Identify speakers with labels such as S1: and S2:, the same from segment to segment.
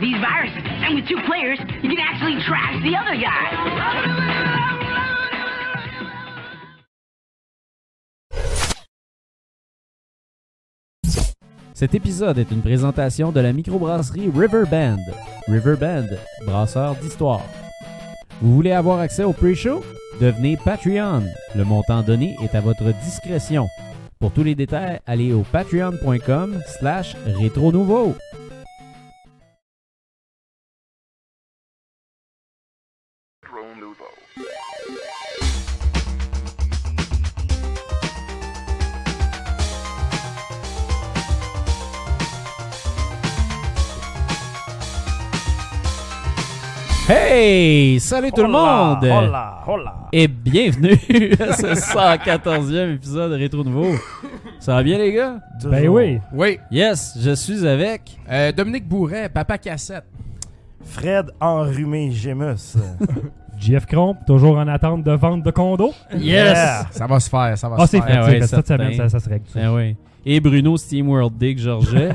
S1: these viruses. And with two players, you can actually trash the other guy.
S2: Cet épisode est une présentation de la microbrasserie Riverbend. Riverbend, brasseur d'histoire. Vous voulez avoir accès au pre-show? Devenez Patreon. Le montant donné est à votre discrétion. Pour tous les détails, allez au patreon.com slash rétronouveau.
S3: Retro Nouveau.
S2: Hey! Salut tout le
S4: Hola,
S2: monde!
S4: Hola, hola.
S2: Et bienvenue à ce 114e épisode de Rétro Nouveau. Ça va bien les gars?
S4: Ben oui.
S5: Oui.
S2: Yes, je suis avec...
S5: Euh, Dominique Bourret, Papa Cassette.
S4: Fred enrhumé Gémus.
S6: Jeff Cromp, toujours en attente de vente de condo.
S4: Yeah.
S5: Ça va se faire, ça va
S6: Ah,
S5: se
S6: c'est
S2: Ah
S5: faire.
S6: fait,
S2: ouais,
S6: c'est fait. cette
S2: certain.
S6: semaine, ça, ça se règle.
S2: Ben oui. Et Bruno SteamWorld Dick Georget.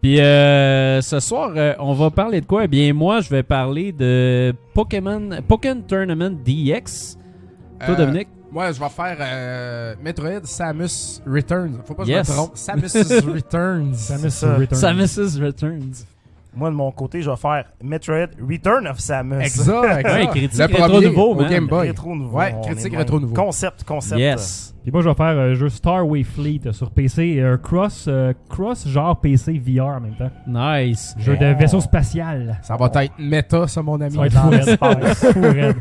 S2: Puis euh, ce soir, euh, on va parler de quoi? Eh bien, moi, je vais parler de Pokémon, Pokémon Tournament DX. Toi,
S5: Euh,
S2: Dominique?
S5: Moi, je vais faire euh, Metroid Samus Returns. Faut pas que
S2: Yes.
S5: je me trompe. Samus Returns.
S6: Samus
S4: ça.
S6: Returns.
S2: Samus Returns.
S4: Moi, de mon côté, je vais faire Metroid Return of Samus.
S5: Exact. exact.
S2: Ouais, critique
S5: Le
S2: rétro
S5: premier
S2: nouveau,
S5: au
S2: man.
S5: Game Boy.
S4: Rétro nouveau.
S5: Ouais,
S4: On est
S5: critique
S4: loin.
S5: rétro nouveau.
S4: Concept, concept.
S2: Yes.
S6: Puis moi, je vais faire un jeu Starway Fleet euh, sur PC, un cross, euh, cross genre PC VR en même temps.
S2: Nice.
S6: Jeu de vaisseau spatial.
S5: Ça va être méta, ça, mon ami.
S6: Ça va être fou raide.
S4: dans l'espace.
S6: Fou raide.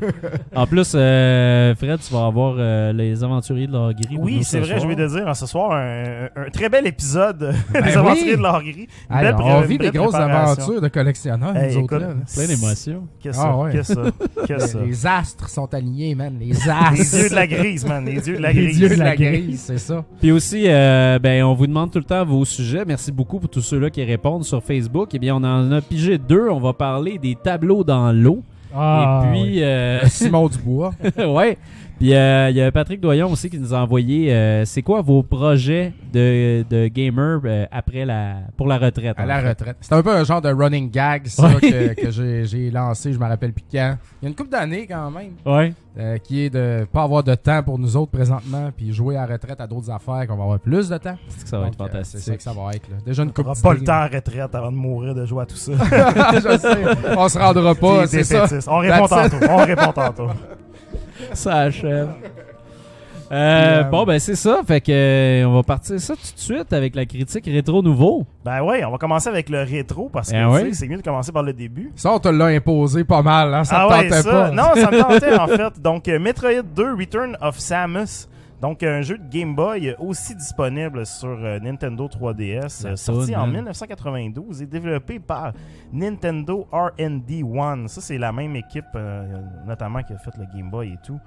S2: En plus, euh, Fred, tu vas avoir euh, les aventuriers de la grille.
S4: Oui, c'est vrai, je vais te dire, hein, ce soir, un, un très bel épisode des
S5: Ben oui.
S4: Aventuriers de l'Orgrie. Une
S5: Hey,
S4: belle pré-
S5: on
S4: une
S5: vit
S4: belle
S5: des grosses
S4: préparation.
S5: aventures de collectionneurs,
S4: Hey,
S5: nous autres.
S4: écoute,
S5: là.
S2: Plein d'émotions.
S4: Qu'est-ce
S5: Ah,
S4: ça?
S5: ouais.
S4: Qu'est-ce ça? Qu'est-ce ça?
S5: Les astres sont alignés, man. Les astres.
S4: Les yeux de la grise, man. Les yeux de la
S5: Les
S4: grise.
S5: yeux de la
S6: La grise.
S5: grise, c'est ça.
S2: Puis aussi, euh, ben, on vous demande tout le temps vos sujets. Merci beaucoup pour tous ceux-là qui répondent sur Facebook. Eh bien, on en a pigé deux. On va parler des tableaux dans l'eau.
S6: Ah,
S2: Et puis,
S6: oui.
S2: euh,
S5: Simon Dubois.
S2: ouais. Puis euh, il y a Patrick Doyon aussi qui nous a envoyé euh, c'est quoi vos projets de, de gamer euh, après la pour la retraite.
S5: À
S2: en
S5: la
S2: fait.
S5: retraite. C'est un peu un genre de running gag, ça,
S2: Ouais.
S5: que, que j'ai, j'ai lancé, je me rappelle plus quand. Il y a une couple d'années, quand même,
S2: Ouais.
S5: euh, qui est de pas avoir de temps pour nous autres présentement, puis jouer à la retraite à d'autres affaires, qu'on va avoir plus de temps.
S2: C'est que ça va être
S5: Donc, euh,
S2: fantastique.
S5: C'est ça que ça va être, là. Déjà une coupe
S4: T'auras pas le temps à retraite avant de mourir de jouer à tout ça.
S5: Je sais. On se rendra pas,
S4: T'es
S5: c'est ça.
S4: défaitiste. On répond
S5: That's
S4: tantôt. On répond tantôt.
S2: Ça achève. Euh,
S5: Puis, euh,
S2: bon ben c'est ça, fait que euh, on va partir ça tout de suite avec la critique rétro nouveau.
S4: Ben ouais, on va commencer avec le rétro parce que
S5: Ben
S2: Eh
S4: tu sais,
S2: ouais.
S4: c'est mieux de commencer par le début.
S5: Ça, on te l'a imposé pas mal, hein. Ça
S4: ah
S5: te
S4: ouais,
S5: tentait
S4: ça.
S5: pas.
S4: Non, ça me tentait en fait. Donc euh, Metroid 2 Return of Samus. Donc un jeu de Game Boy euh, aussi disponible sur euh, Nintendo 3DS,
S2: La
S4: euh, sorti
S2: toune,
S4: en
S2: hein.
S4: 1992 et développé par Nintendo R&D One. Ça c'est la même équipe euh, notamment qui a fait le Game Boy et tout.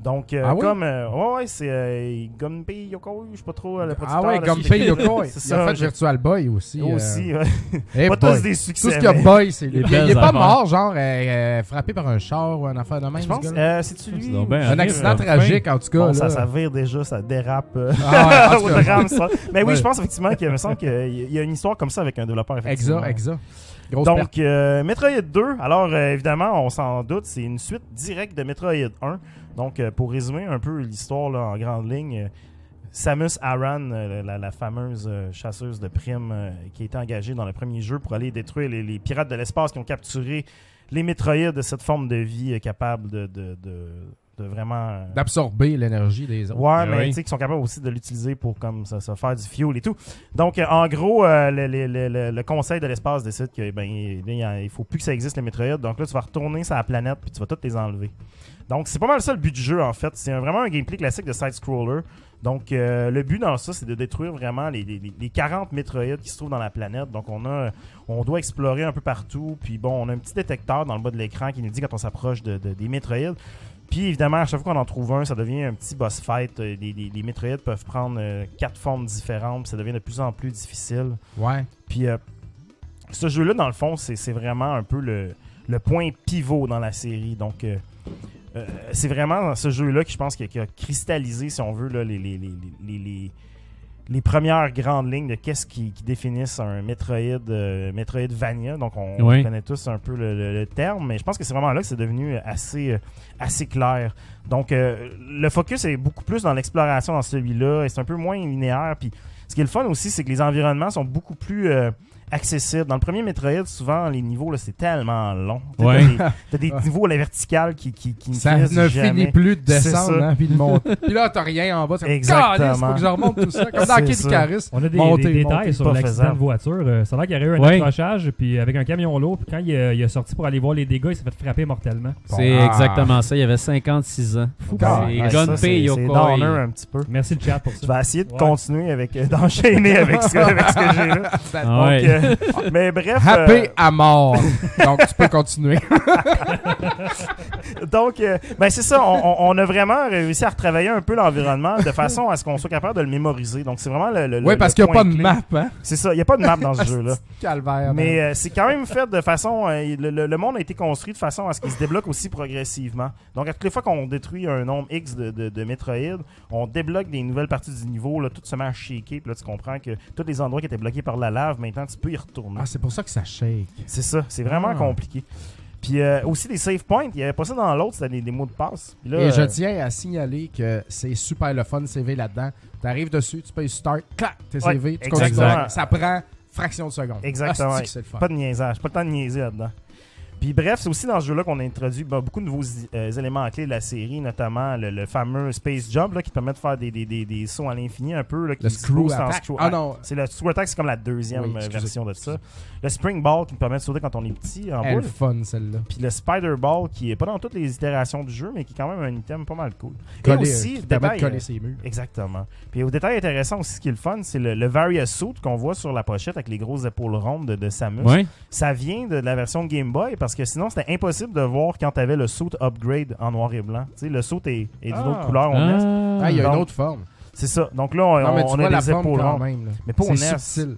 S4: Donc euh,
S5: Ah oui?
S4: comme euh, ouais, ouais, c'est euh, Gunpei Yokoi, je sais pas trop euh, le
S5: Ah
S4: producteur.
S5: ouais,
S4: là,
S5: comme
S4: c'est-
S5: Pay Yokoi.
S4: C'est
S5: Il
S4: ça,
S5: a fait
S4: je-
S5: Virtual Boy aussi. euh,
S4: aussi. ouais.
S5: eh
S4: pas
S5: boy.
S4: tous des
S5: Tout
S4: succès.
S5: ce qu'il y a
S4: mais-
S5: boy, c'est
S2: Les
S5: lui. Il
S2: belles
S5: est pas
S2: affaires.
S5: mort, genre, euh, euh, frappé par un char ou un affaire de même,
S4: Je
S5: ce
S4: pense,
S5: gars-là?
S4: euh, c'est-tu
S2: C'est
S4: lui?
S2: donc bien
S4: ou-
S5: Un
S2: arrive,
S5: accident
S2: euh,
S5: tragique, en tout cas.
S4: Bon,
S5: là.
S4: ça, ça vire déjà, ça dérape euh,
S5: Ah ouais, en tout
S4: au
S5: cas.
S4: drame, ça. Mais oui,
S5: Ouais.
S4: je pense effectivement qu'il me semble qu'il y a une histoire comme ça avec un développeur. effectivement.
S5: Exa, exa. Grosse perte.
S4: Donc, euh, Metroid 2, alors euh, évidemment, on s'en doute, c'est une suite directe de Metroid 1. Donc, euh, pour résumer un peu l'histoire là, en grande ligne, euh, Samus Aran, euh, la, la fameuse euh, chasseuse de primes euh, qui a été engagée dans le premier jeu pour aller détruire les, les pirates de l'espace qui ont capturé les Metroids de cette forme de vie euh, capable de, de, de, de vraiment... euh,
S5: D'absorber l'énergie des autres.
S4: Ouais,
S2: Eh
S4: mais
S2: oui.
S4: tu sais qu'ils sont capables aussi de l'utiliser pour comme ça, ça, faire du fuel et tout. Donc, euh, en gros, euh, le, le- le- le- le conseil de l'espace décide que ben il, il- il faut plus que ça existe les métroïdes. Donc là, tu vas retourner sur la planète puis tu vas toutes les enlever. Donc, c'est pas mal ça le but du jeu en fait. C'est un- vraiment un gameplay classique de side scroller. Donc, euh, le but dans ça, c'est de détruire vraiment les, les- les 40 métroïdes qui se trouvent dans la planète. Donc, on a, on doit explorer un peu partout. Puis bon, on a un petit détecteur dans le bas de l'écran qui nous dit quand on s'approche de- de- des métroïdes. Puis évidemment, à chaque fois qu'on en trouve un, ça devient un petit boss fight. Euh, Les, les, les Metroid peuvent prendre euh, quatre formes différentes, puis ça devient de plus en plus difficile.
S5: Ouais.
S4: Puis euh, ce jeu-là, dans le fond, c'est c'est vraiment un peu le, le point pivot dans la série. Donc, euh, euh, c'est vraiment dans ce jeu-là que je pense qu'il a- qu'il a cristallisé, si on veut, là, les, les, les, les- les- les premières grandes lignes de qu'est-ce qui, qui définissent un Metroid, euh, Metroidvania. Donc, on
S7: Oui.
S4: connaît tous un peu le, le- le terme, mais je pense que c'est vraiment là que c'est devenu assez, euh, assez clair. Donc, euh, le focus est beaucoup plus dans l'exploration dans celui-là, et c'est un peu moins linéaire. Puis, ce qui est le fun aussi, c'est que les environnements sont beaucoup plus euh, accessibles. Dans le premier Metroid, souvent, les niveaux, là, c'est tellement long. T'as
S7: Ouais.
S4: des- T'as des, niveaux à la verticale qui, qui, qui ne
S5: Ça
S4: finissent
S5: ne
S4: jamais.
S5: finit plus de
S4: C'est
S5: descendre,
S4: ça.
S5: hein, puis de monter. Puis là, t'as rien en bas. Il
S4: Exactement.
S5: faut que je remonte tout ça. Comme dans
S4: C'est
S5: Kid
S4: ça.
S5: Icarus.
S8: On a des,
S5: Montez,
S8: des détails
S4: montez,
S8: sur
S4: pas
S8: l'accident
S4: faisable.
S8: de voiture. Euh, ça a l'air qu'il y aurait eu un
S7: Ouais.
S8: accrochage, puis avec un camion lourd, puis quand il, euh, il est sorti pour aller voir les dégâts, il s'est fait frapper mortellement.
S7: C'est
S5: Ah.
S7: exactement ça. Il avait 56 ans.
S8: Fou,
S4: Ah,
S8: pareil.
S7: Et
S4: ouais,
S7: Gunpei
S4: ça, c'est-
S7: Yokoi.
S4: C'est downer un petit peu.
S8: Merci le chat pour
S4: Je
S8: ça.
S4: vais essayer de
S8: Ouais.
S4: continuer avec euh, d'enchaîner avec ce, avec ce que j'ai là.
S7: Ah
S4: Donc,
S7: ouais.
S4: euh, mais bref,
S5: Happé à mort. Donc, tu peux continuer.
S4: euh, donc euh, ben c'est ça, on, on- on a vraiment réussi à retravailler un peu l'environnement de façon à ce qu'on soit capable de le mémoriser. Donc c'est vraiment le, le-
S5: Oui,
S4: le-
S5: parce
S4: le
S5: qu'il n'y a
S4: point
S5: pas de
S4: clé.
S5: map, Ah, ben. hein.
S4: C'est ça, il n'y a pas de map dans ce jeu là.
S5: Calvaire. hein.
S4: Mais euh, c'est quand même fait de façon. euh, le, le- le monde a été construit de façon à ce qu'il se débloque aussi progressivement. Donc, à toutes les fois qu'on détruit un nombre X de, de, de Metroid, on débloque des nouvelles parties du niveau. Là, tout se met à shaker. Puis là, tu comprends que tous les endroits qui étaient bloqués par la lave, maintenant, tu peux y retourner.
S5: Ah, c'est pour ça que ça shake.
S4: C'est ça, c'est vraiment
S5: Ah.
S4: compliqué. Puis euh, aussi des save points. Il n'y avait pas ça dans l'autre, c'était des, des mots de passe. Puis là,
S5: Et je
S4: euh,
S5: tiens à signaler que c'est super le fun CV là-dedans. T'arrives dessus, tu payes start, clac, t'es
S4: Ouais,
S5: CV, tu
S4: exactement.
S5: continues. Ça prend fraction de seconde.
S4: Exactement.
S5: Asti que c'est le fun.
S4: Pas de niaisage, pas le temps de niaiser là-dedans. Puis bref, c'est aussi dans ce jeu-là qu'on a introduit ben, beaucoup de nouveaux euh, éléments clés de la série, notamment le, le fameux Space Jump là, qui permet de faire des, des, des, des sauts à l'infini un peu. Là, qui
S5: Le
S4: se
S5: screw
S4: pousse en
S5: attack.
S4: screw-
S5: Ah non.
S4: C'est le Screw Attack, c'est comme la deuxième
S5: Oui,
S4: euh,
S5: excusez.
S4: version de ça. Le Spring Ball qui nous permet de sauter quand on est petit en
S5: Elle
S4: boule.
S5: fun, celle-là.
S4: Puis le Spider Ball qui est pas dans toutes les itérations du jeu, mais qui est quand même un item pas mal cool.
S5: Coller,
S4: Et aussi,
S5: euh, qui
S4: le
S5: permet
S4: détail,
S5: de coller
S4: euh,
S5: ses murs.
S4: Exactement. Puis au détail intéressant aussi, ce qui est le fun, c'est le, le Various Suit qu'on voit sur la pochette avec les grosses épaules rondes de, de Samus.
S7: Ouais.
S4: Ça vient de la version de Game Boy parce que sinon, c'était impossible de voir quand tu avais le suit upgrade en noir et blanc. Tu sais, le suit est, est d'une
S8: Ah.
S4: autre couleur, on laisse.
S7: Ah.
S5: Ah, il y a une
S4: hmm. donc,
S5: autre forme.
S4: C'est ça. Donc là, on,
S5: Non, mais tu
S4: on
S5: vois
S4: a
S5: la
S4: des
S5: forme
S4: épaules
S5: quand
S4: rondes.
S5: même. là.
S4: Mais pas au
S5: C'est
S4: NES.
S5: subtil.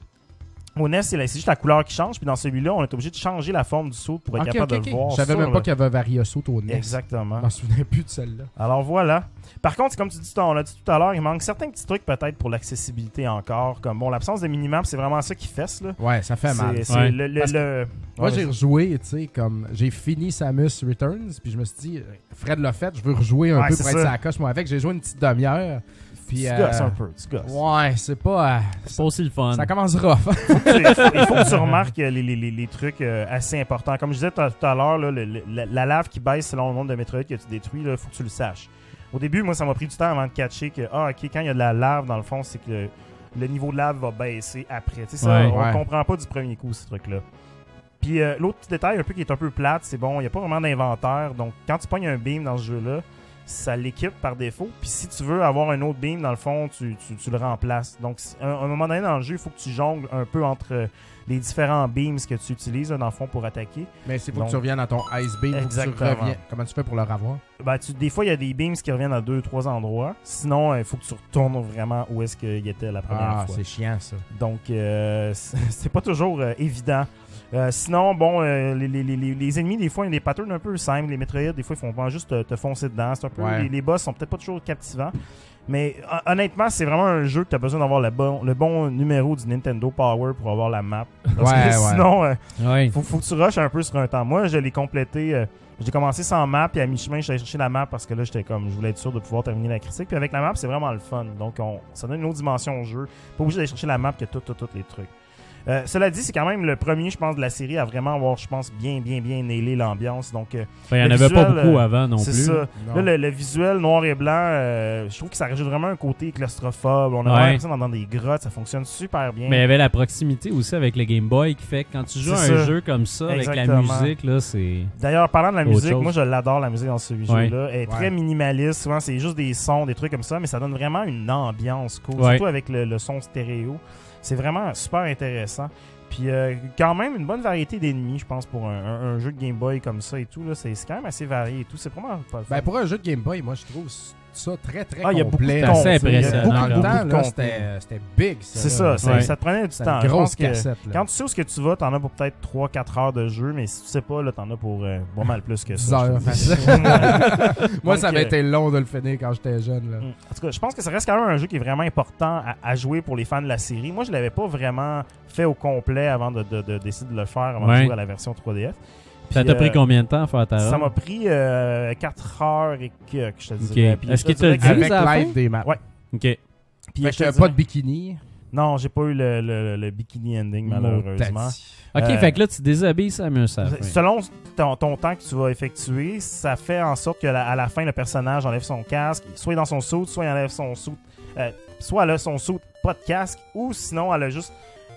S4: Au NES, c'est la- c'est juste la couleur qui change. Puis dans celui-là, on est obligé de changer la forme du suit pour être
S5: Ok,
S4: capable
S5: ok, ok.
S4: de le voir.
S5: Je savais
S4: sur
S5: même pas
S4: le-
S5: qu'il y avait Variosaut au NES.
S4: Exactement.
S5: Je m'en souvenais plus de celle-là.
S4: Alors voilà. Par contre, c'est comme tu dis, on l'a dit tout à l'heure, il manque certains petits trucs peut-être pour l'accessibilité encore. Comme bon, l'absence de minimap, c'est vraiment ça qui fesse là.
S5: Ouais, ça fait mal.
S4: C'est- c'est
S7: Ouais.
S4: le- le-
S5: Parce que-
S4: le-
S5: Moi,
S4: Ouais,
S5: j'ai rejoué, tu sais, comme j'ai fini Samus Returns, puis je me suis dit, euh, Fred l'a fait, je veux rejouer un
S4: Ouais,
S5: peu
S4: c'est
S5: pour être
S4: ça.
S5: sa coche, moi, avec. J'ai joué une petite demi-heure. Puis,
S4: tu
S5: euh,
S4: gosses un peu, tu gosses.
S5: Ouais, c'est pas. euh,
S7: C'est pas aussi le fun.
S5: ça commence rough.
S4: il faut il faut que tu remarques euh, les, les- les- les trucs euh, assez importants. Comme je disais tout à- tout à l'heure, là, le- le- la, la lave qui baisse selon le nombre de métroïdes que tu détruis, il faut que tu le saches. Au début, moi, ça m'a pris du temps avant de catcher que, ah, ok, quand il y a de la lave, dans le fond, c'est que le, le niveau de lave va baisser après. Tu sais, ça,
S7: Ouais.
S4: on
S5: Ouais.
S4: comprend pas du premier coup, ce truc-là. Puis euh, l'autre petit détail un peu qui est un peu plate, c'est bon, il n'y a pas vraiment d'inventaire. Donc, quand tu pognes un beam dans ce jeu-là, ça l'équipe par défaut. Puis si tu veux avoir un autre beam, dans le fond, tu, tu- tu le remplaces. Donc, si- à un, à un moment donné dans le jeu, il faut que tu jongles un peu entre euh, les différents beams que tu utilises, là, dans le fond, pour attaquer.
S5: Mais c'est faut
S4: Donc-
S5: que tu reviennes à ton Ice Beam, faut que tu
S4: Exactement.
S5: reviennes. Comment tu fais pour le revoir
S4: Ben, tu, des fois, il y a des beams qui reviennent à deux, trois endroits. Sinon, euh, il faut que tu retournes vraiment où est-ce qu'il était la première
S5: Ah,
S4: fois.
S5: c'est chiant, ça.
S4: Donc, euh, c'est c'est pas toujours euh, évident. Euh, sinon, bon, euh, les, les- les- les ennemis, des fois, ils ont des patterns un peu simples. Les métroïdes, des fois, ils font vraiment juste te, te foncer dedans. C'est un peu,
S5: Ouais.
S4: les, les boss sont peut-être pas toujours captivants. Mais hon- honnêtement, c'est vraiment un jeu que tu as besoin d'avoir le bon, le bon numéro du Nintendo Power pour avoir la map. Parce
S5: Ouais,
S4: que
S5: ouais.
S4: sinon, euh,
S7: Ouais.
S4: faut, faut que tu rushes un peu sur un temps. Moi, je l'ai complété. euh, j'ai commencé sans map, puis à mi-chemin, j'allais chercher la map parce que là, j'étais comme, je voulais être sûr de pouvoir terminer la critique. Puis avec la map, c'est vraiment le fun. Donc, on, ça donne une autre dimension au jeu. Pas obligé d'aller chercher la map que tout, tout, tout les trucs. Euh, cela dit, c'est quand même le premier, je pense, de la série à vraiment avoir, je pense, bien, bien, bien nailé l'ambiance. Donc, euh,
S7: Enfin, Ben, il n'y en
S4: le
S7: avait pas
S4: visuel,
S7: beaucoup
S4: euh,
S7: avant non
S4: c'est
S7: plus.
S4: ça.
S5: Non.
S4: Là, le, le visuel noir et blanc, euh, je trouve que ça rajoute vraiment un côté claustrophobe. On a
S7: Ouais.
S4: vraiment l'impression d'être dans des grottes. Ça fonctionne super bien.
S7: Mais il y avait la proximité aussi avec le Game Boy qui fait que quand tu joues à un
S4: C'est ça.
S7: jeu comme ça,
S4: Exactement.
S7: avec la musique, là, c'est.
S4: D'ailleurs, parlant de la
S7: Autre
S4: musique,
S7: chose.
S4: moi je l'adore la musique dans ce jeu-là. Elle est
S5: Ouais.
S4: très minimaliste, souvent c'est juste des sons, des trucs comme ça, mais ça donne vraiment une ambiance cool,
S7: Ouais.
S4: surtout avec le, le son stéréo. C'est vraiment super intéressant. Puis euh, quand même une bonne variété d'ennemis, je pense, pour un, un- un jeu de Game Boy comme ça et tout. là. C'est c'est quand même assez varié et tout. C'est vraiment pas le fun.
S5: Ben, pour un jeu de Game Boy, moi, je trouve, c'est- ça très, très
S4: Ah, il y a beaucoup de
S5: complet.
S4: temps.
S7: C'est assez
S4: Il y a
S7: impressionnant,
S5: Dans
S4: beaucoup,
S5: le
S4: beaucoup
S5: temps,
S4: de
S5: là,
S4: contenu.
S5: c'était c'était big.
S4: C'est
S5: là.
S4: ça, ça,
S8: Ouais.
S4: ça te prenait du
S5: C'est
S4: temps.
S5: une
S4: Je
S5: grosse
S4: pense que
S5: cassette. là.
S4: Quand tu sais où ce que tu vas, t'en as pour peut-être 3-4 heures de jeu, mais si tu sais pas, là, t'en as pour euh, pas mal plus que
S5: 10
S4: ça. je
S5: heures,
S4: te dis.
S5: facile. Moi,
S4: Donc,
S5: ça avait
S4: euh,
S5: été long de le finir quand j'étais jeune. Là.
S4: Mm. En tout cas, je pense que ça reste quand même un jeu qui est vraiment important à, à jouer pour les fans de la série. Moi, je l'avais pas vraiment fait au complet avant de, de- de décider de le faire, avant
S7: Ouais.
S4: de jouer à la version 3DS.
S7: Ça
S4: Puis,
S7: t'a
S4: euh,
S7: pris combien de temps à faire ta
S4: Ça
S7: run?
S4: m'a pris 4 heures et que je te
S7: Ok.
S4: dirais. Puis
S7: Est-ce
S4: je
S7: qu'il te le
S4: dirais
S7: dit?
S4: que-
S5: Avec
S7: à la
S5: l'aide
S7: fin?
S5: des maps.
S4: Ouais.
S7: Ok.
S4: Puis
S5: Fait
S4: je
S5: que
S4: te
S5: j'avais pas de
S4: dirais-
S5: bikini.
S4: Non, j'ai pas eu le, le- le bikini ending,
S5: Mon
S4: malheureusement.
S5: tati.
S7: Ok,
S4: Euh,
S7: fait que là, tu déshabilles Samus
S5: Ah,
S7: à la fin.
S4: Selon ton, ton temps que tu vas effectuer, ça fait en sorte que la- à la fin, le personnage enlève son casque, soit dans son saut, soit il enlève son saut, soit elle a son saut pas de casque, ou sinon elle a juste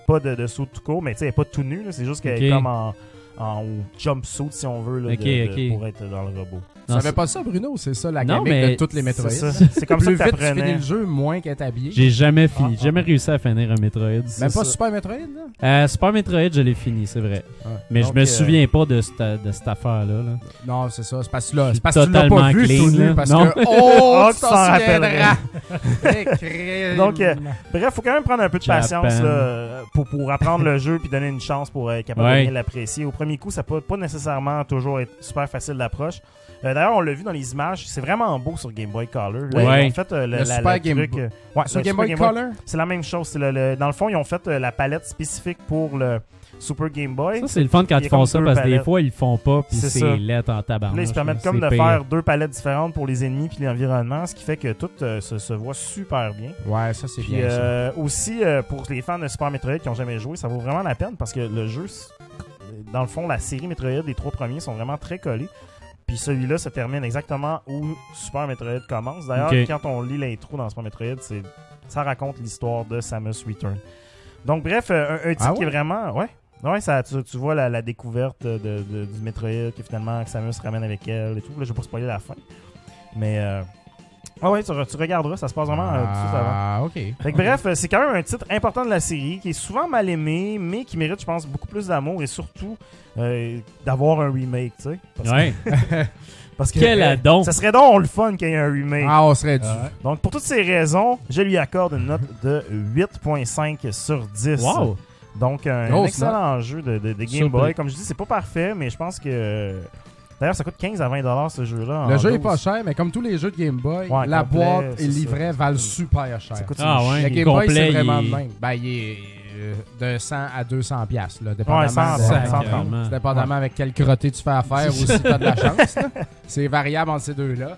S4: pas de, de saut tout court, mais tu sais, elle est pas tout nue, là, c'est juste qu'elle est
S7: Ok.
S4: comme en, en jumpsuit si on veut, là, de-
S7: Ok,
S4: de-
S7: ok.
S4: pour être dans le robot.
S7: Non,
S5: Tu savais pas ça, Bruno? C'est ça la
S7: Non,
S5: gimmick
S7: mais
S5: de toutes les Metroid.
S4: C'est ça. C'est comme ça
S5: Plus
S4: que
S5: vite tu finis
S4: t'apprenais.
S5: le jeu, moins qu'être habillé.
S7: J'ai jamais fini,
S4: Ah,
S7: j'ai jamais
S4: ah.
S7: réussi à finir un Metroid.
S5: Même
S4: c'est
S5: pas
S4: ça.
S5: Super Metroid, là?
S7: Euh, Super Metroid, je l'ai fini, c'est vrai.
S5: Ouais.
S7: Mais je
S4: Donc,
S7: me
S4: euh,
S7: souviens pas de cette, de cette affaire-là. là.
S5: Non, c'est ça. C'est parce que tu
S7: Je
S5: l'as-
S7: suis
S5: c'est parce que tu l'as
S7: totalement
S5: pas vu
S7: clean,
S5: tout nu,
S7: là.
S5: parce
S7: Non.
S5: que... Oh,
S4: Oh,
S5: tu
S4: tu
S5: t'en
S4: t'en
S5: souviendras!
S4: rappelleras.
S5: Écrime.
S4: Donc, euh,
S7: Mmh.
S4: Bref, faut quand même prendre un peu de
S7: Japan.
S4: patience là, euh, pour, pour apprendre le jeu puis donner une chance pour euh, être capable
S7: Ouais.
S4: de bien l'apprécier. Au premier coup, ça peut pas nécessairement toujours être super facile d'approche. Euh, D'ailleurs, on l'a vu dans les images, c'est vraiment beau sur Game Boy Color. Là,
S7: Ouais.
S4: Ils ont fait euh, le,
S5: Le
S4: la-
S5: Super
S4: le
S5: Game
S4: truc,
S5: Boy-
S4: euh, ouais, le
S5: Ah, Sur
S4: Super
S5: Game Boy Color?
S4: C'est la même chose. c'est le- le- dans le fond, ils ont fait euh, la palette spécifique pour le Super Game Boy.
S7: Ça, c'est le fun quand
S4: Il y
S7: ils
S4: a comme
S7: font ça
S4: deux
S7: parce que des
S4: palettes.
S7: fois, ils le font pas, puis
S4: C'est
S7: c'est
S4: ça.
S7: lettre en tabarnak.
S4: Là, ils se permettent comme de faire deux palettes différentes pour les ennemis puis l'environnement, ce qui fait que tout euh, se, se voit super bien.
S5: Ouais, ça, c'est
S4: Puis
S5: bien, ça.
S4: euh, aussi, euh, pour les fans de Super Metroid qui n'ont jamais joué, ça vaut vraiment la peine parce que le jeu, c'est- dans le fond, la série Metroid, les trois premiers sont vraiment très collés. Puis celui-là se termine exactement où Super Metroid commence. D'ailleurs,
S7: Ok.
S4: quand on lit l'intro dans Super Metroid, c'est- ça raconte l'histoire de Samus Return. Donc, bref, euh, un, un titre
S5: Ah ouais?
S4: qui est vraiment. Ouais. Ouais, ça, tu, tu vois la, la découverte de, de- du Metroid que finalement que Samus ramène avec elle et tout. Là, je vais pas spoiler la fin. Mais. euh, Ah ouais, tu, re- tu regarderas, ça se passe vraiment euh, tout de suite avant.
S5: Ah, OK.
S4: Fait que bref, euh, c'est quand même un titre important de la série qui est souvent mal aimé, mais qui mérite, je pense, beaucoup plus d'amour et surtout euh, d'avoir un remake, tu sais. Parce que-
S7: Ouais.
S4: parce que,
S7: Quel
S4: euh,
S7: adon!
S4: Ça serait donc le fun qu'il y ait un remake.
S5: Ah, on serait dû.
S4: Donc, pour toutes ces raisons, je lui accorde une note de 8.5 sur 10.
S7: Wow!
S4: Donc, un
S5: Grosse
S4: excellent jeu de, de- de Game
S7: Surpris.
S4: Boy. Comme je dis, c'est pas parfait, mais je pense que. D'ailleurs, ça coûte 15 à 20 dollars ce jeu-là.
S5: Le
S4: en
S5: jeu est
S4: 12.
S5: pas cher, mais comme tous les jeux de Game Boy,
S4: Ah, Ouais,
S5: la
S4: complet,
S5: boîte et
S4: c'est
S5: le
S4: ça.
S5: livret valent super cher.
S4: Ça coûte une
S7: Ah
S4: ch-
S7: ouais,
S5: Le
S7: il est
S5: Game Boy, c'est
S7: complet.
S5: vraiment
S7: il...
S5: le même. Ben, il est euh, de 100 à 200 piastres, là, dépendamment.
S4: Ouais, 100,
S5: de-
S4: 100, 100.
S5: C'est
S7: Sacrément.
S5: dépendamment avec quel crotté tu fais affaire ou si t'as de la chance. là. C'est variable entre ces deux-là.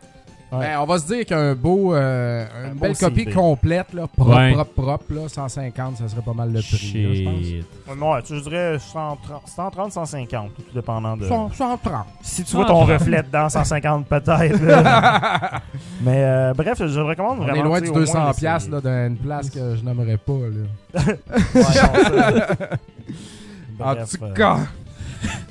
S4: Ouais.
S5: Ben, on va se dire qu'un beau, euh, une
S4: Un beau
S5: belle copie
S4: CD.
S5: complète, là, propre,
S7: Ouais.
S5: propre, propre, là, 150, ça serait pas mal le prix, là, je pense.
S7: Shit.
S4: Ouais, tu- je dirais 130, 130 150, tout dépendant de.
S5: 100, 130.
S4: Si tu vois ton
S7: Ah.
S4: reflet dedans, 150 peut-être. là. Mais euh, bref, je le recommande
S5: On
S4: vraiment.
S5: est loin
S4: tu
S5: du
S4: sais, au moins,
S5: 200
S4: c'est-
S5: piastres, là, d'une place que je nommerais pas, là.
S4: Ouais, non, ça-
S5: En
S4: Bref,
S5: tout
S4: euh,
S5: cas,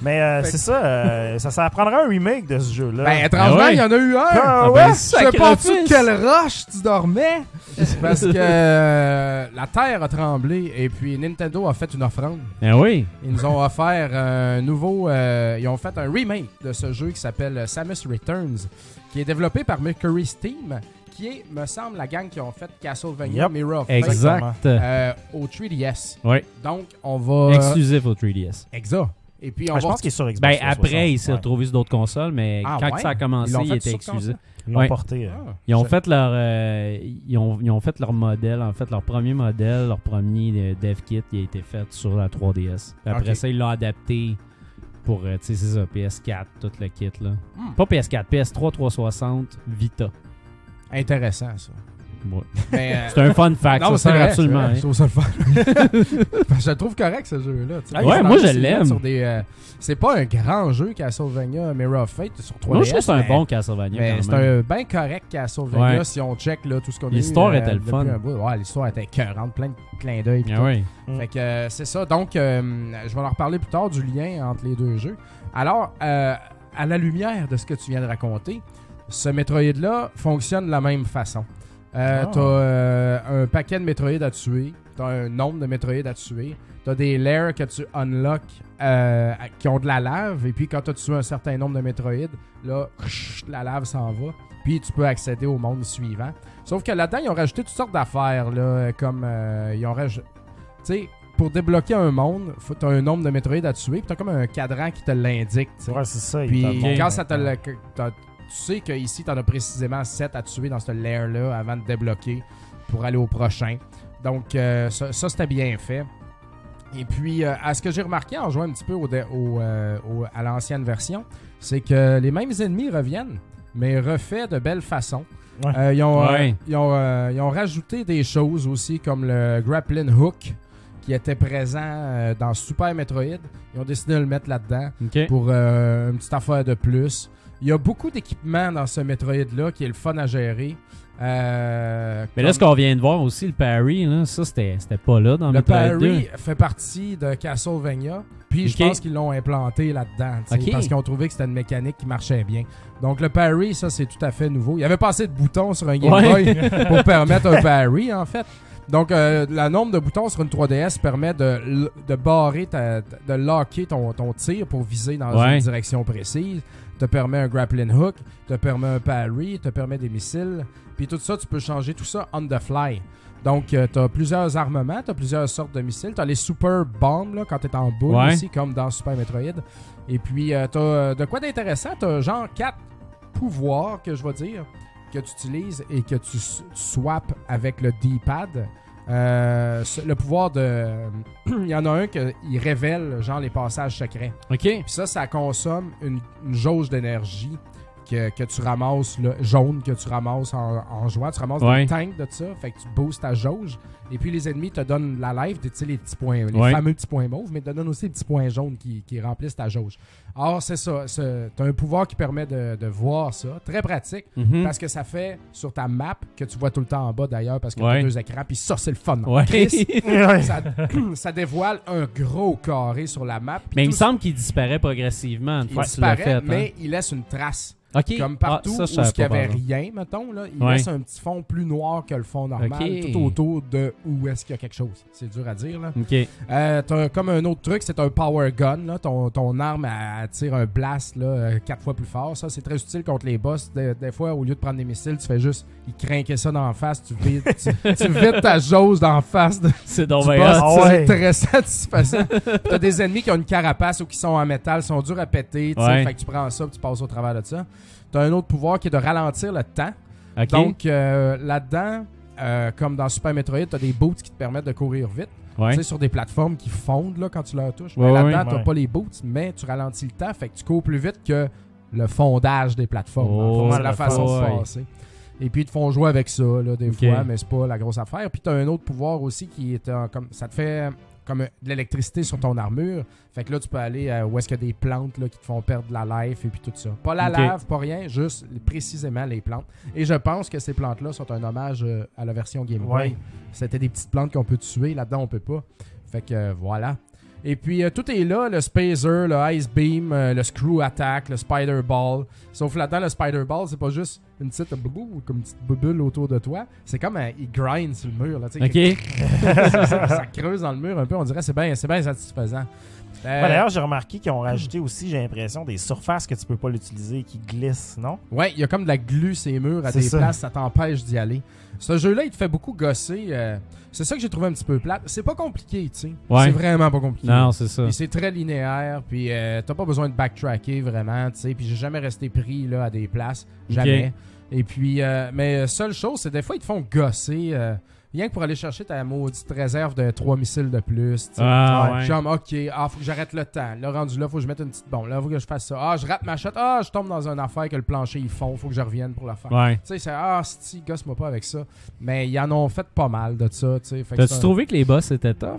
S4: Mais euh, c'est ça, euh, ça, ça prendra un remake de ce jeu-là.
S5: ben, étrangement,
S7: Ah ouais.
S5: il y en a eu un. ben,
S4: Ah
S7: ouais,
S5: Je sais pas
S7: sacrifice.
S5: de quelle roche tu dormais. Parce que euh, la terre a tremblé et puis Nintendo a fait une offrande.
S7: Eh oui!
S5: Ils nous ont offert un nouveau. euh, ils ont fait un remake de ce jeu qui s'appelle Samus Returns, qui est développé par Mercury Steam, qui est, me semble, la gang qui ont fait Castlevania
S4: Yep.
S5: Mirror of Fate,
S7: Exact!
S5: euh, au 3DS.
S7: Ouais.
S5: Donc, on va.
S7: Exclusif au 3DS.
S5: Exa. Et puis, on
S4: Ah, je
S5: va.
S4: pense qu'il est sur Xbox.
S7: Ben,
S4: 360,
S7: après, il s'est
S4: ouais.
S7: retrouvé sur d'autres consoles, mais
S5: Ah
S7: quand
S5: ouais?
S7: ça a commencé,
S5: Ils l'ont
S7: il
S5: fait
S7: était
S5: sur
S7: exclusif.
S5: console?
S4: Ils l'ont
S7: Ouais.
S4: porté. euh.
S5: Ah,
S7: Ils ont,
S5: je-
S7: fait leur, euh, ils, ont, ils ont fait leur modèle, en fait, leur premier modèle, leur premier euh, dev kit, il a été fait sur la 3DS. Puis Après
S5: Ok.
S7: ça, ils l'ont adapté pour, euh, tu sais, c'est ça, PS4, tout le kit, là.
S5: Hmm.
S7: Pas PS4, PS3, 360, Vita.
S5: Intéressant, ça.
S7: Ouais.
S5: Mais, euh,
S7: C'est un fun fact,
S5: Non,
S7: Ah, ça
S5: c'est
S7: sert
S5: vrai,
S7: absolument. hein.
S5: c'est vrai, Je trouve ça le fun. Parce que je le trouve correct, ce jeu-là. tu sais.
S7: Ouais,
S5: Parce que
S7: moi,
S5: c'est
S7: je
S5: mis
S7: l'aime.
S5: sur des, euh, C'est pas un grand jeu, Castlevania Mirror of Fate, sur 3DS.
S7: Moi, je trouve que c'est un
S5: mais-
S7: bon Castlevania.
S5: Mais
S7: quand
S5: c'est
S7: même.
S5: un bien correct Castlevania
S7: Ouais.
S5: si on check là, tout ce qu'on a eu,
S7: L'histoire
S5: euh,
S7: était le
S5: depuis
S7: fun.
S5: un bout. Ouais, l'histoire était écœurante, plein de clins d'œil. pis
S7: Ah
S5: tout.
S7: ouais.
S5: Fait que euh, c'est ça. Donc, euh, je vais en reparler plus tard du lien entre les deux jeux. Alors, euh, à la lumière de ce que tu viens de raconter, ce Metroid-là fonctionne de la même façon. Euh,
S4: Ah.
S5: T'as euh, un paquet de Metroid à tuer. T'as un nombre de Metroid à tuer. T'as des lairs que tu unlock euh, à- qui ont de la lave. Et puis quand t'as tué un certain nombre de Metroid, là, la lave s'en va. Puis tu peux accéder au monde suivant. Sauf que là-dedans, ils ont rajouté toutes sortes d'affaires, là, euh, comme euh, ils ont rajouté. Tu sais, pour débloquer un monde, faut- t'as un nombre de Metroid à tuer, puis t'as comme un cadran qui te l'indique. tu sais.
S4: Ouais, c'est ça. il
S5: Puis
S4: t'a montré.
S5: quand ça te le- que- t'as- Tu sais qu'ici, t'en as précisément 7 à tuer dans ce lair-là avant de débloquer pour aller au prochain. Donc, euh, ça, ça, c'était bien fait. Et puis, euh, à ce que j'ai remarqué en jouant un petit peu au dé- au, euh, au- à l'ancienne version, c'est que les mêmes ennemis reviennent, mais refaits de belle façon.
S4: Ouais.
S5: Euh, ils, ont, euh,
S7: Ouais.
S5: ils ont, euh, ils ont rajouté des choses aussi, comme le grappling hook qui était présent euh, dans Super Metroid. Ils ont décidé de le mettre là-dedans
S7: Ok.
S5: pour euh, une petite affaire de plus. Il y a beaucoup d'équipements dans ce Metroid-là qui est le fun à gérer. Euh,
S7: Mais là, ce
S5: comme
S7: qu'on vient de voir aussi, le parry, là, ça, c'était c'était pas là dans
S5: le
S7: Metroid 2.
S5: parry fait partie de Castlevania, puis je
S7: Ok.
S5: pense qu'ils l'ont implanté là-dedans, tu sais,
S7: Ok.
S5: parce qu'ils ont trouvé que c'était une mécanique qui marchait bien. Donc le parry, ça c'est tout à fait nouveau. Il y avait pas assez de boutons sur un Game
S7: Ouais.
S5: Boy pour permettre un parry en fait. Donc euh, la nombre de boutons sur une 3DS permet de, l- de barrer, ta- de locker ton, ton tir pour viser dans
S7: Ouais.
S5: une direction précise. Te permet un grappling hook, te permet un parry, te permet des missiles. Puis tout ça, tu peux changer tout ça on the fly. Donc, tu as plusieurs armements, tu as plusieurs sortes de missiles. Tu as les super bombes là, quand tu es en boule
S7: Ouais.
S5: aussi, comme dans Super Metroid. Et puis, tu as de quoi d'intéressant. Tu as genre quatre pouvoirs, que je vais dire, que tu utilises et que tu s- tu swaps avec le D-pad. Euh, ce- le pouvoir de. Il y en a un qui révèle, genre, les passages secrets.
S7: Ok.
S5: Puis ça, ça consomme une, une jauge d'énergie que, que tu ramasses, là, jaune, que tu ramasses en, en jouant. Tu ramasses
S7: Ouais.
S5: des tanks de ça, fait que tu boostes ta jauge. Et puis les ennemis te donnent la life, tu sais, les petits points, les
S7: Ouais.
S5: fameux petits points mauves, mais te donnent aussi les petits points jaunes qui, qui remplissent ta jauge. Or, c'est ça. c'est- T'as un pouvoir qui permet de, de voir ça. Très pratique.
S7: Mhm.
S5: Parce que ça fait sur ta map que tu vois tout le temps en bas d'ailleurs parce que
S7: Ouais.
S5: t'as deux écrans puis ça c'est le fun.
S7: Ouais.
S5: Chris,
S4: Ouais.
S5: ça, ça dévoile un gros carré sur la map. puis
S7: Mais il me
S5: tout
S7: semble qu'il disparaît progressivement une
S5: il
S7: fois que tu l'as
S5: disparaît,
S7: fait. hein.
S5: mais il laisse une trace.
S7: Ok.
S5: Comme partout
S7: Ah, ça, je savais
S5: où il n'y
S7: pas, par
S5: avait
S7: exemple.
S5: rien, mettons, là, il
S7: Ouais.
S5: laisse un petit fond plus noir que le fond normal,
S7: Ok.
S5: tout autour de où est-ce qu'il y a quelque chose. C'est dur à dire, là.
S7: Ok.
S5: Euh, t'as comme un autre truc, c'est un power gun. Là. Ton, ton arme elle tire un blast là, euh, quatre fois plus fort. Ça, c'est très utile contre les boss. Des, des fois, au lieu de prendre des missiles, tu fais juste ils crinquaient ça dans la face. Tu vides, tu, tu vides ta jauge dans la face de,
S7: C'est donc
S5: du
S7: bien
S5: boss,
S7: hot.
S4: Ah ouais.
S5: C'est très satisfaisant. T'as des ennemis qui ont une carapace ou qui sont en métal, sont durs à péter. tu sais,
S7: Ouais.
S5: Fait que tu prends ça et tu passes au travers de ça. T'as un autre pouvoir qui est de ralentir le temps.
S7: Ok.
S5: Donc euh, là-dedans, euh, comme dans Super Metroid, t'as des boots qui te permettent de courir vite.
S7: ouais.
S5: Tu sais, sur des plateformes qui fondent là, quand tu leur touches.
S7: Ouais,
S5: Mais là-dedans,
S7: ouais,
S5: t'as
S4: ouais.
S5: pas les boots, mais tu ralentis le temps. Fait que tu cours plus vite que le fondage des plateformes. dans le
S7: Oh,
S5: fond. c'est la
S4: ouais.
S5: façon de passer. Et puis, ils te font jouer avec ça, là, des
S7: Ok.
S5: fois, mais c'est pas la grosse affaire. Puis, t'as un autre pouvoir aussi qui est euh, comme. Ça te fait comme euh, de l'électricité sur ton armure. Fait que là, tu peux aller euh, où est-ce qu'il y a des plantes là, qui te font perdre la life et puis tout ça. Pas la
S7: Ok.
S5: lave, pas rien, juste précisément les plantes. Et je pense que ces plantes-là sont un hommage euh, à la version Game Boy.
S4: Ouais.
S5: C'était des petites plantes qu'on peut tuer. Là-dedans, on peut pas. Fait que euh, voilà. Et puis euh, tout est là, le spacer, le ice beam, euh, le screw attack, le spider ball. Sauf là-dedans, le spider ball, c'est pas juste une petite boubou, comme une petite boubule autour de toi. C'est comme un- il grind sur le mur. Là, tu sais,
S7: Ok.
S5: ça, ça creuse dans le mur un peu. On dirait c'est bien, c'est bien satisfaisant. Euh,
S4: Ouais, Ben, D'ailleurs, j'ai remarqué qu'ils ont rajouté aussi, j'ai l'impression, des surfaces que tu peux pas l'utiliser et qui glissent, non?
S5: Ouais, il y a comme de la glu ces murs à
S4: C'est
S5: des
S4: ça.
S5: places, ça t'empêche d'y aller. Ce jeu-là, il te fait beaucoup gosser. euh, c'est ça que j'ai trouvé un petit peu plate. C'est pas compliqué, tu sais.
S7: Ouais.
S5: C'est vraiment pas compliqué.
S7: Non, c'est ça.
S5: Puis c'est très linéaire, puis euh, t'as pas besoin de backtracker vraiment, tu sais. Puis j'ai jamais resté pris là, à des places, jamais. Et puis, euh, mais euh, seule chose, c'est des fois ils te font gosser, euh, rien que pour aller chercher ta maudite réserve de trois missiles de plus. tu sais.
S7: Ah,
S5: Ouais,
S7: ouais.
S5: Genre, ok, ah, faut que j'arrête le temps. Là, rendu là, faut que je mette une petite bombe. Là, faut que je fasse ça. Ah, je rate ma shot. Ah, je tombe dans une affaire que le plancher, il fond. Faut que je revienne pour la faire.
S7: Ouais.
S5: Tu sais, c'est ah, si, gosse-moi pas avec ça. Mais ils en ont fait pas mal de ça, tu sais. Fait que c'est
S7: T'as-tu
S5: un-
S7: trouvé que les boss étaient tough?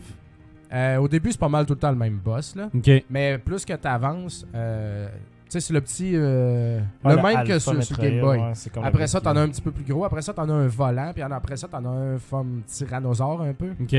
S5: Euh, au début, c'est pas mal tout le temps le même boss, là.
S7: Ok.
S5: Mais plus que t'avances, euh, tu sais, c'est le petit. euh,
S4: Ouais,
S5: le même
S4: Alpha
S5: que sur, sur
S4: Metroid,
S5: Game Boy.
S4: ouais, c'est comme le
S5: Après
S4: petit-
S5: ça, t'en as un petit peu plus gros. Après ça, t'en as un volant. Puis en- après ça, t'en as un comme tyrannosaure un peu.
S7: Ok.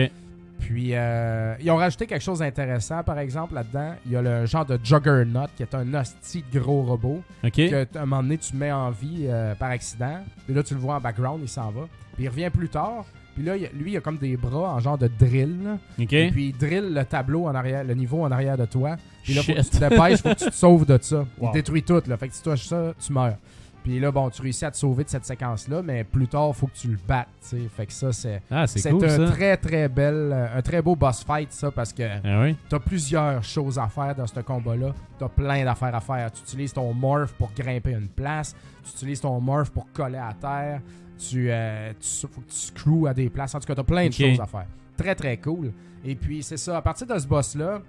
S5: Puis euh, ils ont rajouté quelque chose d'intéressant, par exemple, là-dedans. Il y a le genre de Juggernaut, qui est un hostie de gros robot.
S7: Ok.
S5: Que t- à un moment donné, tu mets en vie euh, par accident. Puis là, tu le vois en background, il s'en va. Puis il revient plus tard. Puis là, il y a- lui, il a comme des bras en genre de drill. là.
S2: OK.
S5: Et puis il drille le tableau en arrière, le niveau en arrière de toi. Puis là, faut que
S2: Shit.
S5: tu te dépêches, faut que tu te sauves de ça.
S6: Wow.
S5: Il détruit tout, là. Fait que si tu touches ça, tu meurs. Puis là, bon, tu réussis à te sauver de cette séquence-là, mais plus tard, faut que tu le battes, tu sais. Fait que ça, c'est.
S2: Ah, c'est
S5: C'est
S2: cool,
S5: un
S2: ça.
S5: très très bel, euh, un très beau boss fight ça parce que
S2: Ah oui?
S5: t'as plusieurs choses à faire dans ce combat-là. T'as plein d'affaires à faire. Tu utilises ton morph pour grimper une place. Tu utilises ton morph pour coller à terre. Tu, euh, tu, faut que tu screws à des places. En tout cas, t'as plein de
S2: Ok.
S5: choses à faire. Très, très cool. Et puis, c'est ça. À partir de ce boss-là,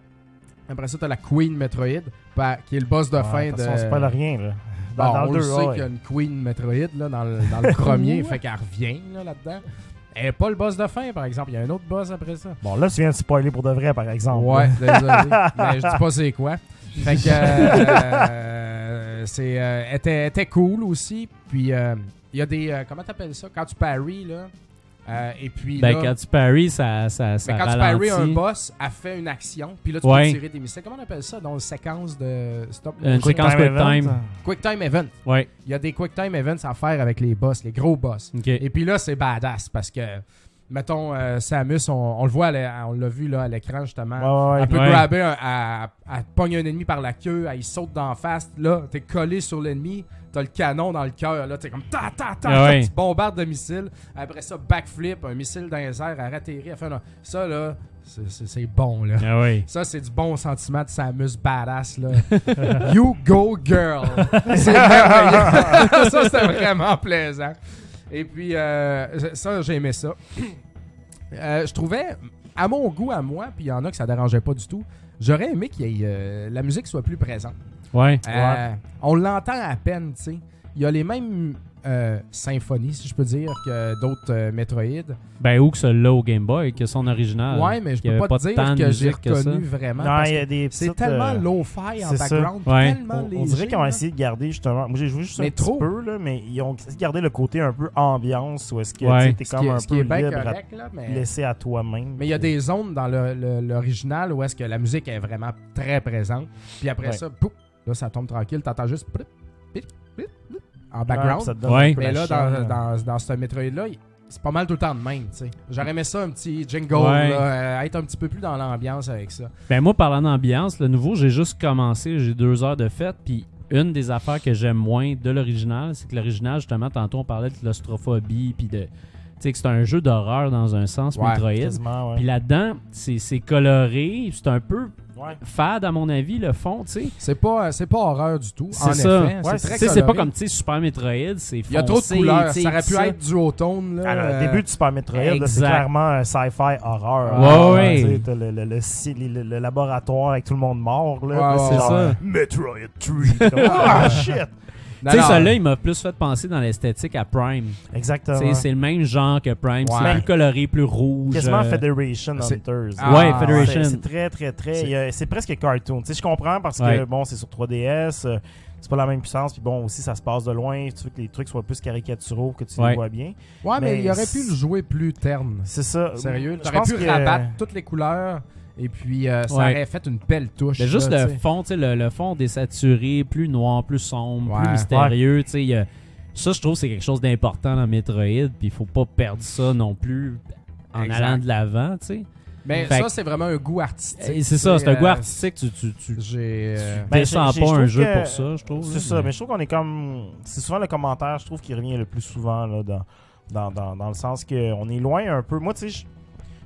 S5: après ça, t'as la Queen Metroid, pa- qui est le boss de fin de...
S4: On se parle à rien, là.
S5: Bon,
S4: Dans, dans
S5: on
S4: le
S5: le
S4: 2,
S5: sait qu'il y a une Queen Metroid là, dans, le, dans le premier, fait qu'elle revient là, là-dedans. Elle n'est pas le boss de fin, par exemple. Il y a un autre boss après ça.
S4: Bon, là, tu viens de spoiler pour de vrai, par exemple.
S5: Ouais,
S4: là.
S5: désolé. mais je dis pas c'est quoi. Fait que euh, c'est euh, elle était, elle était cool aussi. Puis euh, il y a des euh, comment t'appelles ça quand tu paries là. euh, et puis
S2: Ben,
S5: là,
S2: quand tu paries, ça, ça, ça
S5: mais quand
S2: ralentit.
S5: tu paries un boss, elle fait une action. Puis là tu
S2: Ouais.
S5: peux tirer des missiles. Comment on appelle ça dans une séquence de stop
S2: Une
S4: Quick
S2: séquence quick
S4: event.
S2: time.
S5: Quick time event.
S2: Ouais,
S5: Il y a des quick time events à faire avec les boss, les gros boss.
S2: OK.
S5: Et puis là, c'est badass parce que, mettons, euh, Samus, on, on le voit, à l'é- on l'a vu là, à l'écran justement.
S4: Ouais, ouais,
S5: Elle peut
S2: Ouais.
S5: grabber, un- elle, elle pogne un ennemi par la queue, elle il saute d'en face. Là, t'es collé sur l'ennemi, t'as le canon dans le cœur. Là, t'es comme ta ta ta,
S2: Ah ouais.
S5: tu bombardes de missiles. Après ça, backflip, un missile dans les airs, elle atterrit. Elle fait un- Ça, là, c'est- c'est c'est bon, là.
S2: Ah oui.
S5: Ça, c'est du bon sentiment de Samus badass, là. you go, girl! C'est merveilleux. ça, c'était vraiment plaisant. Et puis, euh, ça, j'ai aimé ça. Euh, je trouvais, à mon goût, à moi, puis il y en a que ça dérangeait pas du tout, j'aurais aimé que euh, la musique soit plus présente.
S2: Ouais.
S5: Euh, on l'entend à peine, tu sais. Il y a les mêmes euh, symphonies, si je peux dire, que d'autres euh, Metroid.
S2: Ben, où que celui-là au Game Boy, que son original.
S5: ouais, mais je
S2: qu'il Ah, y
S5: peux
S2: avait
S5: pas, te
S2: tant
S5: dire
S2: de
S5: que j'ai
S2: musique que ça.
S5: reconnu vraiment.
S4: Non,
S5: parce
S4: il y a des
S5: c'est
S4: petites,
S5: tellement
S4: euh,
S5: low-fi en
S4: c'est ça.
S5: background, puis
S2: Ouais.
S5: tellement
S4: On,
S5: léger.
S4: on dirait qu'ils ont
S5: là.
S4: essayé de garder justement. Moi, j'ai joué juste
S5: Mais
S4: un
S5: trop.
S4: petit peu, là, mais ils ont essayé de garder le côté un peu ambiance où est-ce que
S2: Ouais.
S4: tu sais, t'es
S5: Ce
S4: comme
S5: qui est-
S4: un
S5: ce qui
S4: peu
S5: est bien
S4: libre à
S5: correct, là, mais...
S4: te laisser à toi-même.
S5: mais il y a des zones dans le- le- l'original où est-ce que la musique est vraiment très présente. Puis après
S4: Ouais.
S5: ça, pouf, là, ça tombe tranquille. T'entends juste plip, plip, plip, plip, en
S4: Ouais,
S5: background.
S4: puis ça hein. te donne
S2: Ouais.
S4: un peu la
S5: mais là,
S4: chienne,
S5: dans,
S4: là.
S5: dans, dans ce Metroid-là, il- c'est pas mal tout le temps de même. tu sais. J'aurais aimé ça, un petit jingle,
S2: Ouais.
S5: là, euh, être un petit peu plus dans l'ambiance avec ça.
S2: Ben moi, parlant d'ambiance, le nouveau, j'ai juste commencé, j'ai deux heures de fête, puis une des affaires que j'aime moins de l'original, c'est que l'original, justement, tantôt, on parlait de claustrophobie, puis de... Tu sais, que c'est un jeu d'horreur dans un sens,
S5: Ouais,
S2: Metroid.
S4: Quasiment, ouais.
S2: Puis là-dedans, c'est c'est coloré, c'est un peu
S4: Ouais.
S2: fade, à mon avis, le fond, tu sais.
S5: C'est pas, euh, c'est pas horreur du tout.
S2: C'est
S5: en
S2: ça.
S5: effet, hein,
S4: Ouais,
S5: c'est
S2: Tu
S5: très
S2: sais, c'est pas
S5: coloré.
S2: comme, tu sais, Super Metroid, c'est foncé.
S5: Il y a trop de couleurs.
S2: tu sais,
S5: Ça aurait
S2: tout
S5: pu être du automne. Là,
S4: Ah, le
S5: euh,
S4: début de Super Metroid, là, c'est
S2: exact.
S4: clairement un sci-fi horror.
S2: Ouais,
S4: là.
S2: ouais.
S4: Tu sais, t'as le, le- le si- le- le laboratoire avec tout le monde mort. Là,
S5: Ouais,
S4: Là,
S5: ouais,
S4: c'est
S5: ouais.
S4: genre,
S2: ça.
S4: Metroid 3. Comme, Ah, shit!
S5: Non,
S2: Tu sais,
S5: non, Ah
S2: celui-là, il m'a plus fait penser dans l'esthétique à Prime. Tu
S4: Exactement.
S2: sais, c'est le même genre que Prime. C'est
S5: Ouais.
S2: plus coloré, plus rouge.
S4: Quasiment
S2: euh,
S4: Federation
S5: c'est-
S4: Hunters.
S5: Ah,
S2: ouais,
S5: ouais.
S2: Federation.
S4: C'est- C'est très, très, très. il y a- C'est presque cartoon. Tu sais, je comprends parce que,
S2: Ouais.
S4: bon, c'est sur 3DS. euh, c'est pas la même puissance. Puis bon, aussi, ça se passe de loin. Tu veux que les trucs soient plus caricaturaux, que tu
S2: Ouais.
S4: les vois bien.
S5: Ouais, mais,
S4: mais
S5: il aurait pu le jouer plus terne.
S4: C'est ça.
S5: Sérieux,
S4: Je
S5: Euh, t'aurais
S4: pense
S5: pu
S4: que-
S5: rabattre toutes les couleurs et puis euh, ça
S2: Ouais.
S5: aurait fait une belle touche.
S2: Mais juste
S5: là,
S2: le
S5: tu sais.
S2: fond, tu sais, le, le fond désaturé, plus noir, plus sombre,
S5: Ouais.
S2: plus mystérieux, tu sais, il y a- ça, je trouve, c'est quelque chose d'important dans Metroid, puis il faut pas perdre ça non plus en
S5: Exact.
S2: allant de l'avant, tu sais.
S5: Mais
S2: Fait
S5: ça,
S2: que-
S5: c'est vraiment un goût artistique.
S2: Et C'est ça, c'est un
S5: euh,
S2: goût artistique, tu, tu, tu, tu
S5: J'ai. euh,
S4: Ben,
S2: descends
S4: j'ai- j'ai-
S2: pas
S4: je
S2: un
S4: trouve
S2: jeu
S4: que-
S2: pour ça, je trouve.
S4: C'est
S2: là,
S4: ça, mais je trouve qu'on est comme. C'est souvent le commentaire, je trouve, qui revient le plus souvent là, dans, dans, dans, dans le sens qu'on est loin un peu. Moi, tu sais, je-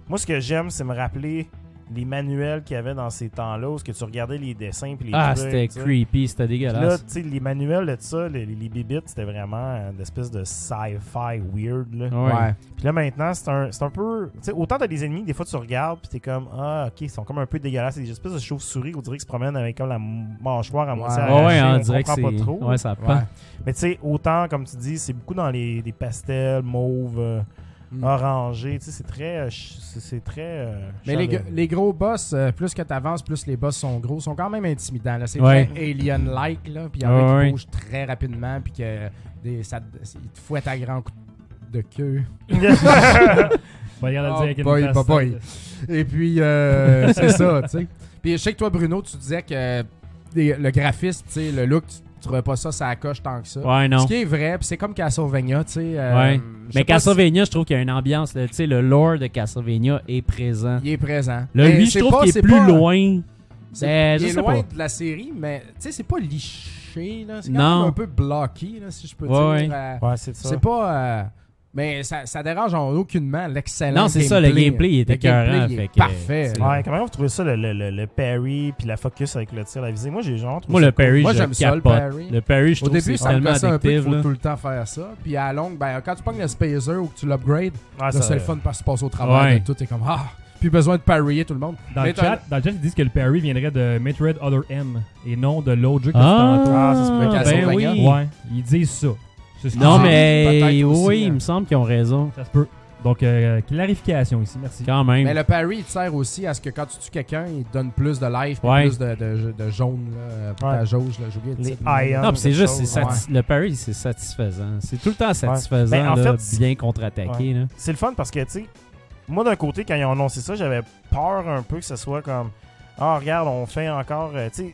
S4: moi, ce que j'aime, c'est me rappeler les manuels qu'il y avait dans ces temps-là, où ce que tu regardais les dessins puis les
S2: Ah,
S4: trucs,
S2: c'était
S4: tu sais.
S2: creepy, c'était
S4: Puis Là,
S2: dégueulasse.
S4: tu sais, les manuels de ça, les, les, les bibittes, c'était vraiment une espèce de sci-fi weird. Là.
S2: Ouais.
S5: Ouais.
S4: Puis là, maintenant, c'est un, c'est un peu. Tu sais, autant t'as des ennemis, des fois tu regardes, puis t'es comme, ah, ok, ils sont comme un peu dégueulasses. C'est des espèces de chauves-souris, on dirait qu'ils se promènent avec comme la mâchoire à moitié
S5: Ouais,
S2: Ouais, ouais,
S4: arrachée,
S2: on
S4: on
S2: dirait que
S4: comprend
S2: c'est.
S4: pas trop.
S2: Ouais, ça
S5: Ouais.
S2: pend.
S4: Mais tu sais, autant, comme tu dis, c'est beaucoup dans les, les pastels, mauves, euh,
S5: Mm.
S4: orangés. Tu sais, c'est très. euh, ch- c'est c'est très. euh,
S5: Mais les,
S4: chaleureux.
S5: gu- les gros boss, euh, plus que t'avances, plus les boss sont gros, sont quand même intimidants. là. C'est
S2: Ouais.
S5: très alien-like, là. Puis il y en
S2: Ouais,
S5: a
S2: ouais.
S5: qui bougent très rapidement, puis que des, ça, ils te fouettent à grands coups de queue.
S6: Bah, regarde à
S5: Oh
S6: dire avec une
S5: boy,
S6: face
S5: bah boy.
S6: tête.
S5: Et puis, euh, c'est ça, tu sais. Puis je sais que toi, Bruno, tu disais que des- le graphisme, tu sais, le look, tu- tu trouvais pas ça, ça coche tant que ça.
S2: Ouais, non.
S5: Ce qui est vrai, puis c'est comme Castlevania, tu sais. euh,
S2: Ouais.
S5: je sais
S2: Mais
S5: pas si
S2: Castlevania, je trouve qu'il y a une ambiance. là. Tu sais, le lore de Castlevania est présent.
S5: Il est présent.
S2: Le
S5: Mais
S2: 8,
S5: c'est
S2: je trouve
S5: pas-
S2: qu'il est
S5: c'est
S2: plus
S5: pas-
S2: loin.
S5: C'est
S2: Ben, je
S5: il est
S2: sais
S5: loin
S2: pas.
S5: de la série, mais tu sais, c'est pas liché, là. C'est quand
S2: Non.
S5: même un peu bloqué, là, si je peux
S2: Ouais, ouais.
S5: dire. Euh,
S4: Ouais, c'est ça.
S5: c'est pas. euh, mais ça, ça dérange en aucunement l'excellent.
S2: Non, c'est ça, le gameplay, il était
S5: Le gameplay,
S2: écœurant,
S5: il est
S2: fait que,
S5: Parfait.
S2: c'est-
S4: Ouais, comment vous trouvez ça, le, le, le, le parry puis la focus avec le tir, la visée? Moi, j'ai genre trouvé
S2: Moi, le parry,
S5: Moi,
S2: je
S5: j'aime
S2: capote.
S5: ça, le
S2: le
S5: parry.
S2: parry. je
S5: Au
S2: trouve que
S5: début,
S2: c'est
S5: ça me
S2: tellement
S5: gossait un peu qu'il
S2: addictif.
S5: faut
S2: là.
S5: tout le temps faire ça. Puis à la longue, ben, quand tu pognes le spacer ou que tu l'upgrades,
S4: ça. Ouais,
S5: là,
S4: ça- euh,
S5: c'est le fun parce que tu passes au travers
S2: Ah, Ouais.
S5: de tout. T'es comme, ah, plus besoin de parier tout le monde.
S6: Dans le,
S5: Mais t'as-
S6: chat, dans le chat, ils disent que le parry viendrait de Metroid Other M et non de l'autre jeu que
S2: Ah,
S6: tu
S4: Ah, ça se peut.
S2: ben oui.
S5: Castlevania.
S6: Ouais, ils disent ça. C'est ce qu'ils
S2: Non,
S5: Ah,
S6: disent.
S2: mais
S5: peut-être aussi,
S2: oui,
S5: hein.
S2: il me semble qu'ils ont raison.
S6: Ça se peut. Donc, euh, clarification ici, merci.
S2: Quand même.
S5: Mais le parry, il te sert aussi à ce que quand tu tues quelqu'un, il te donne plus de life et
S2: Ouais.
S5: plus de, de, de jaune là, pour
S4: Ouais.
S5: ta jauge. Là, j'ai oublié le
S4: Les
S5: titre.
S4: ions.
S2: non, puis c'est
S4: quelque
S2: juste, c'est
S4: chose.
S2: sati- le parry, c'est satisfaisant. C'est tout le temps satisfaisant,
S4: Ben, en
S2: là,
S4: fait,
S2: bien contre-attaqué. là.
S4: C'est le fun parce que, tu sais, moi, d'un côté, quand ils ont annoncé ça, j'avais peur un peu que ce soit comme Ah, regarde, on fait encore. euh, Tu sais,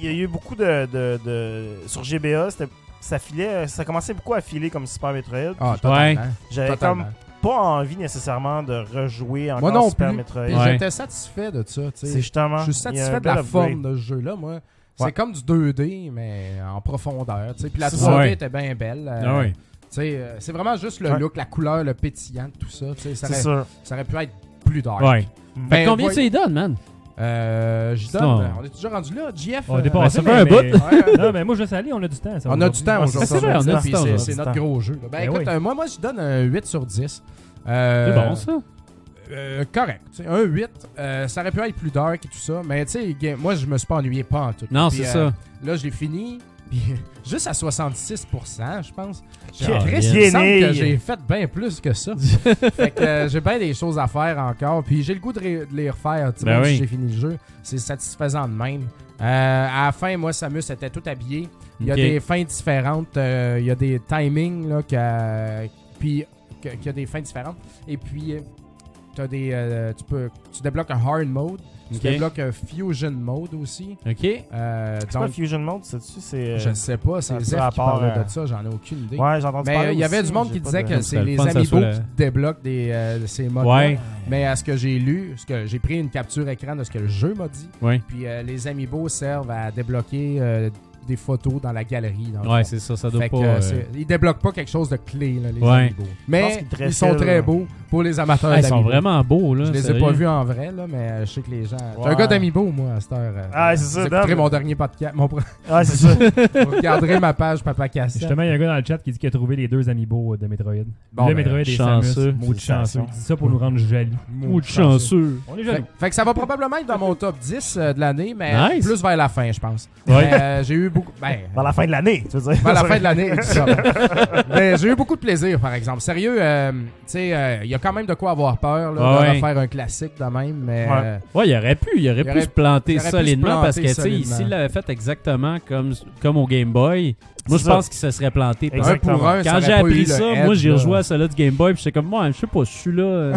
S4: il y a eu beaucoup de. de, de- sur GBA, c'était- Ça filait, euh, ça commençait beaucoup à filer comme Super Metroid.
S5: Ah, totalement.
S4: J'avais
S5: totalement.
S4: comme pas envie nécessairement de rejouer encore
S5: Moi non
S4: Super
S5: plus.
S4: Metroid.
S5: Puis
S2: Ouais.
S5: J'étais satisfait de ça. tu
S4: C'est
S5: sais.
S4: justement.
S5: Je suis
S4: il y a un
S5: satisfait de
S4: bel
S5: la
S4: upgrade.
S5: forme de ce jeu-là, moi. C'est
S4: Ouais.
S5: comme du 2D, mais en profondeur. tu sais. Puis la
S4: C'est
S5: 3D
S2: ça.
S5: était bien belle. euh,
S2: Ah oui.
S5: tu sais, euh, c'est vraiment juste le
S4: Ouais.
S5: look, la couleur, le pétillant, tout ça. tu sais, Ça
S4: C'est
S5: aurait,
S4: sûr.
S5: ça aurait pu être plus dark.
S2: Ouais.
S5: Ben,
S2: Fait que combien
S5: voy-
S2: tu y donnes, man?
S5: Euh, J'y donne.
S2: Non.
S5: euh, On est toujours rendu là, JF.
S6: On
S5: euh,
S6: a dépassé,
S2: ça fait un
S6: mais-
S2: bout.
S5: ouais, ouais.
S6: non, mais moi, je sais aller, on a du temps. ça,
S5: On a du
S6: aujourd'hui.
S5: temps
S4: Ah, c'est
S5: aujourd'hui.
S4: ça,
S2: on a du
S5: Puis
S2: temps, on a
S5: c'est-
S2: du
S5: C'est
S4: temps.
S5: notre gros jeu. là. Ben,
S6: Ben
S5: écoute,
S6: oui.
S5: euh, moi, moi, je donne un 8 sur 10. Euh,
S2: C'est bon, ça.
S5: euh, correct. Tu sais, un 8, euh, ça aurait pu être plus dark et tout ça, mais tu sais, ga- moi, je me suis pas ennuyé pas en tout.
S2: Non,
S5: Puis,
S2: c'est
S5: euh,
S2: ça.
S5: Là, je l'ai fini, puis juste à 66%, je pense. J'ai
S2: Caroline.
S5: Chris, il me semble que
S4: Piénille.
S5: j'ai fait bien plus que ça. fait que euh, j'ai bien des choses à faire encore, puis j'ai le goût de, ré- de les refaire, tu sais,
S2: Ben
S5: même si
S2: oui.
S5: j'ai fini le jeu. C'est satisfaisant de même. Euh, à la fin, moi, Samus était tout habillé. Il y a
S2: Ok.
S5: des fins différentes, euh, il y a des timings, là, que, puis que- qu'il y a des fins différentes. Et puis, euh, t'as des, euh, tu, peux, tu débloques un hard mode, tu
S2: Ok.
S5: débloques un fusion mode aussi.
S2: OK.
S5: Euh,
S4: C'est
S5: donc,
S4: pas Fusion Mode, c'est-tu? C'est. euh,
S5: je ne sais pas,
S4: un
S5: c'est
S4: peu
S5: Zeph
S4: à
S5: qui
S4: part,
S5: parlait
S4: euh,
S5: de ça, j'en ai aucune idée.
S4: Ouais, j'ai entendu
S5: mais
S4: parler
S5: euh, il y avait
S4: aussi,
S5: du monde
S4: mais
S5: qui
S4: j'ai pas
S5: disait
S4: de-
S2: serait
S5: que c'est
S2: le
S5: les
S2: fun que ça
S5: amiibo
S2: soit le-
S5: qui débloquent des, euh, ces modes
S2: Ouais.
S5: Mais à ce que j'ai lu, ce que j'ai pris une capture écran de ce que le jeu m'a dit.
S2: Ouais.
S5: Puis euh, les amiibo servent à débloquer euh, des photos dans la galerie. dans le
S2: Ouais,
S5: fond.
S2: c'est ça. Ça doit
S5: Fait que,
S2: pas.
S5: euh,
S2: euh,
S5: c'est- ils débloquent pas quelque chose de clé, là, les
S2: Ouais.
S5: amiibo.
S4: Je pense
S5: Mais
S4: qu'ils te
S5: ils sont
S4: refilent,
S5: très
S4: euh,
S5: beaux pour les amateurs
S2: Ah, ils sont
S5: d'amiibo.
S2: vraiment beaux, là.
S5: Je les ai
S2: sérieux.
S5: pas vus en vrai, là, mais euh, je sais que les gens. T'es un
S4: Ouais.
S5: gars d'amiibo, moi, à cette heure. euh,
S4: Ah, c'est ça,
S5: Vous écouterez
S4: Dan.
S5: mon dernier podcast. Mon...
S4: Ouais, c'est ça.
S5: Vous regarderez ma page Papa Cassette.
S6: Justement, il y a un gars dans le chat qui dit qu'il a trouvé les deux amiibo de Metroid.
S5: Bon,
S6: le
S5: ben,
S6: Metroid et
S2: chanceux.
S6: Samus. Maudit chanceux.
S4: Félicitations.
S6: Il dit ça pour nous rendre jolis.
S2: Ou de chanceux.
S6: On
S5: Fait,
S6: est jaloux.
S5: fait que ça va probablement être dans mon top 10 euh, de l'année, mais
S2: Nice.
S5: plus vers la fin, je pense.
S2: Ouais.
S5: Mais, euh, j'ai eu beaucoup. Ben,
S4: Vers la fin de l'année, tu veux dire.
S5: vers la fin de l'année, tout ça. Mais j'ai eu beaucoup de plaisir, par exemple. Sérieux, euh, tu sais, il y a quand même de quoi avoir peur, là,
S2: Ouais.
S5: de refaire un classique de même, mais.
S4: Ouais.
S5: euh,
S2: Ouais, il aurait pu, il aurait
S5: Il aurait-
S2: pu se planter
S5: il aurait pu se
S2: solidement
S5: planter
S2: parce que, tu sais,
S5: solidement.
S2: s'il l'avait fait exactement comme, comme au Game Boy, moi,
S4: C'est
S2: je
S4: ça.
S2: pense qu'il se serait planté. parce que
S5: un
S4: Exactement.
S5: pour un, ça
S2: Quand
S5: aurait
S2: j'ai
S5: pas eu
S2: appris
S5: le
S2: ça,
S5: edge,
S2: moi, j'ai
S5: là.
S2: rejoué à celle-là du Game Boy, puis j'étais comme, moi, je sais pas, je suis là, euh,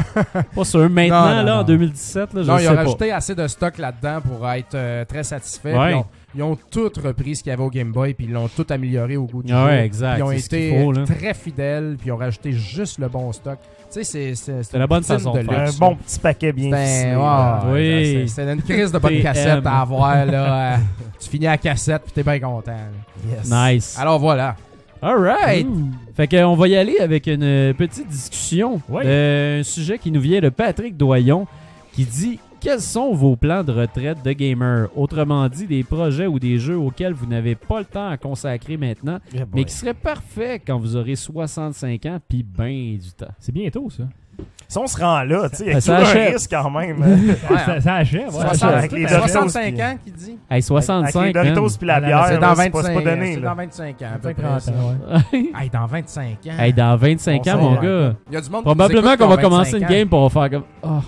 S2: pas sûr. Maintenant,
S5: Non, non,
S2: là, en
S5: non.
S2: 2017, là, je
S5: Non, ils
S2: sais
S5: ont
S2: pas.
S5: rajouté assez de stock là-dedans pour être euh, très satisfaits.
S2: Ouais.
S5: Puis Ils, ont, ils ont tout repris ce qu'il y avait au Game Boy, puis ils l'ont tout amélioré au goût du
S2: Ah
S5: jeu.
S2: ouais, exact,
S5: Puis Ils ont
S2: c'est ce qu'il
S5: été
S2: faut, là.
S5: très fidèles, puis ils ont rajouté juste le bon stock. Tu sais, c'est- c'est c'est
S2: la
S5: une
S2: bonne
S5: poutine
S2: façon
S5: de
S2: de
S5: luxe,
S2: faire.
S4: Un
S5: là.
S4: bon petit paquet bien
S5: C'est
S4: ficelé,
S5: un-
S4: là.
S5: wow,
S2: Oui.
S5: ouais, c'est- c'est une crise de bonne
S2: TM.
S5: cassette à avoir. Là, euh, tu finis à la cassette, puis t'es bien content. là.
S4: Yes.
S2: Nice.
S5: Alors voilà.
S2: All right. Fait que, euh, on va y aller avec une euh, petite discussion.
S6: Ouais.
S2: Euh, un sujet qui nous vient de Patrick Doyon qui dit Quels sont vos plans de retraite de gamer Autrement dit, des projets ou des jeux auxquels vous n'avez pas le temps à consacrer maintenant,
S4: Yeah,
S2: mais
S4: boy.
S2: qui seraient parfaits quand vous aurez 65 ans puis ben du temps.
S6: C'est bientôt, ça.
S4: Si on se rend là, tu sais, il y
S2: Ça-
S4: a
S2: ça
S4: toujours un
S2: achète.
S4: risque quand même. euh,
S5: Ouais,
S6: Ça, ça achève. ouais.
S2: Ça achève.
S4: hein. Avec les
S6: Ça achève.
S5: 65
S4: Doritos,
S5: ans qui dit
S2: Hey,
S4: Avec les
S2: 65
S4: Doritos puis la bière,
S5: C'est
S4: là, c'est pas-
S5: dans 25
S4: c'est pas donné,
S5: C'est
S4: là.
S5: dans 25 ans. à peu
S6: 25
S5: près, ça.
S6: ans, ouais.
S2: man.
S5: Hey, dans 25 ans.
S2: hey, dans 25 ans,
S4: On
S2: mon
S4: sait,
S2: gars.
S5: Il y a du monde qui nous
S2: Probablement
S5: écoute
S2: qu'on
S5: qui
S2: va
S5: ont 25
S2: commencer une
S5: ans.
S2: game pour on va faire comme. Ah.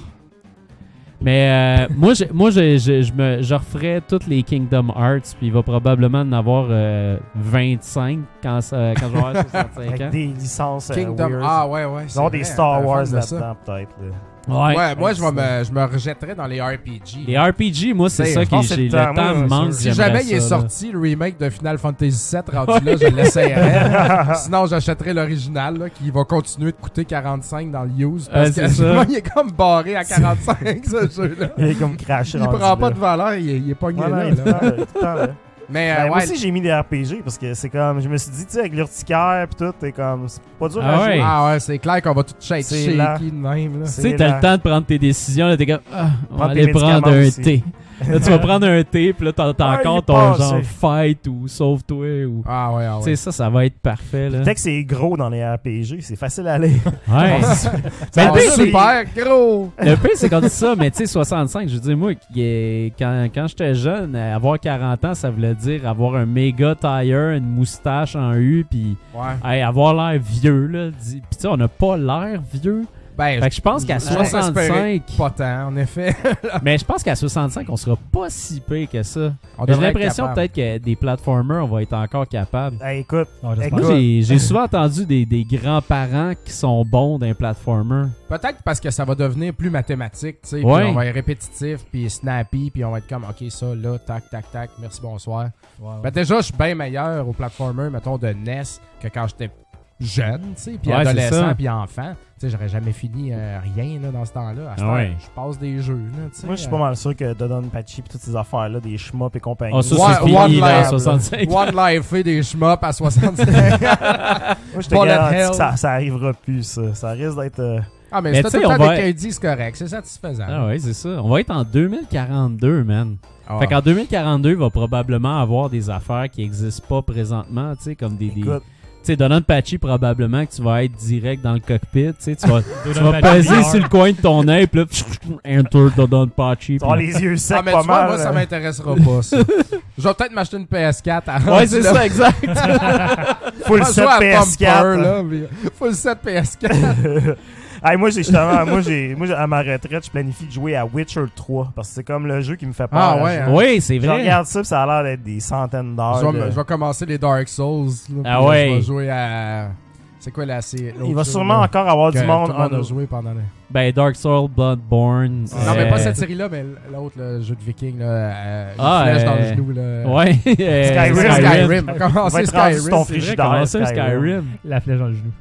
S2: Mais euh, moi, je, moi je, je, je me, je referais toutes les Kingdom Hearts, puis il va probablement en avoir euh, 25 quand, ça, quand je vais avoir 65
S4: Avec
S2: ans.
S4: des licences. euh,
S5: Kingdom.
S4: weird.
S5: Ah ouais, ouais. c'est
S4: Ils ont des
S5: vrai,
S4: Star
S5: t'as
S4: Wars
S5: un fan de ça.
S4: là-dedans, peut-être. là.
S2: Ouais.
S5: Ouais, moi, je, vais me, je me rejetterais dans les RPG.
S2: Les RPG, moi, c'est
S5: C'est-
S2: ça
S5: je
S2: que
S4: pense que c'est
S2: j'ai.
S4: le
S2: Le
S4: temps,
S2: temps
S4: moi,
S2: me manque.
S4: c'est-
S5: si
S2: j'aimerais
S5: jamais il est
S2: ça, là.
S5: sorti le remake de Final Fantasy VII rendu là, je
S4: Ah.
S5: l'essayerais. Sinon, j'achèterais l'original là, qui va continuer de coûter 45 dans le use. Parce
S2: Ouais,
S5: que
S2: c'est ça.
S5: moi, il est comme barré à 45 ce jeu-là.
S4: Il est comme craché
S5: Il prend pas de valeur, il est, il est pogné
S4: Voilà,
S5: là,
S4: il est
S5: là.
S4: pas, euh, tout le temps, là.
S5: Mais euh,
S4: Ben, moi
S5: ouais,
S4: aussi, j'ai mis des RPG parce que c'est comme. Je me suis dit, tu sais, avec l'urticaire pis tout, t'es comme. C'est pas dur
S2: Ah
S4: à jouer.
S2: ouais.
S5: ah ouais, c'est clair qu'on va tout shake
S4: C'est
S5: shaky
S4: lent.
S5: de même. Là.
S2: Tu
S4: C'est
S2: sais, t'as
S4: lent.
S2: le temps de prendre tes décisions. Là, t'es comme, ah, on va
S4: Prends tes
S2: aller prendre un
S4: médicaments
S2: thé. Là, tu vas prendre un thé, puis là, t'as t'as
S4: Ah, il
S2: encore
S4: est
S2: ton
S4: passé.
S2: genre fight ou sauve-toi. Ou...
S5: Ah ouais, ah
S2: Tu sais,
S5: ouais.
S2: ça, ça va être parfait. Là.
S4: Dès que c'est gros dans les RPG, c'est facile à lire.
S2: hein. Ouais.
S5: Ah,
S2: Mais le pire, c'est-
S5: super gros!
S2: Le pire, c'est qu'on dit ça, mais tu sais, 65, je veux dire, moi, qui est- quand, quand j'étais jeune, euh, avoir 40 ans, ça voulait dire avoir un méga tire, une moustache en U, puis
S5: Ouais.
S2: hey, avoir l'air vieux, là. dis- Puis tu sais, on n'a pas l'air vieux.
S5: Ben,
S2: Fait que je pense qu'à
S5: j'ose espérer
S2: 65,
S5: pas tant, en effet.
S2: mais je pense qu'à 65, on sera pas si pire que ça.
S5: On
S2: J'ai
S5: devrait être
S2: l'impression
S5: capable.
S2: peut-être que des platformers, on va être encore capable.
S4: Hey, écoute,
S6: Ah, j'espère.
S2: Moi,
S4: Écoute.
S2: j'ai j'ai souvent entendu des, des grands-parents qui sont bons d'un platformer.
S5: Peut-être parce que ça va devenir plus mathématique, tu sais. puis
S2: Ouais.
S5: On va être répétitif, puis snappy, puis on va être comme, OK, ça, là, tac, tac, tac, merci, bonsoir.
S6: Ouais, ouais.
S5: Ben déjà, je suis bien meilleur au platformer, mettons, de NES que quand j'étais jeune, tu sais, puis
S2: Ouais, c'est ça.
S5: adolescent, puis enfant. Tu sais, j'aurais jamais fini euh, rien, là, dans ce temps-là. À ce
S2: Ah
S5: temps,
S2: ouais.
S5: je passe des jeux, là, tu sais.
S4: moi, je suis
S5: euh,
S4: pas mal sûr que Dodon Pachi pis toutes ces affaires-là, des schmops et compagnie.
S2: Ah, ça,
S5: Ouais,
S2: c'est
S5: Ben, one
S2: fini, là,
S5: lab,
S2: à 65.
S5: One Life et des schmops à 65.
S4: Moi, je te
S5: Bullet
S4: garantis
S5: Hell.
S4: que ça, ça arrivera plus, ça. Ça risque d'être. euh,
S5: Ah, mais,
S2: Mais
S5: c'est
S2: tu sais,
S5: tout le
S2: on
S5: temps
S2: va-
S5: avec un 10 correct, c'est satisfaisant.
S2: Ah ouais, c'est ça. On va être en 2042, man.
S5: Ah.
S2: Fait qu'en 2042, il va probablement avoir des affaires qui n'existent pas présentement, tu sais, comme des... des-
S4: Écoute,
S2: Tu sais, Donald Patchy, probablement que tu vas être direct dans le cockpit, tu sais, tu vas, tu vas
S6: Patchy
S2: peser
S6: VR.
S2: sur le coin de ton œil, puis là, enter Donald Patchy.
S4: tu vas avoir
S2: puis-
S4: oh, les yeux secs
S5: Ah, mais
S4: pas
S5: tu vois,
S4: mal. hein. euh,
S5: moi, ça
S4: là.
S5: m'intéressera pas, ça. Je vais peut-être m'acheter une PS4 à
S2: Ouais, c'est ça, exact.
S4: Full set PS4. là.
S5: Full 7 PS4.
S4: Hey, moi, j'ai justement, moi, j'ai, moi, j'ai- à ma retraite, je planifie de jouer à Witcher 3 parce que c'est comme le jeu qui me fait peur.
S5: Ah,
S4: à
S5: ouais,
S4: jouer.
S5: hein.
S2: oui, c'est
S4: Je
S2: vrai.
S4: regarde ça, pis ça a l'air d'être des centaines d'heures.
S5: je, vais, me-
S4: de-
S5: je vais commencer les Dark Souls. là,
S2: Ah
S5: puis là,
S2: ouais.
S5: Je vais jouer à. C'est quoi la série
S4: Il va sûrement
S5: encore
S4: encore avoir du monde.
S5: Tout le monde
S4: en-
S5: a joué pendant l'année.
S2: Ben, Dark Souls, Bloodborne...
S5: Non, mais
S2: euh,
S5: pas cette série-là, mais l'autre, le jeu de viking, là. Euh, une
S2: Ah,
S5: flèche dans le
S2: euh,
S5: genou, là.
S2: Ouais. euh,
S4: Skyrim.
S5: Skyrim. On va
S4: On va
S5: commencer
S4: être rendu sur ton
S5: Skyrim.
S2: C'est vrai,
S4: frigidaire.
S2: commencer Skyrim.
S6: La flèche dans le genou.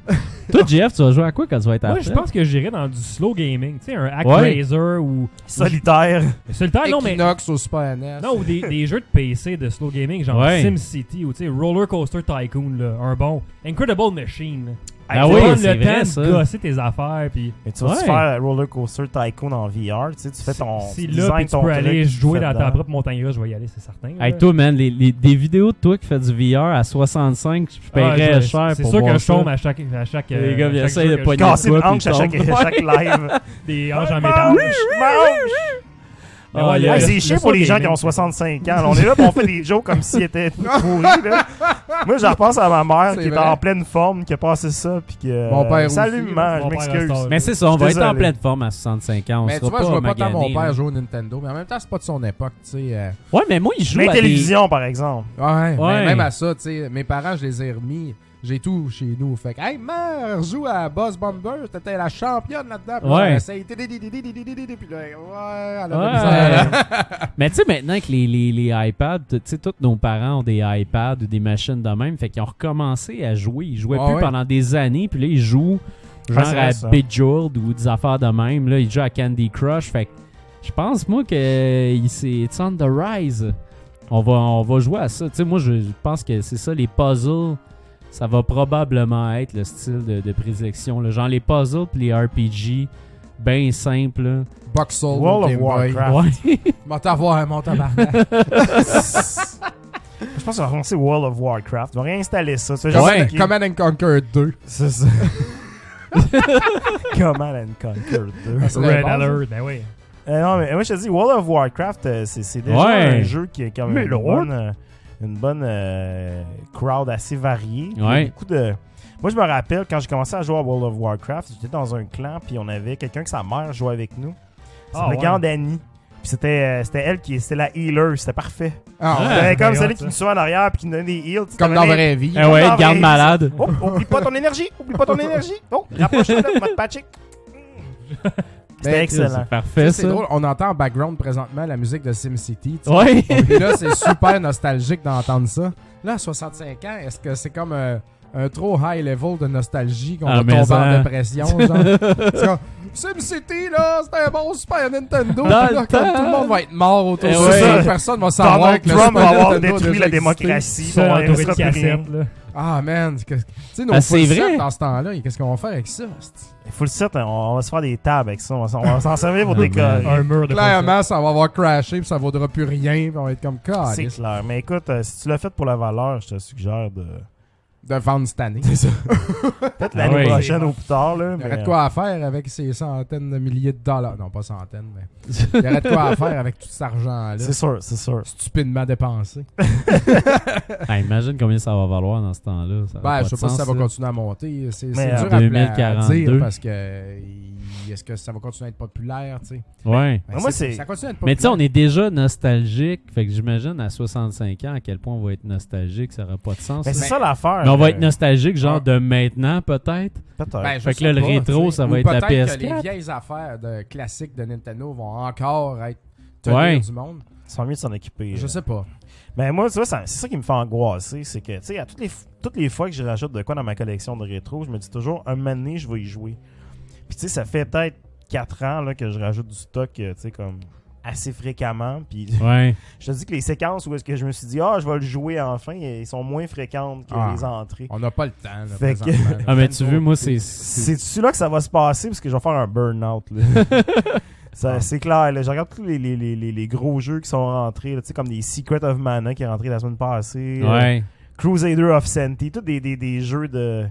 S2: Toi, Jeff, tu vas jouer à quoi quand tu vas être à
S6: Moi, je pense que j'irais dans du slow gaming. Tu sais, un
S2: Ouais.
S6: Actraiser ou.
S4: Solitaire.
S6: Solitaire, non, mais.
S5: Equinox au Super NES.
S6: Non, ou des, des jeux de PC de slow gaming, genre
S2: Ouais.
S6: SimCity ou tu sais, Roller Coaster Tycoon, là, un bon. Incredible Machine.
S2: Ah
S6: Tu
S2: oui,
S6: prends
S2: c'est
S6: le
S2: vrai,
S6: temps
S2: ça.
S6: de gosser tes affaires, puis
S4: Mais tu vas
S2: Ouais.
S4: faire Roller Coaster Tycoon en VR, tu sais, tu fais ton.
S6: si
S4: tu
S6: là,
S4: designs
S6: puis tu
S4: ton
S6: peux
S4: truc,
S6: aller
S4: tu
S6: jouer
S4: fais
S6: dans ta
S4: dedans.
S6: propre montagne russe, je vais y aller, c'est certain. là.
S2: Hey, toi, man, les, les- des vidéos de toi qui fait du VR à 65, je
S6: Ah,
S2: paierais
S6: je-
S2: cher
S6: C'est
S2: pour
S6: sûr
S2: voir
S6: que je
S2: ça.
S6: tombe à chaque. À chaque
S2: Les gars,
S6: à
S2: ils
S6: chaque
S2: essayent
S6: jeu
S2: de
S6: que je-
S2: pogner
S4: Casser
S2: Toi,
S4: une
S2: puis
S4: hanche à chaque,
S2: tombe.
S4: à chaque live. Ben
S6: Des hanches en
S4: Ma
S6: métal.
S4: hanche, ma hanche.
S2: Ah, il y a-
S4: Hey,
S6: le
S4: c'est chiant pour les gens
S6: gaming,
S4: qui ont
S6: c'est
S4: 65 ans. là. on est là, puis on fait des jokes comme s'ils étaient pourris. là. Moi, j'en pense à ma mère
S5: C'est
S4: qui est
S5: vrai.
S4: en pleine forme, qui a passé ça, puis que.
S5: Mon père
S4: Salut,
S5: aussi,
S4: maman,
S6: mon
S4: je
S6: père restaure.
S4: m'excuse.
S2: Mais c'est ça, on
S4: Je suis
S2: va être en
S4: désolé.
S2: pleine forme à 65 ans. On
S5: Mais
S2: sera
S5: tu vois, je vois pas tant mon
S2: magané, là.
S5: père jouer au Nintendo, mais en même temps, c'est pas de son époque, tu sais. euh.
S2: Ouais, mais moi, il joue
S4: Mais
S2: à des...
S4: télévision, par exemple.
S5: Ouais, mais
S2: Ouais.
S5: même à ça, tu sais, mes parents, je les ai remis. J'ai tout chez nous. Fait que, hey, mère, joue à Boss Bomber, t'étais la championne là-dedans. Puis là,
S2: Ouais.
S5: on essaye. Tididididididididi, Puis là, ouais, elle a
S2: Ouais.
S5: la misère.
S2: Mais tu sais, maintenant que les, les, les iPads, tu sais, tous nos parents ont des iPads ou des machines de même, fait qu'ils ont recommencé à jouer. Ils jouaient
S5: Ah
S2: plus
S5: ouais.
S2: pendant des années, puis là, ils jouent genre
S4: Ah, c'est vrai,
S2: à
S4: ça.
S2: Bejeweled ou des affaires de même. Là, ils jouent à Candy Crush, fait que je pense, moi, que il- c'est it's on the rise. On va, on va jouer à ça. Tu sais, moi, je, je pense que c'est ça, les puzzles, ça va probablement être le style de, de prédilection. là. Genre les puzzles puis les RPG, bien simples. ben là.
S5: Boxel,
S4: World of
S5: Game Boy.
S4: Warcraft.
S2: Ouais.
S5: Mon t'avoir, mon tabarnak.
S4: Je pense qu'on va lancer World of Warcraft. On va réinstaller ça. C'est
S2: Ouais.
S4: genre
S5: Command and Conquer 2.
S4: C'est ça. Command and Conquer 2.
S5: Ah, Ça serait
S6: Red
S5: bon, ça.
S6: Alert, ben oui.
S4: Euh, non, mais moi je te dis, World of Warcraft, euh, c'est c'est déjà
S2: Ouais.
S4: un jeu qui est quand même
S6: Mais
S4: une
S6: le
S4: bonne, euh, une bonne euh, crowd assez variée. Puis il y a
S2: Ouais.
S4: Beaucoup de... Moi, je me rappelle, quand j'ai commencé à jouer à World of Warcraft, j'étais dans un clan, puis on avait quelqu'un que sa mère jouait avec nous. C'était
S6: Ah, ouais.
S4: Gandani. Puis c'était euh, c'était elle qui était la healer, c'était parfait.
S5: Ah, ouais.
S4: C'était comme
S6: c'est
S4: celle
S6: hot,
S4: qui
S6: ça.
S4: nous suit en arrière, puis qui nous donnait des heals.
S5: Comme dans la vraie vie.
S2: Eh ouais,
S4: Ah,
S2: garde
S4: mais-
S2: malade.
S4: Oh, oublie pas ton énergie, oublie pas ton énergie. Oh, rapproche-toi de votre patchick.
S6: Ben,
S4: C'était excellent.
S2: C'est parfait,
S5: Ça, c'est
S2: ça.
S5: drôle. On entend en background présentement la musique de SimCity. tu sais.
S2: Ouais.
S5: Et là, c'est super nostalgique d'entendre ça. Là, à 65 ans, est-ce que c'est comme euh, un trop high level de nostalgie qu'on
S2: Ah,
S5: va
S2: mais
S5: tomber en
S2: ça-
S5: dépression? genre? C'est comme, SimCity, là, c'était un bon Super Nintendo. Puis là,
S2: le
S5: comme
S2: temps.
S5: tout le monde va être mort autour
S2: Eh
S5: de
S2: ouais.
S5: ça. Personne va savoir
S4: Donald
S5: que le
S4: Trump
S5: Super
S4: va avoir
S5: Nintendo a
S4: détruit
S5: déjà
S4: la
S5: existé.
S4: démocratie.
S6: Seul
S4: bon, il
S6: entouré de
S4: restera plus rien.
S6: cassettes, là.
S5: Ah, man. que- Tu sais, nos
S2: Ah, c'est
S5: full
S2: vrai.
S5: sets dans ce temps-là, qu'est-ce qu'on va faire avec ça? c'est-
S4: Full set, on- hein, on va se faire des tables avec ça. On va s'en- on va s'en servir pour
S2: Ah,
S4: décorer.
S6: Un mur de
S5: Clairement, ça va avoir crashé, puis ça vaudra plus rien, puis on va être comme,
S4: C'est
S5: God,
S4: clair. Mais écoute, euh, si tu l'as fait pour la valeur, je te suggère de.
S5: de vendre cette année. C'est ça.
S4: Peut-être l'année
S2: ouais.
S4: prochaine ou plus tard. Là,
S5: Il y
S4: mais,
S5: aurait de quoi à faire avec ces centaines de milliers de dollars. Non, pas centaines, mais. Il y aurait de quoi à faire avec tout cet argent-là.
S4: euh, C'est sûr, c'est sûr.
S5: Stupidement dépensé.
S2: Ah, imagine combien ça va valoir dans ce temps-là. Ça a
S5: Ben, je
S2: de
S5: sais pas si
S2: sens,
S5: ça va continuer à monter. C'est c'est
S4: Mais en
S5: dur à, pla- à
S2: 2042.
S5: dire parce que. euh, il- Est-ce que ça va continuer à être populaire, tu sais?
S2: Ouais.
S5: Ben,
S4: Mais moi, c'est-
S5: Ça continue à être populaire.
S2: Mais tu sais, on est déjà nostalgique. Fait que j'imagine à 65 ans à quel point on va être nostalgique. Ça n'aura pas de sens.
S4: Mais
S2: ça.
S4: Ben, c'est ça l'affaire.
S2: Mais on va
S4: euh,
S2: être nostalgique, genre de maintenant, peut-être.
S4: Peut-être.
S5: Ben, je
S2: Fait que
S5: sais
S2: là, le
S5: pas,
S2: rétro,
S5: tu sais.
S2: ça va
S5: Ou
S2: être la
S5: peut-être que les
S2: PS4.
S5: vieilles affaires de classiques de Nintendo vont encore être tenues
S2: Ouais.
S5: du monde.
S4: Ils sont mieux de s'en occuper. euh,
S5: Je
S4: là.
S5: sais pas.
S4: Mais Ben, moi, tu vois, ça- c'est ça qui me fait angoisser. C'est que, tu sais, à toutes les, f- toutes les fois que je rajoute de quoi dans ma collection de rétro, je me dis toujours, un moment donné, je vais y jouer. Puis, tu sais, ça fait peut-être 4 ans là, que je rajoute du stock, euh, tu sais, comme assez fréquemment. Puis,
S2: Ouais.
S4: je te dis que les séquences où est-ce que je me suis dit, ah, je vais le jouer enfin, elles sont moins fréquentes que
S5: Ah.
S4: les entrées.
S5: On n'a pas le temps, là,
S4: Fait que-
S5: présentement, là.
S2: Ah, mais tu veux, moi, c'est. c'est-
S4: C'est-tu là que ça va se passer? Parce que je vais faire un burn-out. là.
S2: Ah.
S4: Ça, c'est clair. là. Je regarde tous les, les- les- les- les gros jeux qui sont rentrés, là, tu sais, comme des Secret of Mana qui est rentré la semaine passée. euh,
S2: Ouais.
S4: Crusader of Senti, tous des, des, des jeux de, de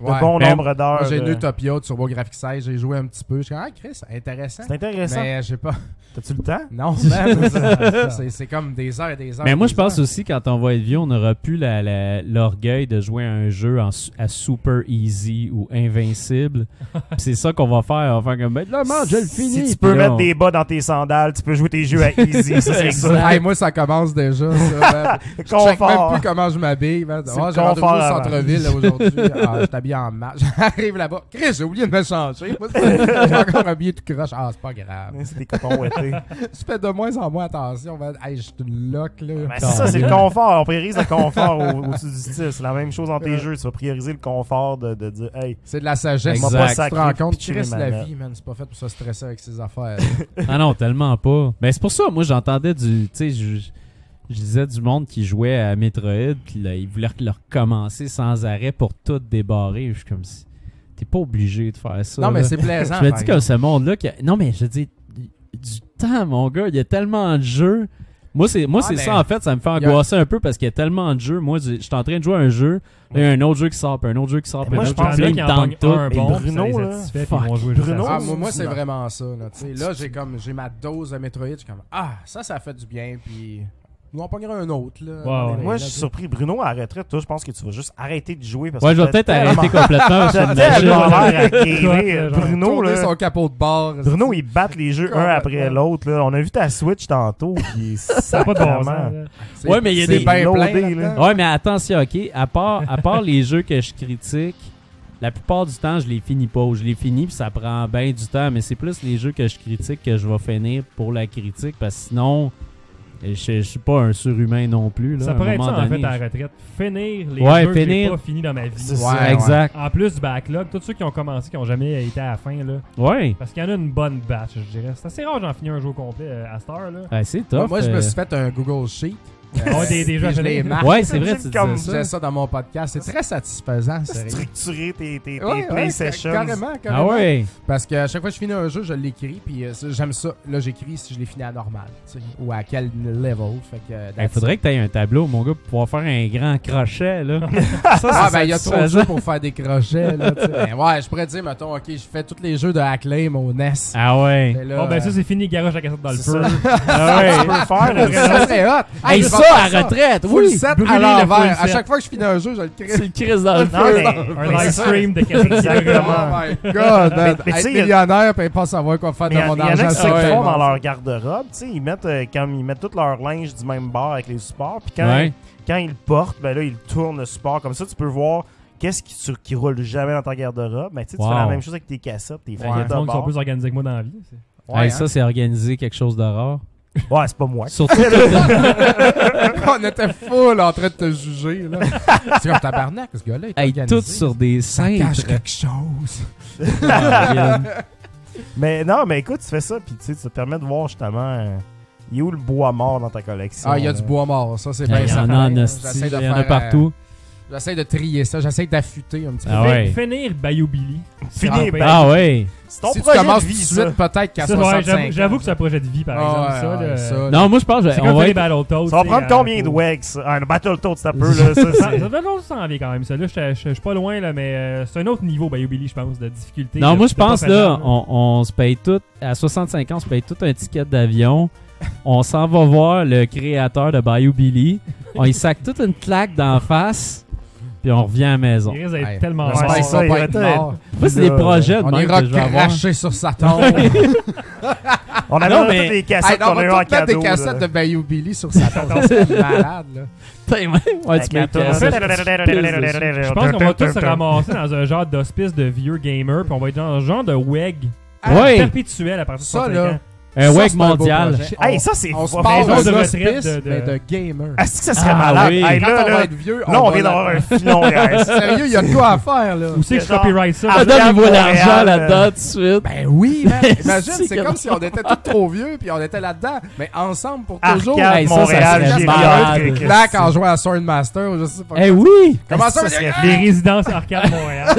S5: Ouais.
S4: bon
S2: Ben,
S4: nombre d'heures. euh,
S5: Moi, J'ai
S4: de-
S5: lu Topia, Turbo Graphics 16, j'ai joué un petit peu. Je suis comme, ah, Chris, intéressant.
S4: C'est intéressant.
S5: Mais j'ai pas.
S4: T'as-tu le temps?
S5: Non, man, ça- c'est- c'est comme des heures et des heures.
S2: Mais moi,
S5: et
S2: je
S5: des
S2: pense
S5: heures.
S2: aussi, quand on va être vieux, on n'aura plus la- la- l'orgueil de jouer à un jeu en su- à super easy ou invincible. Puis c'est ça qu'on va faire. On va faire comme, ben là, man, je le finis.
S4: Si tu
S2: Puis
S4: peux
S2: là,
S4: mettre
S2: on-
S4: des bas dans tes sandales, tu peux jouer tes jeux à easy. ça, c'est ça.
S5: Hey, moi, ça commence déjà. Ça, man. je check même
S4: Confort.
S5: plus comment je m'habille. man.
S4: C'est
S5: Ah,
S4: le
S5: j'ai rendez-vous
S4: confort
S5: au
S4: avant.
S5: centre-ville là, aujourd'hui. Ah, je t'habille en marche. J'arrive là-bas. Chris, j'ai oublié de me changer. Moi, Je suis encore habillé tout croche. Ah, c'est pas grave.
S4: C'est des cotons ouettés. Ben,
S5: Tu fais de moins en moins attention. man. Hey, je suis une loque, là.
S4: Ben, c'est ça, c'est le confort. On priorise le confort au- au-dessus du style. C'est la même chose dans tes
S5: Euh.
S4: jeux. Tu vas prioriser le confort de, de dire, hey,
S5: C'est de la sagesse.
S2: Exact.
S5: Tu te rends
S4: Sacré
S5: compte,
S4: pitcher
S5: Chris,
S4: les
S5: la
S4: manettes.
S5: vie, man, c'est pas fait pour se stresser avec ses affaires.
S2: Ah non, tellement pas. Mais c'est pour ça, moi, j'entendais du. Tu sais, je, je disais du monde qui jouait à Metroid, puis là, ils voulaient le recommencer sans arrêt pour tout débarrer. Je suis comme si. T'es pas obligé de faire ça.
S5: non, mais
S2: là.
S5: c'est plaisant.
S2: Je me
S5: par
S2: dis que ce monde-là. qui a- Non, mais je dis. Du temps, mon gars, il y a tellement de jeux. Moi, c'est moi
S5: Ah,
S2: c'est
S5: mais-
S2: ça, en fait, ça me fait
S5: Il y a-
S2: angoisser un peu parce qu'il y a tellement de jeux. Moi, je je suis en train de jouer à un jeu, là, il y a un autre jeu qui sort, puis un autre jeu qui sort,
S4: Mais
S2: puis
S4: moi,
S2: un
S4: je
S2: autre jeu
S4: pense
S2: puis là,
S4: bien
S2: ils tentent tout.
S6: un bon,
S4: Bruno,
S6: Bruno,
S4: là.
S6: là. Puis ils vont jouer juste
S4: Bruno,
S6: à
S5: Ah,
S6: ça.
S5: moi, moi, c'est
S4: Non.
S5: vraiment ça. Là, Tu sais, là j'ai comme j'ai ma dose de Metroid. Je suis comme Ah, ça, ça fait du bien. Puis nous en pognera un autre. Là,
S6: Ouais, ouais.
S4: moi, je suis surpris. Bruno arrêterait. Toi, je pense que tu vas juste arrêter de jouer. Parce
S2: Ouais,
S4: que
S2: je vais
S4: t'as
S2: peut-être
S4: tellement-
S2: arrêter complètement. sur
S4: T'as
S2: une
S4: tellement
S2: machine.
S4: l'air à gamer.
S6: Genre,
S4: Bruno,
S5: Tourner
S4: là.
S5: son capot de bord.
S4: Bruno, ils battent les jeux un après
S5: Complètement.
S4: l'autre. là. On a vu ta Switch tantôt, puis
S6: Ça
S4: ça
S6: a pas de bon sens, là.
S5: C'est-
S2: Ouais, mais il y a
S5: c'est
S2: des-
S5: ben plein
S4: loadés,
S5: là-dedans.
S4: là.
S2: Ouais, mais attention, ok. À part, à part les jeux que je critique, la plupart du temps, je les finis pas. Ou Je les finis, puis ça prend bien du temps. Mais c'est plus les jeux que je critique que je vais finir pour la critique. Parce que sinon, je, je suis pas un surhumain non plus. Là,
S6: Ça
S2: à un
S6: pourrait être
S2: moment
S6: ça, en fait,
S2: donné,
S6: à la retraite. Finir les
S2: Ouais,
S6: jeux que j'ai
S2: finir.
S6: pas fini dans ma vie.
S4: C'est
S2: je-
S4: ça.
S5: Ouais,
S2: exact.
S6: En plus du backlog, tous ceux qui ont commencé, qui ont jamais été à la fin, là.
S2: Ouais.
S6: Parce qu'il y en a une bonne batch, je dirais. C'est assez rare j'en finis un jeu au complet euh, à cette heure, là.
S2: Ouais, c'est
S5: Moi,
S2: top. euh,
S5: moi, je me suis fait un Google Sheet. Euh,
S6: Ouais, des- des
S5: puis
S6: jeux
S5: je
S6: à
S5: les
S6: finir.
S5: marque.
S2: Ouais, c'est vrai, tu
S4: Comme
S2: disais
S5: Je
S2: ça.
S5: fais ça dans mon podcast. C'est très satisfaisant, sérieux.
S4: Structurer tes, tes, tes
S5: Ouais, ouais,
S4: PlayStation.
S5: ca- carrément,
S2: Ah
S5: carrément.
S2: ouais.
S5: Parce que à chaque fois que je finis un jeu, je l'écris, puis euh, ça, j'aime ça. Là, j'écris si je l'ai fini à normal, tu sais, ou à quel level. Fait que, euh,
S2: Il
S5: that's
S2: Ben, faudrait que tu aies un tableau, mon gars, pour pouvoir faire un grand crochet. Là. ça,
S5: Ah,
S2: c'est
S5: ben, il y a trop de
S2: satisfaisant.
S5: jeux pour faire des crochets, là, tu sais. Ben, ouais, je pourrais dire, mettons, OK, je fais tous les jeux de Acclaim au NES.
S2: Ah ouais.
S5: Mais là,
S6: Bon, ben
S5: euh,
S6: ça, c'est fini, garage la cassette dans le
S4: C'est
S6: feu.
S2: Ah
S4: Tu
S2: ouais.
S4: peux faire le vrai-
S5: ça serait hot.
S2: Hey,
S5: je vais
S2: ça,
S5: faire
S2: à retraite.
S5: Full
S2: Oui.
S5: set
S2: Brûler
S5: à
S2: le
S5: l'envers.
S2: full
S5: À
S2: set.
S5: chaque fois que je finis un jeu, je le crée.
S2: C'est le Chris dans le
S4: Non,
S2: feu.
S4: mais- mais
S6: Un live
S4: ça-
S6: stream de cassette
S4: Exactement.
S5: Oh my god, man.
S4: Mais tu sais,
S5: Être
S4: il y a-
S5: millionnaire puis pas savoir quoi faire de
S4: Mais il y en
S5: mon
S4: a
S5: argent.
S4: qui
S5: c'est
S4: ça qu'ils
S5: vraiment
S4: font dans
S5: ça.
S4: leur garde-robe, tu sais, ils mettent euh, comme ils mettent tout leur linge du même bord avec les supports, puis quand
S2: Ouais.
S4: quand ils le portent, ben là ils le tournent le support comme ça, tu peux voir Qu'est-ce qui, sur- qui roule jamais dans ta garde-robe? Ben, tu sais, tu
S2: Wow.
S4: fais la même chose avec tes cassettes, tes
S6: Il y a
S4: feuilles
S6: des
S4: de
S6: gens qui sont
S4: bord.
S6: plus organisés que moi dans la vie. c'est-
S5: Ouais, hein?
S2: Hey, Ça, c'est organiser quelque chose de rare.
S4: Ouais, c'est pas moi.
S2: Surtout que
S5: On était full en train de te juger, là. c'est comme tabarnak, ce gars-là. il est
S2: hey,
S5: organisé.
S2: tout sur des
S5: Ça cache
S2: cintres. euh,
S5: quelque chose.
S4: Mais non, mais écoute, tu fais ça, puis tu sais, ça te permet de voir justement. euh, Il est où le bois mort dans ta collection? euh,
S5: Ah, il y a du
S4: là?
S5: bois mort, Ben, ça, c'est
S2: Ben, Il
S5: bien
S2: y en
S5: certain.
S2: a en hostie,
S5: J'essaie de
S2: il y en a
S5: faire,
S2: partout.
S5: euh, J'essaie de trier ça, j'essaie d'affûter un petit peu.
S2: Ah ouais.
S6: Fin- Finir Bayou Billy.
S4: Finir
S6: Ah, ouais.
S5: ben,
S4: Bayou-
S2: Ah ouais.
S4: C'est ton
S5: si tu
S4: projet de
S5: commences tout de
S4: vie, ça.
S5: suite, peut-être qu'à
S6: Ça, ouais,
S5: 65
S6: j'avoue-
S5: ans,
S6: J'avoue que c'est un projet de vie, par
S5: Ah,
S6: exemple. ça,
S5: ouais,
S6: là.
S5: ouais, ça, là.
S2: Non, moi, je pense que
S6: C'est
S2: Ben, on
S6: comme
S2: va
S6: faire les
S2: être...
S6: Battletoads.
S4: Ça va
S6: tu
S4: prendre
S6: sais,
S4: combien
S6: euh,
S4: de
S6: faut-
S4: wax? Ah, un Battletoads, ça peut, là. Ça,
S6: Ça ça
S4: c'est-
S6: fait longtemps que ça en vient quand même, ça. Là, je- je je- je suis pas loin, là, mais euh, c'est un autre niveau, Bayou Billy, je pense, de difficulté.
S2: Non,
S6: de-
S2: moi, je
S6: de pas
S2: pense,
S6: faire
S2: là,
S6: mal,
S2: on, on se paye tout... À 65 ans, on se paye tout un ticket d'avion. On s'en va voir le créateur de Bayou Billy. On y sac toute une claque d'en face. Puis on revient à la maison.
S6: Il risque d'être
S5: Hey,
S6: tellement
S5: j'espère
S4: Ouais,
S5: que
S6: mort.
S5: ça va
S4: il
S5: pas
S4: va
S5: être
S4: être-
S5: mort.
S2: Moi, c'est des
S4: Là,
S2: projets de
S5: On
S2: même que
S5: ira
S2: je vais avoir.
S5: cracher sur sa tombe.
S4: On avait
S2: Non, mais-
S4: toutes les
S5: Hey,
S4: cassettes
S5: non, on
S4: qu'on a eues en
S5: va tout mettre
S4: cadeau.
S5: des cassettes de
S4: là.
S5: Bayou Billy sur sa tombe. C'est malade, là.
S2: Putain, ouais, ouais, tu
S4: Avec
S2: m'appelles.
S4: le-
S6: en fait,
S2: je
S6: Je pense qu'on va tous se ramasser dans un genre d'hospice de vieux gamer, puis on va être dans un genre de WEG
S2: Ouais.
S6: perpétuel à partir de
S5: Ça,
S6: 65
S5: là.
S6: ans.
S2: Un
S5: ça,
S2: WEG
S5: c'est un beau
S2: mondial.
S5: projet.
S4: Hey,
S5: On-
S4: ça, c'est
S5: On se
S4: fucking-
S5: parle
S6: maison
S5: de
S6: de
S5: hospice,
S6: retraite de- de-
S5: mais de gamer.
S4: Est-ce que ça serait
S2: Ah,
S4: malade?
S2: oui.
S4: Hey,
S5: Quand
S4: là,
S5: on
S4: là,
S5: va être vieux,
S4: là, on
S5: va
S4: vient d'avoir
S5: la-
S4: un filon, guys.
S5: Sérieux, il y a de quoi à faire, là.
S6: Où c'est que je
S4: Genre-
S6: copyright ça?
S4: Ah,
S2: Ah, donne, il vaut
S4: Montréal,
S2: l'argent
S4: euh,
S2: là-dedans tout de suite.
S5: Ben oui, man. Imagine,
S2: C'est
S5: c'est comme
S2: grave.
S5: si on était tous trop vieux puis on était là-dedans, mais ensemble pour toujours.
S4: Arcade,
S2: Hey, ça, ça
S4: Montréal,
S2: serait
S4: j'ai
S2: malade.
S4: rien
S2: Hey,
S5: Clac en jouant à Swordmaster ou je sais pas.
S2: Eh oui!
S5: Comment ça,
S4: ça
S5: mais
S4: serait-
S5: les-
S6: Les résidences arcade Montréal.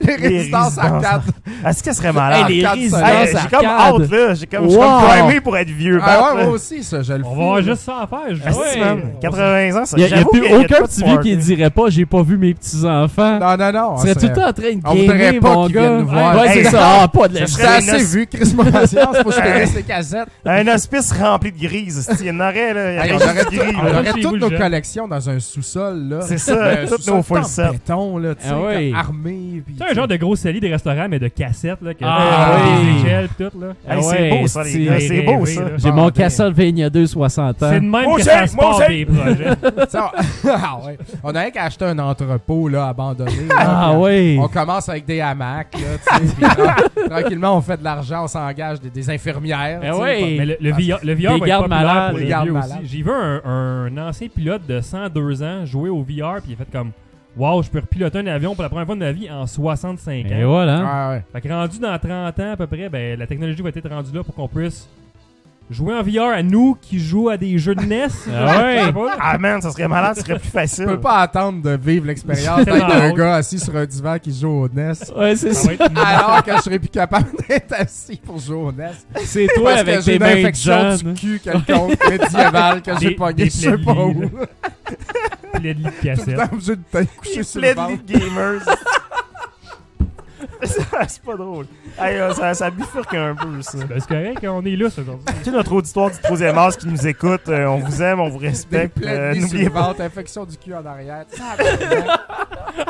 S5: les résistances à
S4: résistances.
S5: 4?
S4: Est-ce que ça serait
S2: Hey,
S4: malade?
S2: les
S5: Arcade,
S2: résidences
S5: ça-
S4: Hey, J'ai comme
S2: arcade.
S4: hâte, là. J'ai comme, je suis
S2: Wow.
S4: comme primé pour être vieux.
S5: Ah ouais,
S4: Bart, là.
S5: moi aussi, ça, je le
S6: On
S5: fais,
S6: va avoir
S5: là.
S6: juste ça à faire. je-
S4: Ah, si,
S6: ouais.
S4: man, 80 ans, ça.
S2: Il n'y a,
S4: j'avoue
S2: plus
S4: qu'il y a de
S2: aucun
S4: quoi de
S2: petit vieux qui
S4: party.
S2: dirait pas j'ai pas vu mes petits-enfants.
S5: Non, non, non. on
S2: Tu serais tout
S5: serait-
S2: le temps en train de
S5: on voudrait
S2: gamer,
S5: pas
S2: mon
S5: qu'ils
S2: gars.
S5: viennent nous voir.
S2: Ouais,
S4: Hey,
S2: c'est ça. Ah, pas de la
S4: ça
S5: J'ai
S4: serait-
S5: assez vu, Chris Moratias, faut que je te laisse les cassettes.
S4: Un hospice rempli de grises. Il y en aurait, là. Il
S5: Hey,
S4: y en
S5: on aurait,
S4: aurait
S5: tout-
S4: gris.
S5: on
S6: là.
S5: aurait
S6: Chez vous,
S5: toutes
S6: le
S5: nos
S6: jeune.
S5: collections dans un sous-sol, là.
S4: C'est ça,
S5: Un
S4: toutes
S5: sous-sol
S4: nos full
S5: tout en
S4: sets.
S5: béton, là, tu sais,
S2: Ah ouais.
S5: comme armé. puis-
S6: C'est un genre de gros cellier des restaurants, mais de cassettes, là. Que
S2: Ah,
S6: avec
S2: oui.
S6: Des échelles, pis tout, là.
S4: Hey, c'est
S2: Ouais,
S4: beau, ça, les
S2: c'est-
S4: gars. C'est beau,
S6: rêvé,
S4: ça.
S6: là.
S2: J'ai mon
S5: Bandé.
S2: Castlevania 2 60 ans.
S6: C'est de même
S4: Mon
S6: que ça
S4: chef,
S6: se
S4: mon
S6: passe
S4: chef.
S6: des projets.
S5: Tu sais, on- ah ouais. On a rien qu'à acheter un entrepôt, là, abandonné. là,
S2: Ah
S5: puis euh,
S2: ouais!
S5: On commence avec des hamacs, là, tu sais, puis tra- tranquillement, on fait de l'argent, on s'engage des, des infirmières.
S2: Eh
S5: tu sais,
S2: ouais.
S5: pas-
S6: Mais le, le, VR, le VR
S2: Des
S6: va être
S2: gardes
S6: populaire
S2: malades,
S6: pour
S5: des
S6: les
S5: gardes
S6: vieux
S5: malades.
S6: aussi. J'ai vu un, un ancien pilote de 102 ans jouer au VR, puis il a fait comme « Wow, je peux repiloter un avion pour la première fois de ma vie en 65 ans.
S2: Et voilà.
S5: Ah Ouais, ouais.
S6: Fait que rendu dans 30 ans à peu près, ben, la technologie va être rendue là pour qu'on puisse jouer en VR à nous qui jouons à des jeux de NES.
S2: Ah ouais.
S6: Je sais pas, là.
S4: Ah, man, ça serait malade, ça serait plus
S5: Tu peux
S4: facile.
S5: pas attendre de vivre l'expérience
S6: C'est
S5: d'être
S6: tellement
S5: un
S6: drôle. Ah
S5: gars assis sur un divan qui joue au NES.
S2: Ouais, c'est
S6: Ça
S2: ça.
S6: va être-
S5: Alors que je serais plus capable d'être assis pour jouer au NES.
S2: C'est toi
S5: Parce que
S2: avec
S5: j'ai
S2: tes
S5: une
S2: mains de
S5: infection
S2: jeunes. hein.
S5: du cul quelconque médiévale que j'ai
S6: Des-
S5: pogné
S6: des
S5: je sais pas
S6: plaies de
S5: où.
S6: lit,
S5: Tout
S6: plein de lits de
S5: le
S6: cassettes.
S5: temps obligé de te coucher
S4: Il
S5: sur le
S4: plaît
S5: ventre.
S4: de gamers. Ça, c'est pas drôle. Hey, euh, ça, ça bifurque un peu, ça.
S6: Ben, c'est correct, on est là ce aujourd'hui.
S4: Tu sais, notre auditoire du troisième âge qui nous écoute, euh, on vous aime, on vous
S5: Des
S4: respecte.
S5: plaies
S4: Euh,
S5: de lit sur
S4: N'oubliez
S5: le
S4: pas
S5: ventre, infection du cul en arrière. hein. Tabarnak.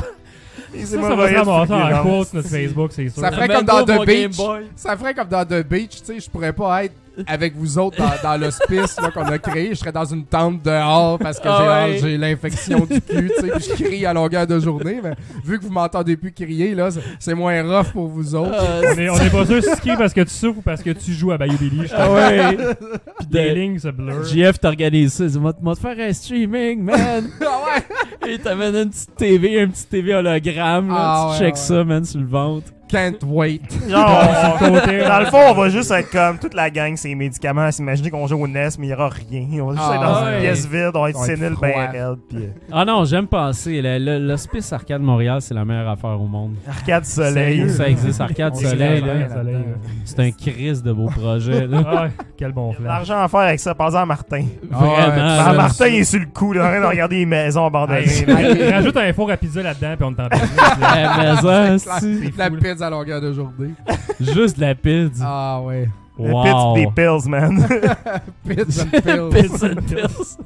S4: les
S6: Ça, ça va se
S4: hémorroïdes
S6: ramasser en
S4: fulgurantes.
S6: quote sur notre Facebook, c'est sûr.
S5: Ça
S2: Le
S5: ferait
S2: Mendo,
S5: comme dans
S2: mon
S5: The
S2: Game
S5: Beach.
S2: Boy.
S5: Ça ferait comme dans The Beach, tu sais, je pourrais pas être avec vous autres dans, dans l'hospice là, qu'on a créé. Je serais dans une tente dehors parce que
S2: Ah
S5: j'ai-
S2: ouais.
S5: j'ai l'infection du cul, tu sais, puis je crie à longueur de journée. Mais vu que vous m'entendez plus crier, là, c'est- c'est moins rough pour vous autres.
S2: Euh,
S6: On est, on est pas sûr si tu cries parce que tu souffres ou parce que tu joues à Bayou Billy. Je
S2: Ah ouais! ben, Puis
S6: Les
S2: de-
S6: lignes se blurrent.
S2: JF t'organise ça, il dit, Moi, moi, te faire un streaming, man!
S5: Ah ouais!
S2: Et t'amènes une petite TV, un petit TV hologramme, là,
S5: Ah,
S2: tu
S5: ouais,
S2: checks
S5: ouais.
S2: ça, man, sur le ventre.
S5: Can't wait.
S4: Genre, on-
S6: Sur le côté,
S4: dans le
S6: là.
S4: fond, on va juste être comme toute la gang, c'est les médicaments. S'imaginer qu'on joue au NES, mais il n'y aura rien. On va juste
S5: Ah,
S4: être dans
S2: ouais.
S4: une pièce vide, on va être
S5: On va être
S4: sénile,
S5: froid.
S4: ben raide, puis euh,
S2: Ah non, j'aime penser. le- le- L'hospice Arcade Montréal, c'est la meilleure affaire au monde.
S4: arcade soleil.
S2: Ça existe, Arcade
S5: hein? On hein.
S2: Soleil,
S5: s'y
S2: là.
S5: attend.
S6: Ah, Soleil, là.
S2: C'est un crise de beau projet, là.
S6: Ah, quel bon
S4: Il y a de
S6: flash.
S4: L'argent à faire avec ça, par à Martin.
S5: Ah,
S2: Vraiment.
S4: Ah,
S5: ouais,
S2: là.
S4: Martin il est sur le coup, là, en train de regarder les maisons abandonnées. là.
S5: Hey,
S6: Ben, Rajoute un faux rapide là-dedans, puis on t'entend.
S2: La maison,
S5: clair.
S2: Ah, c'est
S5: La
S6: fou, là.
S5: pizza à longueur de journée.
S2: juste de la pizza.
S5: Ah ouais.
S4: Le pitch
S2: Wow.
S4: des pills, man.
S5: Pizza and pills.
S2: Pizza and pills.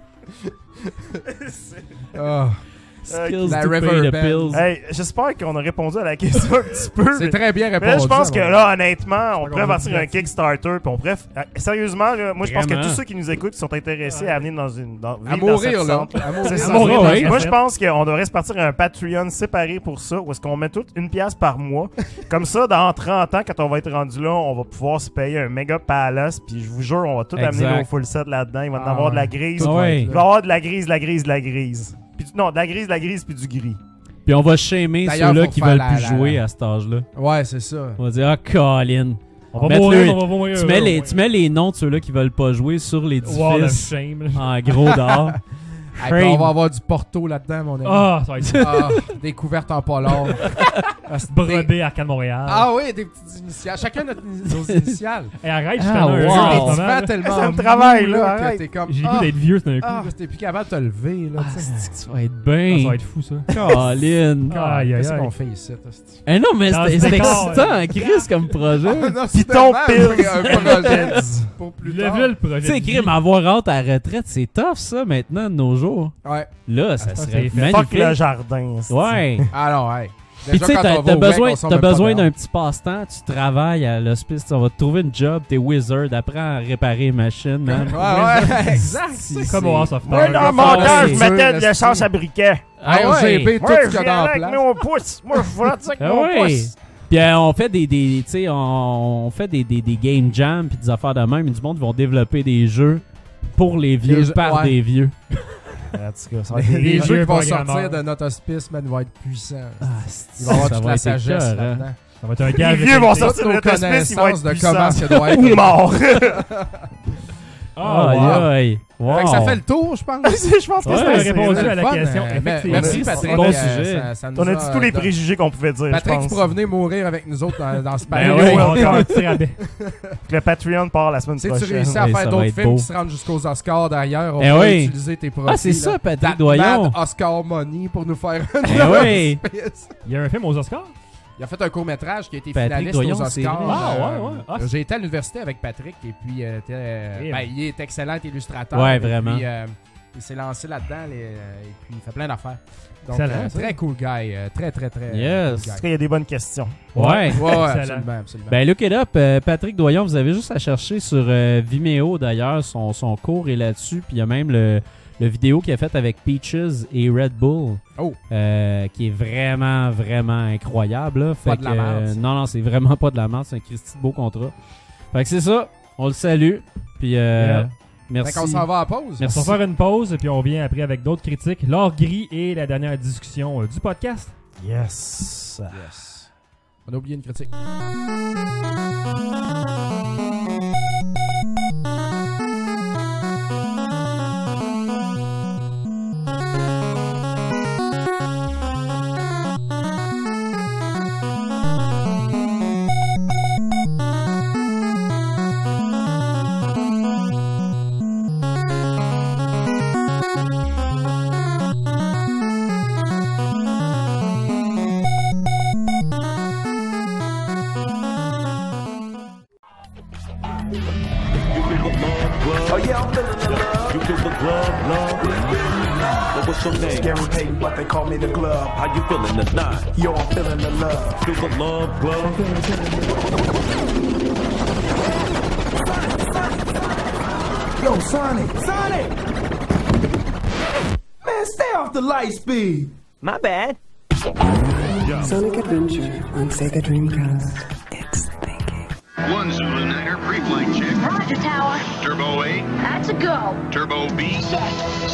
S5: Ah.
S2: Skills
S5: La
S2: to pay
S5: River
S2: the
S5: Band.
S2: pills.
S4: Hey, j'espère qu'on a répondu à la question un petit peu.
S5: C'est
S4: mais-
S5: très bien
S4: mais là,
S5: répondu. hein.
S4: je pense que
S5: à mon
S4: là, honnêtement, on
S5: qu'on
S4: pourrait
S5: a
S4: partir
S5: dit
S4: un Kickstarter, puis on pourrait. f- euh, Sérieusement, là, moi, je pense que
S2: Vraiment.
S4: tous ceux qui nous écoutent sont intéressés à venir dans une. Dans,
S5: À
S4: vivre dans
S5: mourir,
S4: cette
S5: là.
S4: sorte.
S5: À mourir.
S4: C'est ça.
S2: À mourir, oui.
S4: Moi, je pense qu'on devrait se partir un Patreon séparé pour ça, où est-ce qu'on met toute une pièce par mois. Comme ça, dans 30 ans, quand on va être rendu là, on va pouvoir se payer un méga palace, puis je vous jure, on va tout
S2: Exact.
S4: amener nos full sets là-dedans. Il va en
S5: Ah,
S4: avoir de la
S5: ouais.
S4: grise.
S2: Tout
S4: Il
S2: va
S4: va
S2: être
S4: y
S5: là.
S4: avoir de la grise, de la grise, de la grise. Puis, du- non, de la grise, de la grise, puis du gris.
S2: Puis on va shamer
S5: D'ailleurs,
S2: ceux-là
S5: faut
S2: qui
S5: faire
S2: veulent
S5: la-
S2: plus
S5: la-
S2: jouer
S5: la-
S2: à cet âge-là.
S5: Ouais, c'est ça.
S2: On va dire, ah, Colin.
S6: On va
S2: Mets-le.
S6: mourir, on va mourir.
S2: Tu mets,
S6: on
S2: les,
S6: va mourir.
S2: tu mets les noms de ceux-là qui veulent pas jouer sur
S6: Wall of
S2: l'édifice
S6: shame. là.
S2: en gros d'or.
S5: Hey, puis on
S2: Shame.
S5: va avoir du porto là-dedans, mon ami.
S6: Ah, ça va être
S5: Ah, des couvertes en polar.
S6: à se broder à Arcade Montréal.
S5: ah oui, des petites initiales. Chacun notre, nos initiales.
S6: Et arrête, je
S2: Ah,
S6: suis en un
S2: wow.
S6: jeu en
S5: Des
S6: ce moment,
S5: divans
S6: là.
S5: tellement
S4: Ça me travaille,
S5: mous,
S4: là,
S5: que
S4: arrête.
S5: T'es comme,
S6: J'ai le
S5: ah,
S6: goût d'être vieux d'un coup.
S5: ah, t'es plus capable de te lever, là.
S2: Ah,
S5: tu sais.
S2: c'est-tu que ça va être
S6: Ah, ça
S2: bien.
S6: va être fou, ça.
S2: Colin.
S6: Aïe, aïe,
S5: Qu'est-ce
S6: aïe.
S5: qu'on fait ici? toi, c'est-
S2: Eh non, mais
S6: Dans
S2: c'était
S6: ce
S2: c'était
S6: décor,
S2: excitant, hein, Chris, comme projet.
S5: Ah, non, c'est
S4: Python
S5: dommage,
S4: Pills.
S5: un projet pour plus
S6: Le
S5: tard.
S6: là, le projet.
S2: Tu sais,
S6: de
S2: Chris,
S6: vie.
S2: avoir hâte à la retraite, c'est tough, ça, maintenant, de nos jours.
S5: Ouais.
S2: Là, ça
S6: Ah,
S2: serait
S6: c'est fait.
S2: magnifique.
S4: Fuck le jardin. c'est-
S2: Hein, Ouais. Ah,
S5: Alors, hey.
S2: Puis tu
S5: Déjà,
S2: sais,
S5: quand on
S2: t'as
S5: va
S2: t'as
S5: au Québec,
S2: besoin,
S5: on sort
S2: t'as
S5: même pas
S2: besoin d'un
S5: dehors.
S2: petit passe-temps, tu travailles à l'hospice, on va te trouver une job, t'es wizard, apprends à réparer les machines. hein.
S5: Ouais, ouais, exact.
S2: Si,
S6: Comme au House of
S4: Moi,
S6: Cards.
S4: dans
S5: Ah,
S4: mon temps,
S2: ouais.
S4: je mettais de
S5: Dur,
S4: l'essence
S5: esti.
S4: à briquet.
S2: Ah
S5: Hey, on
S2: ouais.
S5: s'est tout
S4: Moi,
S5: ce
S4: je
S5: qu'il y
S4: viens
S5: a dans la
S4: avec
S5: place.
S4: mon pouce. Moi, je voulais avec
S2: Ah
S4: mon
S2: ouais.
S4: pouce.
S2: Puis euh, on fait des, des tu sais, on, on fait des, des, des game jams puis des affaires de même, et du monde vont développer des jeux pour les vieux
S5: jeux-
S2: par
S5: ouais.
S2: des vieux.
S4: En tout cas, ça va
S5: Les,
S4: être
S2: Ben
S5: les
S4: des-
S5: jeux qui vont
S6: programmeurs.
S5: sortir de notre hospice, man, vont être puissants.
S2: Ah,
S5: Il va y avoir
S2: ça
S5: toute
S2: va
S5: la
S2: être
S5: sagesse
S2: écœurant.
S5: là-dedans.
S6: Ça va être un
S4: Les
S6: gage. de
S4: vieux vont
S6: qualité.
S4: sortir
S5: Toutes
S4: de
S5: nos
S4: notre espèce, ils vont
S5: connaissances
S4: être
S5: de comment
S4: puissants.
S5: ça doit être.
S4: Ou morts.
S6: Ah,
S2: Aïe,
S6: wow.
S2: aïe.
S5: Fait que ça
S2: Wow.
S5: fait le tour, je pense.
S4: je pense que
S2: Ouais,
S4: c'est
S6: t'as
S4: c'est-
S6: répondu
S4: c'est-
S6: à la
S5: Fun,
S6: question,
S5: euh,
S6: effectivement.
S5: mais- Merci,
S2: C'est
S5: Patrick.
S2: un bon
S5: euh,
S2: sujet.
S5: ça- ça nous
S4: On a
S5: euh,
S4: dit tous les
S5: donné-
S4: préjugés qu'on pouvait dire.
S5: Patrick,
S4: je
S5: tu
S4: pense.
S5: pourras venir mourir avec nous autres dans, dans ce
S6: Ben
S5: panel.
S6: oui,
S4: ouais.
S6: on va encore un petit rabais.
S4: Le Patreon part la semaine
S5: Si tu
S4: prochaine.
S5: réussis à
S2: Ouais, ça
S5: faire
S2: va
S5: d'autres
S2: être
S5: films
S2: beau.
S5: qui se rendent jusqu'aux Oscars derrière, on
S2: Eh
S5: va
S2: oui.
S5: utiliser tes profits.
S2: Ah, c'est
S5: là.
S2: ça, Patrick
S5: That Mad
S2: Doyon.
S5: Oscar Money pour nous faire un
S2: Eh oui.
S6: Il y a un film aux Oscars?
S5: Il a fait un court-métrage qui a été
S2: Patrick
S5: finaliste
S2: Doyon,
S5: aux
S2: c'est
S5: Oscars.
S2: vrai.
S6: Ah,
S5: Euh,
S6: ouais, ouais. Ah,
S5: euh, J'ai été à l'université avec Patrick et puis euh, t'es, euh,
S6: Crime.
S5: ben, il est excellent illustrateur.
S2: Ouais,
S5: et puis,
S2: vraiment.
S5: euh, il s'est lancé là-dedans les- euh, et puis il fait plein d'affaires. Donc,
S6: Excellent,
S5: euh,
S6: ça.
S5: très cool guy. euh, très, très, très.
S2: Yes.
S5: cool
S4: Parce
S5: guy.
S4: qu'il y a des bonnes questions.
S2: Ouais.
S5: oh, Ouais, ouais,
S6: Excellent.
S5: absolument, absolument.
S2: Ben, look it up. euh, Patrick Doyon, vous avez juste à chercher sur euh, Vimeo, d'ailleurs. Son, son cours est là-dessus. Puis il y a même le, le vidéo qu'il a fait avec Peaches et Red Bull.
S5: Oh.
S2: Euh, qui est vraiment, vraiment incroyable. là. Fait
S5: Pas de la
S2: que, euh,
S5: merde, ça.
S2: non, non, c'est vraiment pas de la merde. C'est un Christy de beau contrat. Fait que c'est ça. On le salue. Puis euh,
S6: Yeah.
S2: merci.
S5: Fait qu'on s'en va à la pause.
S2: Merci.
S6: On va faire une pause et puis on revient après avec d'autres critiques. L'or gris et la dernière discussion euh, du podcast.
S4: Yes.
S5: Yes. On a oublié une critique.
S9: Oh, Gary Payton, but they call me the glove. How you feeling tonight? Yo, I'm feeling the love. Feel the love, glove. Yo, Sonic, Sonic! Man, stay off the light speed.
S10: My bad.
S11: Sonic Adventure on Sega Dreamcast. It's thinking.
S12: One Zulu Niner pre-flight check.
S13: Roger, Tower.
S12: Turbo A,
S13: That's a go.
S12: Turbo B,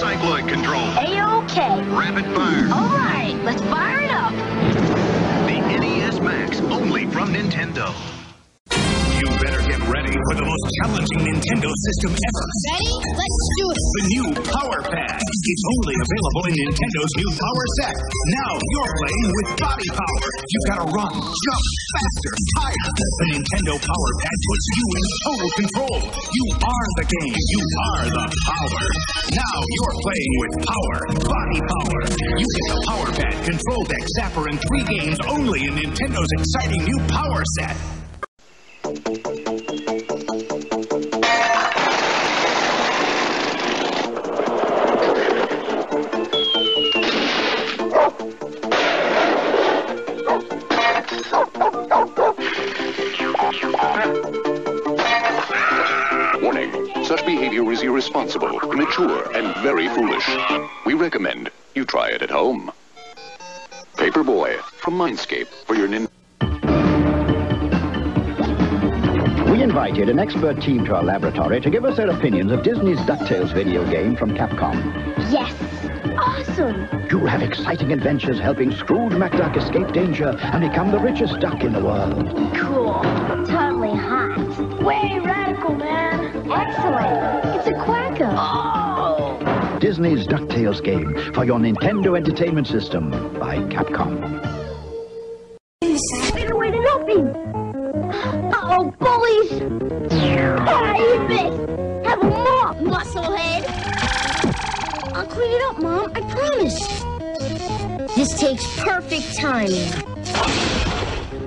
S12: cycloid control,
S13: A-OK.
S12: rapid fire.
S13: All right, let's fire it up.
S12: The NES Max, only from Nintendo. You better get ready for the most challenging Nintendo system ever.
S10: Ready? Let's do it.
S12: The new Power Pad. It's only available in Nintendo's new Power Set. Now you're playing with body power. You've got to run, jump, faster, higher. The Nintendo Power Pad puts you in total control. You are the game. You are the power. Now you're playing with power, body power. You get the Power Pad, Control Deck, Zapper, and three games only in Nintendo's exciting new Power Set.
S11: mature, and very foolish. We recommend you try it at home. Paperboy from Mindscape for your Nintendo.
S14: We invited an expert team to our laboratory to give us their opinions of Disney's DuckTales video game from Capcom.
S15: Yes! Awesome!
S14: You'll have exciting adventures helping Scrooge McDuck escape danger and become the richest duck in the world.
S15: Cool. Totally hot. Way radical, man. Excellent. It's a quacko. Oh!
S14: Disney's DuckTales game for your Nintendo Entertainment System by Capcom.
S15: Get away to nothing! Uh-oh, bullies! Ah, you bit! Have a mop, musclehead! I'll clean it up, Mom. I promise. This takes perfect timing.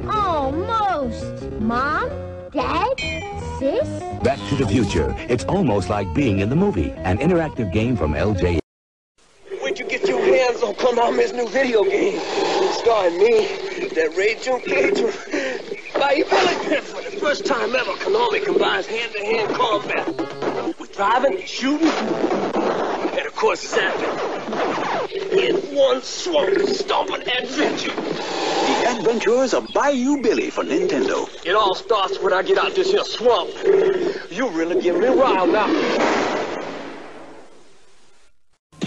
S15: Almost. Mom? Dad? Sis?
S16: Back to the Future. It's almost like being in the movie. An interactive game from LJ.
S12: Where'd you get your hands on Konami's new video game? Starring me, that Ray Jun character. By Billy for the first time ever, Konami combines hand-to-hand combat. With driving, shooting, and of course zapping. In one swoop, stomping adventure.
S17: The Adventures of Bayou Billy for Nintendo.
S12: It all starts when I get out this here swamp. You really get me riled now.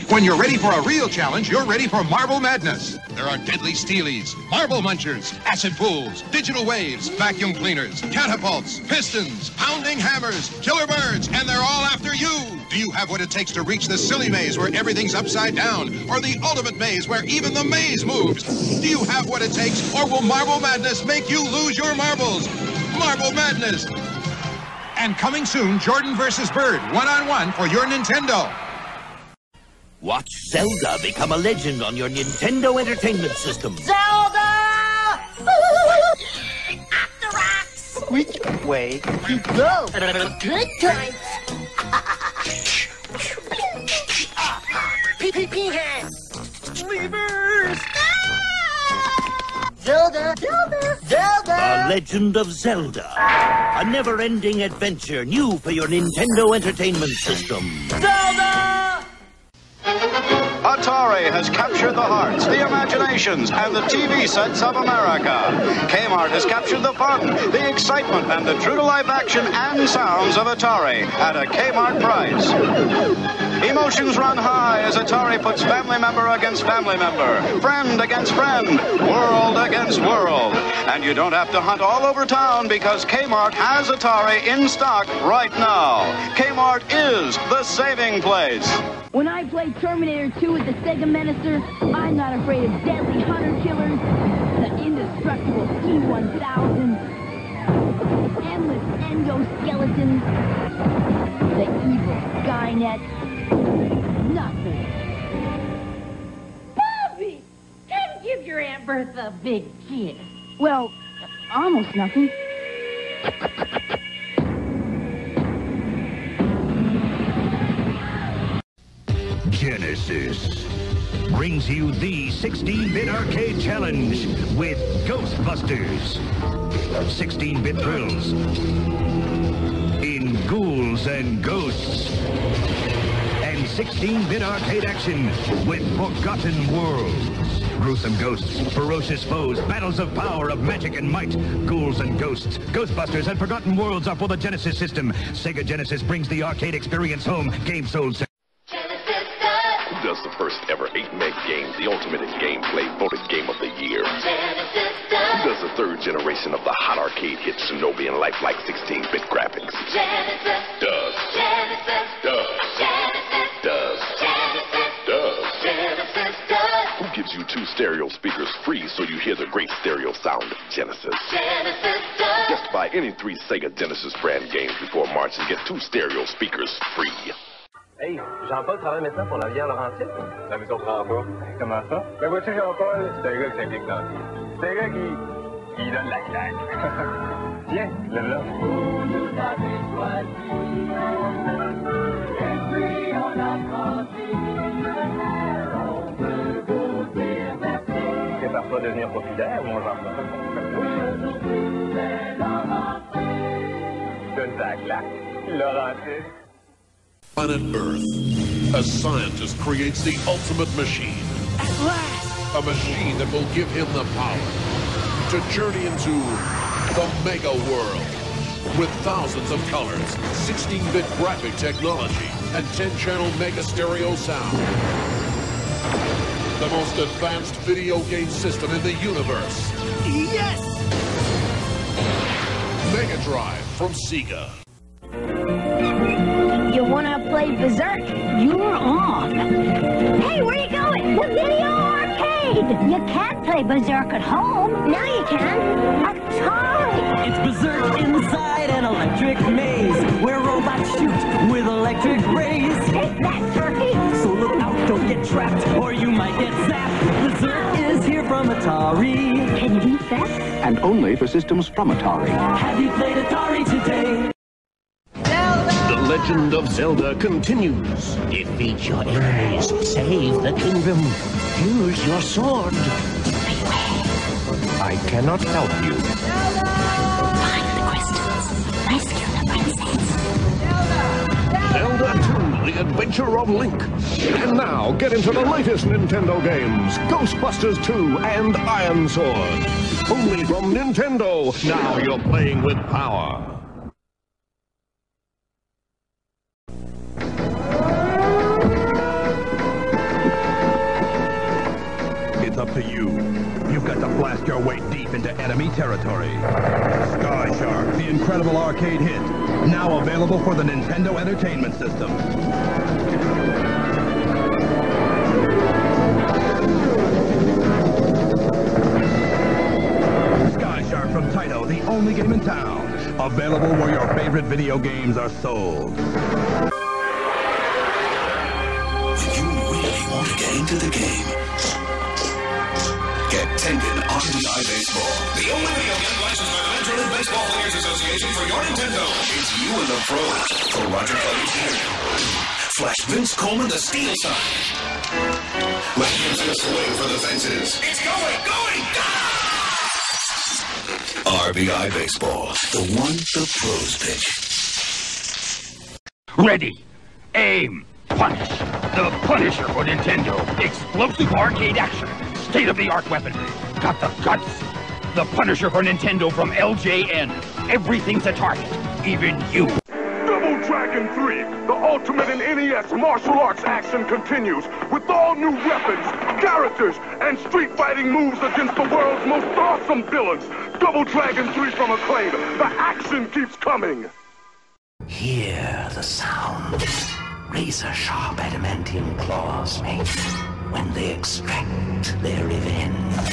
S13: When you're ready for a real challenge, you're ready for Marble Madness. There are deadly steelies, marble munchers, acid pools, digital waves, vacuum cleaners, catapults, pistons, pounding hammers, killer birds, and they're all after you. Do you have what it takes to reach the silly maze where everything's upside down, or the ultimate maze where even the maze moves? Do you have what it takes, or will Marble Madness make you lose your marbles? Marble Madness! And coming soon, Jordan versus Bird, one on one for your Nintendo.
S18: Watch Zelda become a legend on your Nintendo Entertainment System.
S19: Zelda! Up the rocks!
S18: Which way?
S19: Go! Good times! Peanuts! Levers! Zelda! Zelda!
S18: The
S19: Zelda!
S18: Legend of Zelda. A never-ending adventure new for your Nintendo Entertainment System.
S19: Zelda!
S20: Atari has captured the hearts, the imaginations, and the TV sets of America. Kmart has captured the fun, the excitement, and the true to life action and sounds of Atari at a Kmart price. Emotions run high as Atari puts family member against family member, friend against friend, world against world. And you don't have to hunt all over town because Kmart has Atari in stock right now. Kmart is the saving place.
S1: When I play Terminator 2 with the Sega Menacer, I'm not afraid of deadly hunter killers, the indestructible T-1000, endless endoskeletons, the evil Skynet, nothing.
S21: Bobby, come give your Aunt Bertha a big kiss.
S1: Well, almost nothing.
S22: Genesis brings you the 16-bit arcade challenge with Ghostbusters. 16-bit thrills in ghouls and ghosts. And 16-bit arcade action with Forgotten Worlds. Gruesome ghosts, ferocious foes, battles of power, of magic and might. Ghouls and ghosts, Ghostbusters and Forgotten Worlds are for the Genesis system. Sega Genesis brings the arcade experience home. Game sold.
S11: Does the first ever 8-meg game, the ultimate in gameplay, voted game of the year. Does the third generation of the hot arcade hit Shinobi and lifelike 16-bit graphics. Does. Does. Does. Does. Who gives you two stereo speakers free so you hear the great stereo sound of Genesis? Just buy any three Sega Genesis brand games before March and get two stereo speakers free.
S4: Hey, Jean-Paul travaille maintenant pour la bière Laurentienne. Ça me comprend pas. Comment ça? Ben vois-tu, Jean-Paul, c'est un gars qui s'implique dans la vie. C'est un gars qui... qui donne la claque. Tiens, le là. C'est parfois devenir populaire, mon Jean-Paul. Donne ta claque. Laurentienne.
S13: Planet Earth, a scientist creates the ultimate machine. At last! A machine that will give him the power to journey into the mega world. With thousands of colors, 16-bit graphic technology, and 10-channel mega stereo sound. The most advanced video game system in the universe.
S23: Yes!
S13: Mega Drive from Sega.
S1: You wanna play Berserk? You're on. Hey, where you going? The video arcade! You can't play Berserk at home. Now you can. Atari!
S23: It's Berserk inside an electric maze where robots shoot with electric rays. Take that, turkey! So look out, don't get trapped or you might get zapped. Berserk is here from Atari. Can you beat that?
S24: and only for systems from Atari.
S23: Have you played Atari today?
S25: The Legend of Zelda continues. Defeat your enemies. Save the kingdom. Use your sword.
S11: I cannot help you.
S25: Find the crystals. Rescue the princess.
S13: Zelda
S25: 2, The Adventure of Link.
S11: And now, get into the latest Nintendo games Ghostbusters 2 and Iron Sword. Only from Nintendo. Now you're playing with power.
S26: It's up to you. You've got to blast your way deep into enemy territory. Sky Shark, the incredible arcade hit, now available for the Nintendo Entertainment System. Sky Shark from Taito, the only game in town, available where your favorite video games are sold.
S11: You want to get into the game? Get Tendon RBI Baseball. The only video game licensed by the Major League Baseball Players Association for your Nintendo. It's you and the pros for Roger Clemens Jr. Flash Vince Coleman the steel sign. Let him swing for the fences. It's going, going, go! RBI Baseball. The one the pros pitch.
S27: Ready. Aim. Punish. The Punisher for Nintendo. Explosive arcade action. State-of-the-art weaponry. Got the guts. The Punisher for Nintendo from LJN. Everything's a target. Even you.
S28: Double Dragon 3, the ultimate in NES martial arts action continues with all new weapons, characters, and street fighting moves against the world's most awesome villains. Double Dragon 3 from Acclaim. The action keeps coming.
S25: Hear the sound. Razor sharp adamantium claws make when they extract their revenge.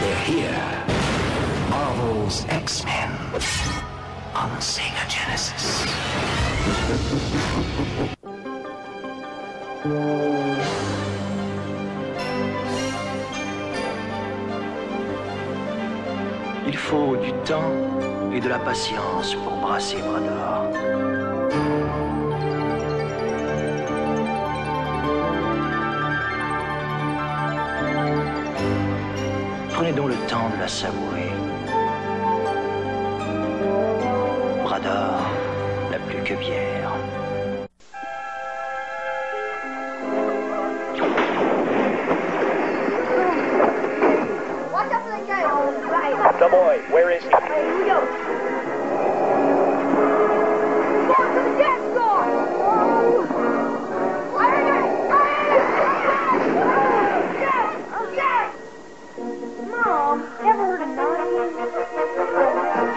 S25: They're here. Marvel's X-Men on Sega Genesis.
S29: Il faut du temps et de la patience pour brasser Brador. Prenez donc le temps de la savourer. Brador n'a plus que bière.
S23: Watch out for the guy on the right.
S29: The boy, where is he?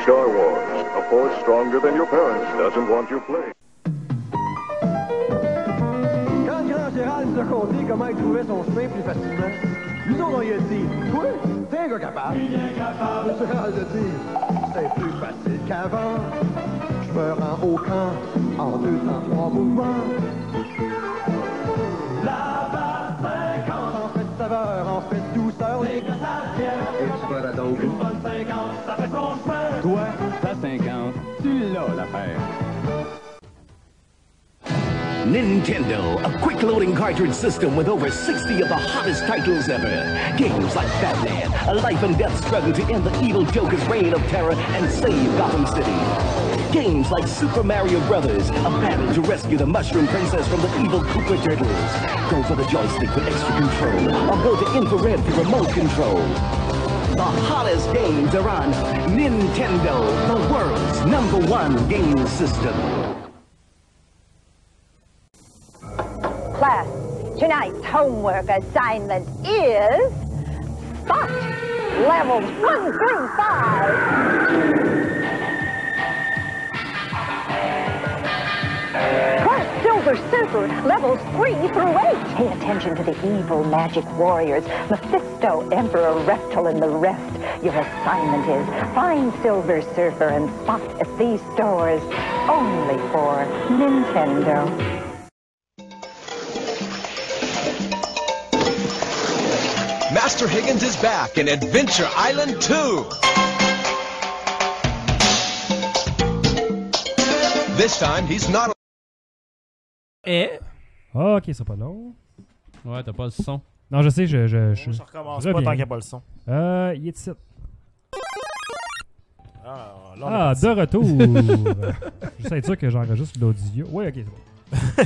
S30: Star Wars, a force stronger than your parents, doesn't want you playing.
S12: Quand le grand Gérald nous a conté comment il trouvait son chemin plus facilement, nous autres, on lui a dit Toi, t'es un gars capable. Le Gérald a dit C'est plus facile qu'avant. Je me rends au camp en deux temps, trois mouvements. Là-bas, 50. En fait de saveur, en fait de douceur. Les gars, ça Et tu vas la donc. Une bonne 50, ça fait ton chemin. Toi, ta 50, tu l'as l'affaire. Nintendo, a quick loading cartridge system with over 60 of the hottest titles ever. Games like Batman, a life and death struggle to end the evil Joker's reign of terror and save Gotham City. Games like Super Mario Brothers, a battle to rescue the Mushroom Princess from the evil Koopa Turtles. Go for the joystick with extra control, or go to infrared for remote control. The hottest games are on Nintendo, the world's number one game system.
S1: Class, tonight's homework assignment is spot levels one through five. Class Silver Surfer levels three through eight. Pay attention to the evil magic warriors, Mephisto, Emperor Reptile, and the rest. Your assignment is find Silver Surfer and spot at these stores only for Nintendo.
S31: Master Higgins is back in Adventure Island 2. This time, he's not
S4: Et.
S6: Ah, ok, c'est pas long.
S2: Ouais, t'as pas le son.
S6: Non, je sais, je. je, je
S4: Ça recommence pas tant qu'il y a pas le son.
S6: Euh, il est ici.
S4: Ah, là, on est
S6: Ah,
S4: parti.
S6: de retour. Juste être sûr que j'enregistre l'audio. Oui, ok, c'est bon.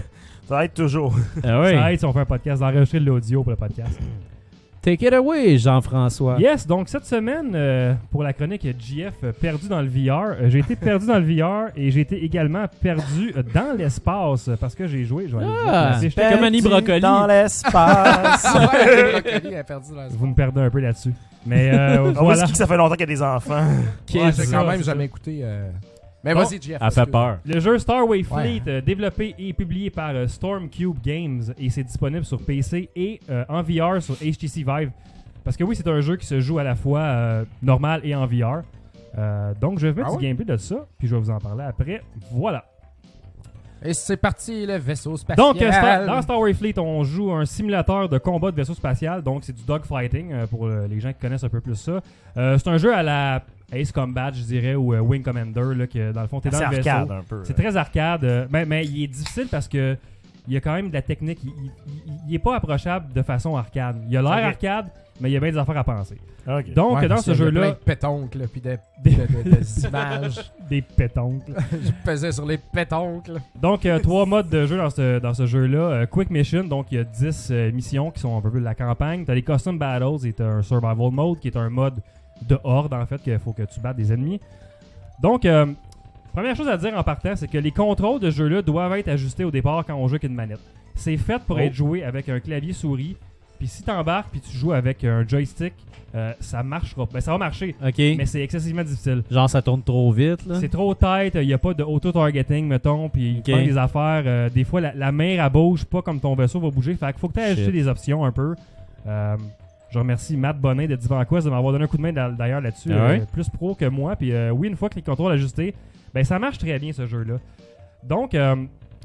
S4: Ça aide toujours.
S2: Ah oui.
S6: Ça aide si on fait un podcast, d'enregistrer l'audio pour le podcast.
S2: Take it away, Jean-François.
S6: Yes, donc cette semaine, euh, pour la chronique GF euh, perdu dans le VR, euh, j'ai été perdu dans le VR et j'ai été également perdu euh, dans l'espace euh, parce que j'ai joué. Je vais aller vous
S2: Ah,
S6: placer. J'étais
S2: perdu dans
S4: Ah,
S5: Ah,
S2: l'espace. Ouais, Annie Brocoli
S4: a perdu dans l'espace.
S6: Vous me perdez un peu là-dessus. Mais
S4: On
S6: euh,
S4: voit
S6: voilà.
S4: ce qui- ça fait longtemps qu'il y a des enfants.
S6: Ouais,
S5: Ouais,
S6: c'est
S5: j'ai
S6: ça,
S5: quand même
S6: c'est
S5: jamais
S6: ça.
S5: écouté. euh, Mais
S6: Bon,
S5: vas-y, Jeff.
S2: Elle fait peur.
S6: Le jeu Starway
S5: Ouais.
S6: Fleet, euh, développé et publié par euh, Stormcube Games, et c'est disponible sur PC et euh, en VR sur HTC Vive. Parce que oui, c'est un jeu qui se joue à la fois euh, normal et en VR. Euh, donc, je vais mettre
S5: Ah
S6: du
S5: ouais?
S6: gameplay de ça, puis je vais vous en parler après. Voilà.
S5: Et c'est parti, le vaisseau spatial.
S6: Donc, euh, Star- dans Star Wars Fleet, on joue un simulateur de combat de vaisseau spatial. Donc, c'est du dogfighting euh, pour euh, les gens qui connaissent un peu plus ça. Euh, c'est un jeu à la Ace Combat, je dirais, ou euh, Wing Commander, là, que dans le fond, t'es dans
S4: Assez
S6: le vaisseau.
S4: arcade, un peu,
S6: C'est
S4: là.
S6: très arcade, euh, mais, mais il est difficile parce que il y a quand même de la technique. Il, il- il- il est pas approchable de façon arcade. Il a l'air
S5: Ok.
S6: arcade, mais il y a bien des affaires à penser.
S4: Ok.
S6: Donc,
S5: Ouais,
S6: dans
S5: parce
S6: ce
S5: qu'il y a plein
S6: jeu-là,
S5: de pétoncles, puis de- de- de- des images.
S6: des pétoncles.
S5: je pesais sur les pétoncles.
S6: Donc, euh, trois modes de jeu dans ce, dans ce jeu-là. Euh, quick Mission, donc il y a 10 euh, missions qui sont un peu plus de la campagne. T'as les Custom Battles, et t'as un Survival Mode, qui est un mode de horde, en fait, qu'il faut que tu battes des ennemis. Donc, euh, première chose à dire en partant, c'est que les contrôles de ce jeu-là doivent être ajustés au départ quand on joue avec une manette. C'est fait pour
S2: Oh.
S6: être joué avec un clavier souris. Puis si t'embarques puis tu joues avec un joystick, euh, ça marchera. Ben, ça va marcher,
S2: Ok.
S6: mais c'est excessivement difficile.
S2: Genre, ça tourne trop vite, là.
S6: C'est trop tight, il n'y a pas de auto-targeting, mettons, puis il
S2: Ok.
S6: prend des affaires. euh, des fois, la, la mer, elle bouge pas comme ton vaisseau va bouger. Fait qu'il faut que tu aies
S2: Shit.
S6: ajouté des options un peu. Euh, je remercie Matt Bonin de Divan Quest de m'avoir donné un coup de main d'a- d'ailleurs là-dessus.
S2: Ah ouais?
S6: euh, plus pro que moi. Puis euh, oui, une fois que les contrôles ajustés, ben ça marche très bien ce jeu-là. Donc, euh,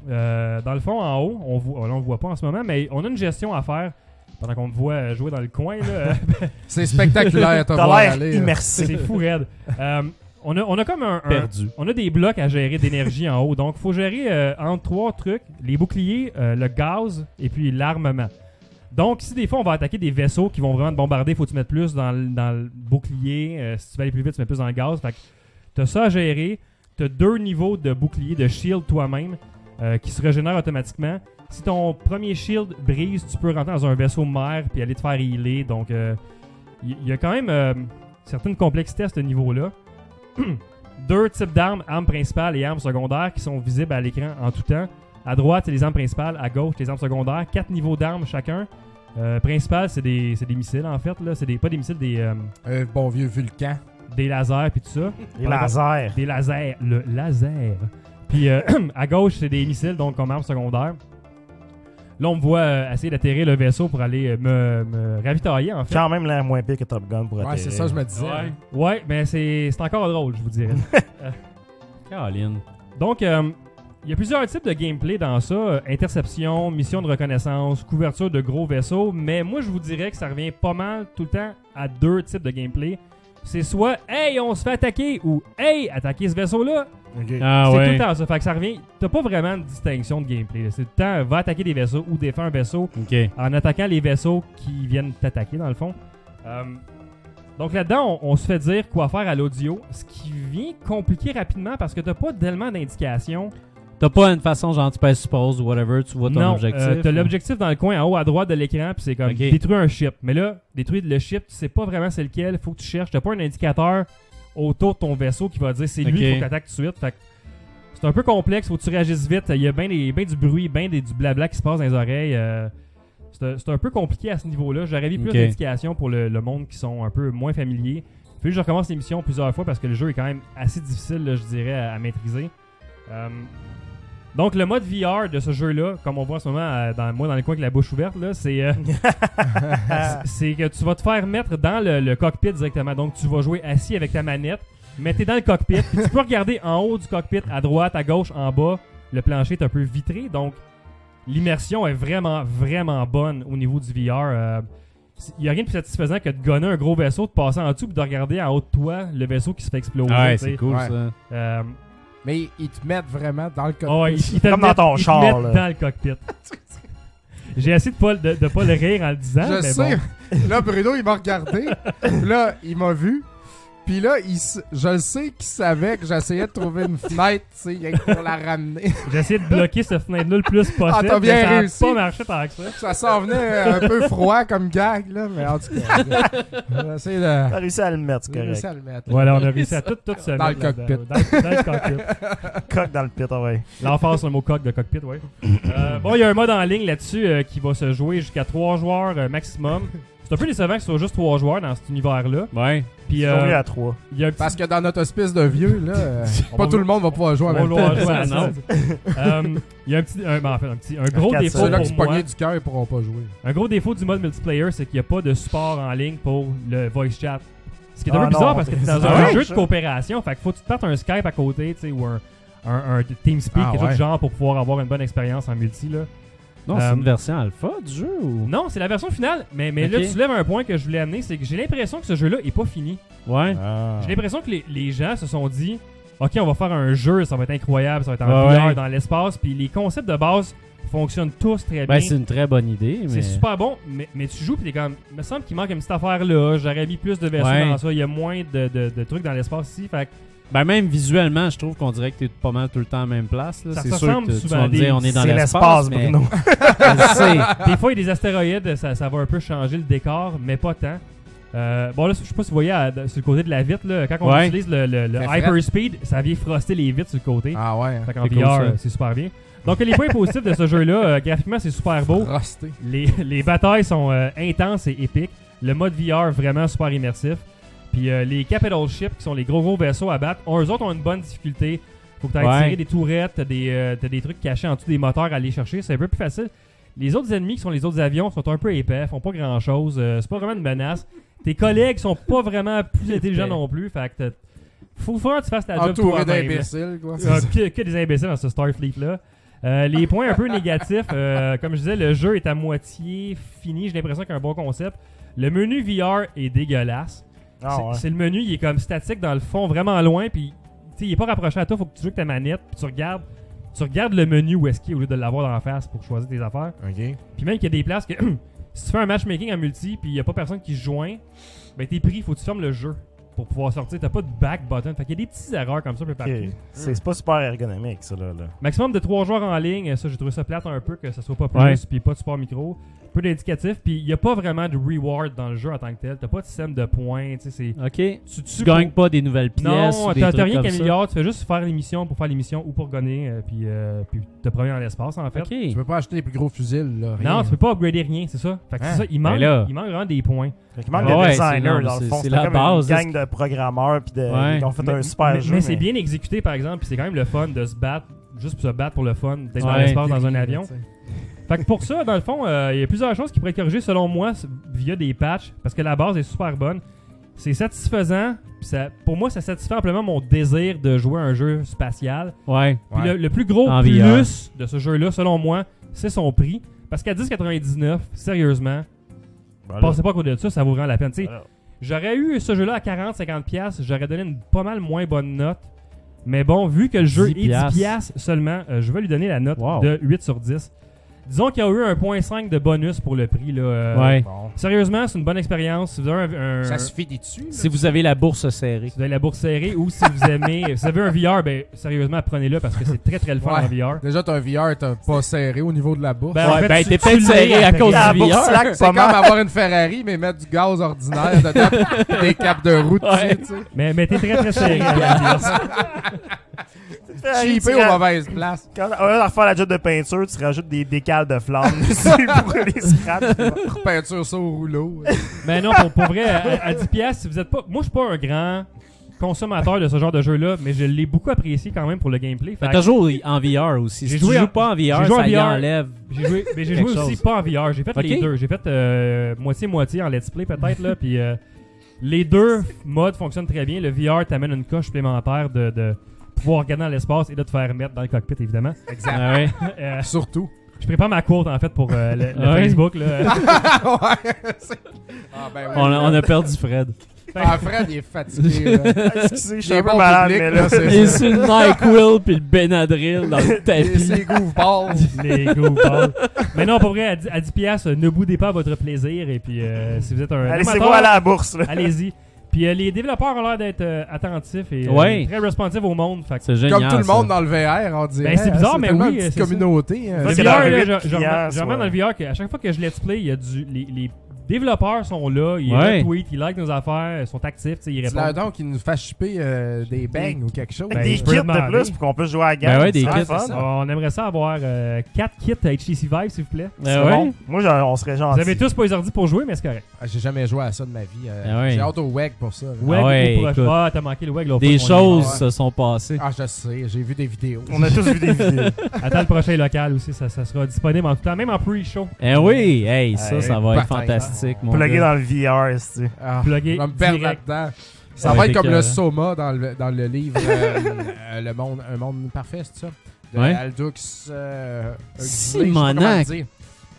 S6: euh, dans le fond, en haut, on ne le voit pas en ce moment, mais on a une gestion à faire pendant qu'on me voit euh, jouer dans le coin. là.
S5: C'est spectaculaire, te T'as voir l'air
S6: euh,
S5: aller, là. immersif.
S6: C'est fou, raide. Euh, on, a, on a comme un, un-
S2: Perdu.
S6: On a des blocs à gérer d'énergie en haut. Donc, il faut gérer euh, entre trois trucs les boucliers, euh, le gaz et puis l'armement. Donc, si des fois on va attaquer des vaisseaux qui vont vraiment te bombarder, faut que tu mettes plus dans, le- dans le bouclier. Euh, si tu veux aller plus vite, tu mets plus dans le gaz. Fait que t'as ça à gérer. T'as deux niveaux de bouclier, de shield toi-même, euh, qui se régénèrent automatiquement. Si ton premier shield brise, tu peux rentrer dans un vaisseau mère puis aller te faire healer. Donc, euh, il y, y a quand même euh, certaines complexités à ce niveau-là. Deux types d'armes, armes principales et armes secondaires, qui sont visibles à l'écran en tout temps. À droite, c'est les armes principales. À gauche, les armes secondaires. Quatre niveaux d'armes chacun. Euh, principal, c'est des, c'est des missiles, en fait. Là. C'est des, pas des missiles, des... euh,
S5: bon vieux Vulcan.
S6: Des lasers, puis tout ça.
S4: Des lasers.
S6: Des lasers. Le laser. Puis euh, à gauche, c'est des missiles, donc comme arme secondaire. Là, on me voit euh, essayer d'atterrir le vaisseau pour aller euh, me, me ravitailler, en fait.
S4: Quand même l'air moins pire que Top Gun pour
S6: Ouais,
S4: atterrir.
S6: c'est ça, je me disais. Ouais. Ouais, mais c'est c'est encore drôle, je vous dirais. Euh,
S2: Caroline.
S6: Donc, euh, il y a plusieurs types de gameplay dans ça. Euh, Interception, mission de reconnaissance, couverture de gros vaisseaux. Mais moi, je vous dirais que ça revient pas mal tout le temps à deux types de gameplay. c'est soit Hey, on se fait attaquer ou Hey, attaquez ce vaisseau-là.
S2: Ah
S6: c'est
S2: ouais.
S6: tout le temps ça. Fait que ça revient. T'as pas vraiment de distinction de gameplay. là. C'est tout le temps va attaquer des vaisseaux ou défend un vaisseau en attaquant les vaisseaux qui viennent t'attaquer dans le fond. Euh, donc là-dedans, on, on se fait dire quoi faire à l'audio, ce qui vient compliquer rapidement parce que t'as pas tellement d'indications.
S2: T'as pas une façon genre tu passes suppose ou whatever, tu vois ton
S6: non,
S2: objectif.
S6: euh, t'as
S2: ou-
S6: l'objectif dans le coin en haut à droite de l'écran, puis c'est comme
S2: Ok.
S6: détruire un ship. Mais là, détruire le ship, tu sais pas vraiment c'est lequel, faut que tu cherches. T'as pas un indicateur autour de ton vaisseau qui va dire c'est lui,
S2: Ok.
S6: faut que t'attaques tout de suite. Fait que c'est un peu complexe, faut que tu réagisses vite. Il y a bien ben du bruit, bien du blabla qui se passe dans les oreilles. euh, c'est un- c'est un peu compliqué à ce niveau-là. J'aurais mis plus
S2: Ok.
S6: d'indications pour le, le monde qui sont un peu moins familiers. Puis je recommence l'émission plusieurs fois parce que le jeu est quand même assez difficile, là, je dirais, à, à maîtriser. Euh, donc le mode VR de ce jeu-là, comme on voit en ce moment, euh, dans, moi dans le coin avec la bouche ouverte, là, c'est euh, c'est que tu vas te faire mettre dans le, le cockpit directement. Donc tu vas jouer assis avec ta manette, mais t'es dans le cockpit. Puis tu peux regarder en haut du cockpit, à droite, à gauche, en bas. Le plancher est un peu vitré, donc l'immersion est vraiment, vraiment bonne au niveau du VR. euh, il n'y a rien de plus satisfaisant que de gonner un gros vaisseau, de passer en dessous et de regarder en haut de toi le vaisseau qui se fait exploser.
S2: Ouais,
S6: tu sais.
S2: c'est cool, Ouais. ça.
S6: Euh,
S32: Mais ils- ils te mettent vraiment dans le cockpit.
S6: ah ouais, ils- ils te mettent- ils te mettent dans le cockpit. J'ai essayé de pas, le- de, de pas le rire en le disant,
S32: Je
S6: mais
S32: sais.
S6: bon.
S32: Là, Bruno, il m'a regardé. Puis là, il m'a vu. Puis là, il s- je le sais qu'il savait que j'essayais de trouver une fenêtre, tu sais, rien que pour la ramener.
S6: J'ai essayé de bloquer ce fenêtre-là le plus possible.
S32: Ah, t'as bien
S6: mais ça a
S32: réussi.
S6: pas marché tant que ça.
S32: Ça s'en venait un peu froid comme gag, là, mais en tout cas. j'ai essayé de-
S8: T'as réussi à le mettre, c'est
S32: J'ai
S8: correct.
S32: réussi à le mettre.
S6: Voilà, on a réussi à tout, tout se
S32: Dans le
S6: mettre là-dedans,
S32: cockpit.
S6: Dans, dans le cockpit.
S8: Coq dans le pit, ah ouais.
S6: L'emphase sur le mot coq de cockpit, oui. bon, il y a un mode en ligne là-dessus euh, qui va se jouer jusqu'à 3 joueurs euh, maximum. C'est un peu décevant que ce soit juste 3 joueurs dans cet univers-là.
S2: Ouais.
S6: Puis,
S32: Ils
S6: euh,
S32: sont mieux à
S8: trois.
S6: Il y a un petit
S32: Parce que dans notre hospice de vieux, là, euh,
S6: On
S32: pas
S6: va-
S32: tout le monde va pouvoir jouer
S6: on
S32: à
S6: va
S32: même
S6: pouvoir
S32: temps.
S6: jouer à ça. Euh, Il y a un petit, un, ben, en fait, un petit, un gros
S32: Arcade,
S6: défaut
S32: ça. Ceux-là
S6: pour
S32: qui se
S6: moi.
S32: pognaient du cœur, ils pourront pas jouer.
S6: Un gros défaut du mode multiplayer, c'est qu'il n'y a pas de support en ligne pour le voice chat. Ce qui est un
S8: Ah
S6: peu bizarre
S8: non,
S6: parce que
S8: c'est-
S6: c'est dans
S8: c'est
S6: un
S8: vrai,
S6: jeu de
S8: ça.
S6: coopération, fait qu'il faut que tu te partes un Skype à côté, tu sais, ou un, un, un TeamSpeak,
S2: Ah
S6: quelque chose
S2: ouais.
S6: du genre pour pouvoir avoir une bonne expérience en multi, là.
S2: Non,
S6: Euh,
S2: c'est une version alpha du jeu ou.
S6: non, c'est la version finale, mais, mais
S2: Ok.
S6: là, tu lèves un point que je voulais amener, c'est que j'ai l'impression que ce jeu-là est pas fini.
S2: Ouais.
S6: Ben,
S2: Ah.
S6: J'ai l'impression que les, les gens se sont dit Ok, on va faire un jeu, ça va être incroyable, ça va être en
S2: Ouais,
S6: VR,
S2: ouais.
S6: dans l'espace. Puis les concepts de base fonctionnent tous très
S2: Ben,
S6: bien.
S2: c'est une très bonne idée, mais.
S6: C'est super bon, mais, mais tu joues, puis t'es comme. Il me semble qu'il manque une petite affaire là. J'aurais mis plus de vaisseaux
S2: Ouais.
S6: dans ça. Il y a moins de, de- de trucs dans l'espace ici. Fait que
S2: Ben, même visuellement, je trouve qu'on dirait que t'es pas mal tout le temps à la même place. là.
S6: ça
S2: C'est sûr
S6: ressemble
S2: que tu
S6: souvent à
S2: vas me
S6: des.
S2: dire on est dans mais- Je sais.
S6: des fois, il y a des astéroïdes, ça, ça va un peu changer le décor, mais pas tant. Euh, bon, là, je sais pas si vous voyez à- sur le côté de la vitre, là, quand on
S2: Ouais.
S6: utilise le, le- le
S2: Très frais.
S6: hyperspeed, ça vient froster les vitres sur le côté.
S32: Ah
S5: hein.
S32: ouais.
S6: Fait qu'en
S2: C'est cool,
S6: VR,
S2: ça.
S6: euh, c'est super bien. Donc, les points positifs de ce jeu-là, euh, graphiquement, c'est super
S2: Ah,
S6: beau. Les, les batailles sont euh, intenses et épiques. Le mode VR, vraiment super immersif. Puis euh, les Capital Ships, qui sont les gros gros vaisseaux à battre, eux autres ont une bonne difficulté. Faut que tu
S2: Ouais.
S6: tirer des tourettes, t'as des, euh, t'as des trucs cachés en dessous des moteurs à aller chercher. C'est un peu plus facile. Les autres ennemis, qui sont les autres avions, sont un peu épais, font pas grand chose. c'est pas vraiment une menace. Tes collègues sont pas vraiment plus intelligents non plus. Fait que t'as- faut vraiment que tu fasses ta job
S32: Entouré
S6: toi-même.
S32: d'imbéciles, quoi.
S6: Ah, que, que des imbéciles dans ce Starfleet-là. Euh, les points un peu négatifs, euh, comme je disais, le jeu est à moitié fini. J'ai l'impression qu'il y a un bon concept. Le menu VR est dégueulasse.
S8: Ah
S6: c'est
S8: ouais.
S6: c'est le menu, il est comme statique dans le fond, vraiment loin. Puis, tu sais, il est pas rapproché à toi. Faut que tu joues avec ta manette. Puis tu regardes, tu regardes le menu où est-ce qu'il est au lieu de l'avoir dans la face pour choisir tes affaires. Puis même qu'il y a des places que si tu fais un matchmaking en multi, puis il y a pas personne qui se joint, ben t'es pris. Faut que tu fermes le jeu pour pouvoir sortir. T'as pas de back button. Fait qu'il y a des petites erreurs comme ça un peu
S8: Ok.
S6: partout.
S8: C'est c'est pas super ergonomique, ça, là. là.
S6: Maximum de 3 joueurs en ligne, ça j'ai trouvé ça plate un peu que ça soit pas
S8: Ouais.
S6: plus, puis pas de support micro. Peu d'indicatif, puis il n'y a pas vraiment de reward dans le jeu en tant que tel. T'as pas de système de points, tu sais.
S2: Ok.
S6: Tu,
S2: Tu gagnes pas des nouvelles pièces
S6: Non,
S2: ou des
S6: t'as t'as
S2: trucs
S6: rien
S2: comme
S6: qui
S2: ça.
S6: améliore, tu fais juste faire l'émission pour faire l'émission ou pour gagner, euh, puis, euh, puis te promener dans l'espace en fait.
S32: Tu peux pas acheter les plus gros fusils, là. rien.
S6: Non, tu peux pas upgrader rien, c'est ça. Fait que
S32: Hein?
S6: c'est ça, il
S32: Ben
S6: manque,
S32: là.
S6: il manque vraiment des points.
S8: Il manque de designers, dans le fond. C'est comme une gang de programmeurs puis de, qui ont fait
S6: Mais-
S8: un super
S6: mais,
S8: jeu.
S6: Mais, c'est bien exécuté, par exemple, puis c'est quand même le fun de se battre, juste pour se battre pour le fun, d'être dans
S8: Ouais,
S6: l'espace dans un
S8: terrible,
S6: avion.
S8: tu sais.
S6: Fait que pour ça, dans le fond, euh, il y a plusieurs choses qui pourraient être corrigées selon moi s- via des patchs, parce que la base est super bonne. C'est satisfaisant, puis ça, pour moi, ça satisfait amplement mon désir de jouer à un jeu spatial.
S2: Ouais.
S6: Puis
S2: Ouais.
S6: Le, le plus gros
S2: En
S6: plus
S2: VR.
S6: de ce jeu-là, selon moi, c'est son prix. Parce qu'à 10,99, sérieusement,
S2: Voilà.
S4: Ah,
S6: passez pas à côté de ça, ça vous rend la peine. Tu sais, J'aurais eu ce jeu-là à 40-50$, j'aurais donné une pas mal moins bonne note. Mais bon, vu que le jeu
S2: 10
S6: est 10$ seulement, euh, je vais lui donner la note de 8 sur 10. Disons qu'il y a eu un 1.5 de bonus pour le prix. Là, euh,
S2: Ouais.
S6: bon. Sérieusement, c'est une bonne expérience. Si vous avez un- un-
S33: Ça se finit dessus.
S2: Si vous avez la bourse serrée.
S6: si vous avez la bourse serrée ou si vous aimez, si vous avez un VR, ben sérieusement prenez-le parce que c'est très très le fun
S5: Ouais.
S6: en VR.
S5: Déjà, t'as un VR, t'as pas serré au niveau de la bourse.
S6: Ben, en Ouais, fait, ben, tu- t'es tu peut-être l'es serré à après. cause du VR.
S5: C'est
S6: Pas
S5: comme
S6: mal.
S5: avoir une Ferrari, mais mettre du gaz ordinaire dedans, pis des capes de route
S6: Ouais.
S5: dessus, tu sais.
S6: Mais- mais t'es très, très serré à la bourse.
S5: Cheapé aux mauvaises places.
S4: Quand, au lieu de refaire la job de peinture, tu rajoutes des décales de flammes dessus pour les scraps.
S5: Peinture ça au rouleau. euh,
S6: Mais non, pour, pour vrai, à, à 10 pièces, si vous êtes pas moi je suis pas un grand consommateur de ce genre de jeu là, mais je l'ai beaucoup apprécié quand même pour le gameplay. Fait
S2: Mais
S6: que-
S2: t'as joué en VR aussi. Si
S6: J'ai
S2: tu
S6: joué
S2: joues
S6: en-
S2: pas en VR,
S6: j'ai joué en
S2: ça y
S6: VR.
S2: enlève.
S6: J'ai joué, mais j'ai
S2: quelque
S6: joué aussi
S2: chose.
S6: pas en VR. J'ai fait les
S2: Ok.
S6: deux. J'ai fait euh, moitié-moitié en let's play peut-être. là, puis euh, les deux modes fonctionnent très bien. Le VR t'amène une coche supplémentaire de, de pouvoir regarder dans l'espace et de te faire mettre dans le cockpit, évidemment.
S5: Exact.
S2: Ah ouais.
S6: Euh,
S5: Surtout.
S6: Je prépare ma courte en fait pour euh, le, le
S2: Ah ouais.
S6: Facebook. Là.
S5: Ah Ouais, c'est- Ah, ben oui.
S2: On a, on a perdu Fred.
S5: Ah, Fred, il est fatigué. là.
S4: Excusez, je suis
S5: Il est
S4: un peu
S5: bon
S4: malade,
S5: public,
S4: mais là, c'est-
S2: Il est sur le NyQuil puis le Benadryl dans le
S5: Et
S2: tapis.
S5: c'est groove balls.
S6: Les gros balles. Mais non, pour vrai, à 10 à 10 piastres, ne boudez pas votre plaisir. Et puis, euh, si vous êtes un.
S4: Allez,
S6: amateur,
S4: c'est moi à la bourse, là.
S6: Allez-y. Puis, euh, les développeurs ont l'air d'être euh, attentifs et euh,
S2: Ouais.
S6: très responsifs au monde. Fait que-
S2: C'est génial.
S5: Comme tout le
S2: ça.
S5: monde dans le VR, on dirait.
S6: Ben, c'est bizarre,
S5: hein,
S6: mais
S5: tellement
S6: oui,
S5: une petite
S6: c'est ça.
S5: communauté. hein.
S6: Le
S4: C'est
S6: VR,
S4: leur
S6: là,
S4: huit
S6: je- je
S4: clients,
S6: remets- je
S4: soit.
S6: remets dans le VR qu'à chaque fois que je let's play, il y a du, les, les développeurs sont là, ils
S2: Ouais.
S6: retweetent, ils likent nos affaires, ils sont actifs, tu sais, ils
S5: C'est leur
S6: répondent.
S5: don qu'ils nous fassent chipper euh, des bangs ou quelque chose.
S6: Ben,
S4: des
S6: je
S4: kits
S6: peux demander.
S4: de plus pour qu'on puisse jouer à la game.
S2: Ben ouais, des
S4: C'est
S2: kits,
S4: fun.
S2: c'est ça.
S6: On aimerait ça avoir 4 kits HTC Vive, s'il vous plaît.
S2: Ah
S4: C'est
S2: ouais?
S4: bon. Moi, j'en- on serait
S6: Vous
S4: gentils.
S6: avez tous pas les ordi pour jouer, mais c'est correct.
S5: Ah, J'ai jamais joué à ça de ma vie. euh,
S2: Ah ouais.
S5: J'ai hâte au WEG pour ça. là.
S6: WEG
S2: ouais,
S6: ou pour
S2: écoute.
S6: Ah, t'as manqué le WEG l'autre
S2: Des
S6: fois qu'on est allé.
S2: choses se sont passées.
S5: Ah, je sais, j'ai vu des vidéos.
S4: On a tous vu des vidéos.
S6: Attends le prochain local aussi, ça, ça sera disponible en tout temps, même en pre-show.
S2: Eh oui, hey, ça,
S4: Hey,
S2: ça va être
S5: patin.
S2: fantastique, mon
S4: Plugué
S2: gars.
S4: dans le VR, esti.
S5: Ah,
S6: Plugué
S5: je vais me perdre
S6: direct.
S5: là-dedans.
S2: Ça
S5: Ça
S2: va
S5: va être
S2: être
S5: comme
S2: écœurant.
S5: le Soma dans le, dans le livre euh, euh, le monde, Un monde parfait, c'est ça De
S2: Ouais.
S5: Aldous euh, Huxley, je sais pas
S2: Simonac.
S5: comment le dire.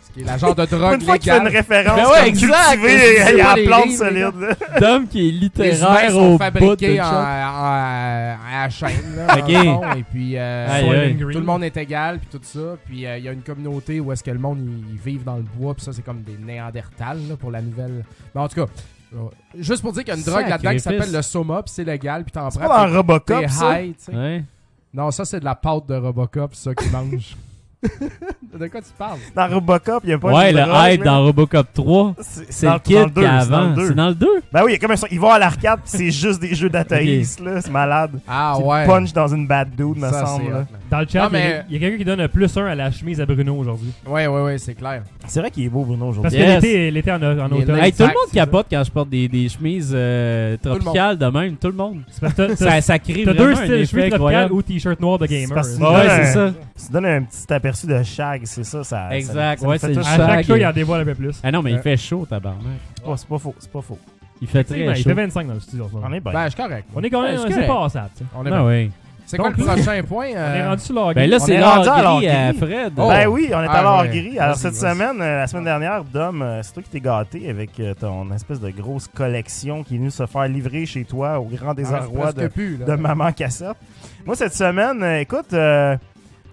S5: Ce qui est la genre de drogue
S4: Une fois qu'il fait une
S5: légale.
S4: référence,
S2: Ben
S4: ben
S2: ouais,
S4: ouais,
S2: exact.
S4: il y a
S5: C'est
S4: la
S5: pas les
S4: plante
S5: livres,
S4: solide. là.
S2: D'homme qui est
S5: Les humains
S2: littéraire
S5: sont
S2: au bout de
S5: fabriqués en, en,
S2: Chuck.
S5: en- à la chaîne. Là, dans
S2: Ok.
S5: le fond, et puis, euh,
S2: Aïe,
S5: tout
S2: aïe.
S5: le monde est égal, puis tout ça. Puis euh, il y a une communauté où est-ce que le monde ils ils vivent dans le bois, puis ça, c'est comme des Néandertals là, pour la nouvelle. Mais en tout cas, euh, juste pour dire qu'il y a une drogue là-dedans qui
S2: Sacrifice.
S5: s'appelle le Soma, puis c'est légal, puis t'en
S4: C'est
S5: prends.
S4: pas
S5: puis
S4: dans Robocop,
S5: t'es
S4: ça.
S5: high, tu sais.
S2: Ouais.
S5: Non, ça, c'est de la pâte de Robocop, ça, qu'ils mangent. de quoi tu parles
S4: Dans Robocop, il y a pas
S2: Ouais,
S4: une
S2: le
S4: drogue,
S2: hype
S4: là.
S2: dans Robocop 3. C'est
S4: dans
S2: le kit
S4: dans deux,
S2: qu'il y a
S4: c'est dans
S2: avant.
S4: le deux.
S2: C'est dans le 2?
S4: Ben oui, il y a comme un son. Ils vont à l'arcade, pis c'est juste des jeux d'athéistes, là. C'est malade.
S5: Ah
S4: Tu
S5: ouais.
S4: punch dans une bad dude, me
S5: Ça,
S4: semble.
S5: c'est
S4: là.
S5: hot,
S6: Dans le chat,
S5: Non,
S6: il y a-
S5: mais-
S6: il y a, quelqu'un qui donne un plus 1 à la chemise à Bruno aujourd'hui.
S5: là. Ouais, ouais, ouais, c'est clair.
S4: C'est vrai qu'il est beau, Bruno,
S6: Parce
S4: aujourd'hui.
S2: Yes.
S6: que l'été, l'été en, en
S5: Il est
S6: automne.
S5: là.
S2: Hey, tout le
S5: Exact,
S2: monde
S5: c'est
S2: capote quand je porte des, des chemises euh,
S5: monde.
S2: tropicales de même. Tout le monde.
S6: C'est parce que t'as-
S2: Ça,
S6: t'as-
S2: ça crée
S6: T'as
S2: vraiment
S6: deux
S2: un
S6: styles,
S2: effet
S6: chemise tropicale
S2: incroyable. Ah
S6: ou t-shirt noir de
S4: C'est
S6: gamer.
S4: parce que-
S2: Ouais, ouais, c'est ça.
S4: Ça donne un petit aperçu de shag, c'est ça. ça
S2: Exact,
S4: ça- ça me
S2: ouais,
S4: fait
S2: c'est
S4: tout-
S2: le
S6: À
S4: Ah,
S6: chaque
S2: shag.
S6: show, il en dévoile un peu plus.
S2: Ah non, mais il
S5: Euh.
S2: fait chaud, tabarnak.
S4: C'est pas, c'est pas faux, c'est pas faux.
S2: Il fait
S6: Effectivement,
S2: très
S6: Il
S2: chaud.
S6: fait 25 dans le studio. en ce moment.
S4: On est bien.
S5: Ben, je suis correct.
S6: On est quand
S5: Ouais,
S6: même.
S5: c'est
S6: C'est
S5: correct.
S6: passable. tu sais.
S5: On est
S2: Ah
S5: bon.
S2: oui.
S5: C'est quoi le
S6: Donc,
S5: prochain point
S6: On est
S5: euh?
S6: rendu sur l'orgue.
S2: Ben là,
S4: On
S2: c'est
S4: est
S2: l'or
S4: rendu à
S2: gris
S4: l'or
S2: à
S4: gris.
S2: Fred.
S5: Oh.
S4: Ben oui, on est
S5: Ah
S4: à l'or
S5: ouais.
S4: gris. Alors
S5: Vas-y,
S4: cette
S5: vas-y.
S4: semaine, euh, la semaine dernière, Dom, euh, c'est toi qui t'es gâté avec euh, ton espèce de grosse collection qui est venue se faire livrer chez toi au grand
S5: Ah, c'est
S4: désarroi
S5: presque
S4: de,
S5: plus, là.
S4: de Maman Cassette. Moi, cette semaine, euh, écoute, euh,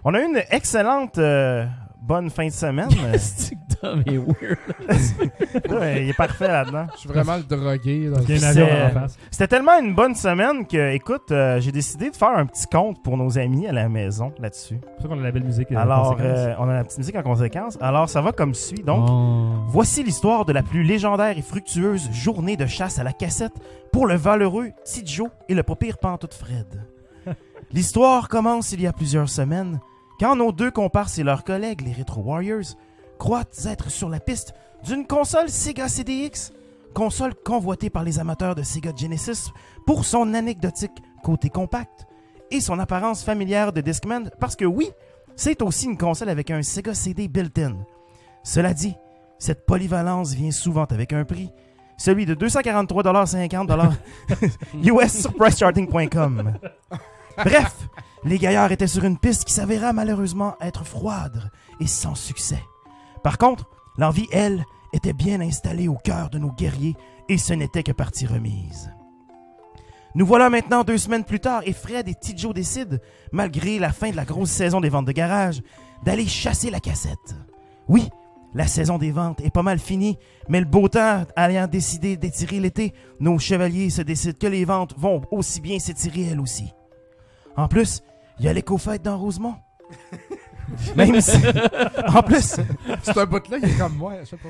S4: on a eu une excellente euh, bonne fin de semaine.
S2: C'est que Dom est weird.
S4: Ouais, euh, il est parfait là-dedans.
S5: Je suis vraiment le drogué. Dans
S6: Il y a un
S4: C'est- euh,
S6: avion en face.
S4: C'était tellement une bonne semaine que, écoute, euh, j'ai décidé de faire un petit compte pour nos amis à la maison là-dessus.
S6: C'est pour ça qu'on a la belle musique. euh,
S4: Alors,
S6: conséquence.
S4: euh, on a la petite musique en conséquence. Alors, ça va comme suit. Donc,
S2: Oh.
S4: Voici l'histoire de la plus légendaire et fructueuse journée de chasse à la cassette pour le valeureux Tidjo et le pas pire pantoute Fred. L'histoire commence il y a plusieurs semaines, quand nos deux comparses et leurs collègues, les Retro Warriors, croient être sur la piste d'une console Sega CDX, console convoitée par les amateurs de Sega Genesis pour son anecdotique côté compact et son apparence familière de Discman, parce que oui, c'est aussi une console avec un Sega CD built-in. Cela dit, cette polyvalence vient souvent avec un prix, celui de 243,50$ US sur pricecharting.com. Bref, les gaillards étaient sur une piste qui s'avéra malheureusement être froide et sans succès. Par contre, l'envie, elle, était bien installée au cœur de nos guerriers et ce n'était que partie remise. Nous voilà maintenant deux semaines plus tard et Fred et Tidjo décident, malgré la fin de la grosse saison des ventes de garage, d'aller chasser la cassette. Oui, la saison des ventes est pas mal finie, mais le beau temps ayant décidé d'étirer l'été, nos chevaliers se décident que les ventes vont aussi bien s'étirer elles aussi. En plus, il y a l'éco-fête dans Rosemont. Même si... En plus...
S5: C'est un bout-là, il est comme moi, je sais pas.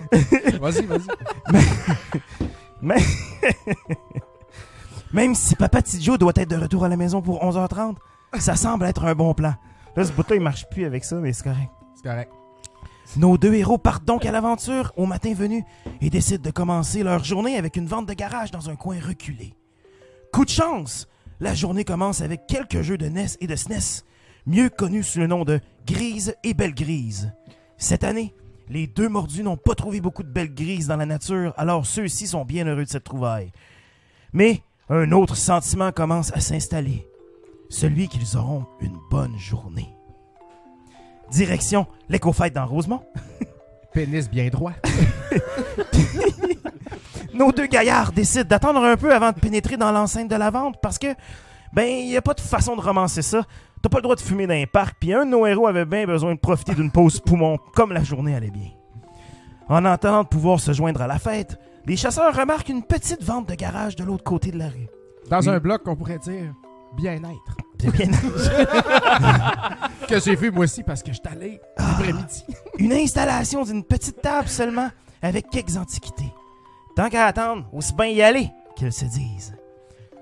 S5: Vas-y, vas-y.
S4: Mais- Mais... Même si Papa Tidjo doit être de retour à la maison pour 11h30, ça semble être un bon plan. Là, ce bout-là, il marche plus avec ça, mais c'est correct.
S5: C'est correct.
S4: Nos deux héros partent donc à l'aventure au matin venu et décident de commencer leur journée avec une vente de garage dans un coin reculé. Coup de chance! La journée commence avec quelques jeux de NES et de SNES, mieux connus sous le nom de Grise et Belle Grise. Cette année, les deux mordus n'ont pas trouvé beaucoup de belles grises dans la nature, alors ceux-ci sont bien heureux de cette trouvaille. Mais un autre sentiment commence à s'installer, celui qu'ils auront une bonne journée. Direction l'éco-fête dans Rosemont.
S5: Pénis bien droit.
S4: Nos deux gaillards décident d'attendre un peu avant de pénétrer dans l'enceinte de la vente parce que, ben, il n'y a pas de façon de romancer ça. T'as pas le droit de fumer dans un parc, puis un de nos héros avait bien besoin de profiter d'une pause poumon, comme la journée allait bien. En attendant de pouvoir se joindre à la fête, les chasseurs remarquent une petite vente de garage de l'autre côté de la rue.
S5: Dans
S4: Une-
S5: un bloc qu'on pourrait dire bien-être.
S4: Bien-être.
S5: que j'ai vu moi aussi parce que je suis allé l'après-midi.
S4: Une installation d'une petite table seulement, avec quelques antiquités. Tant qu'à attendre, aussi bien y aller, qu'ils se disent.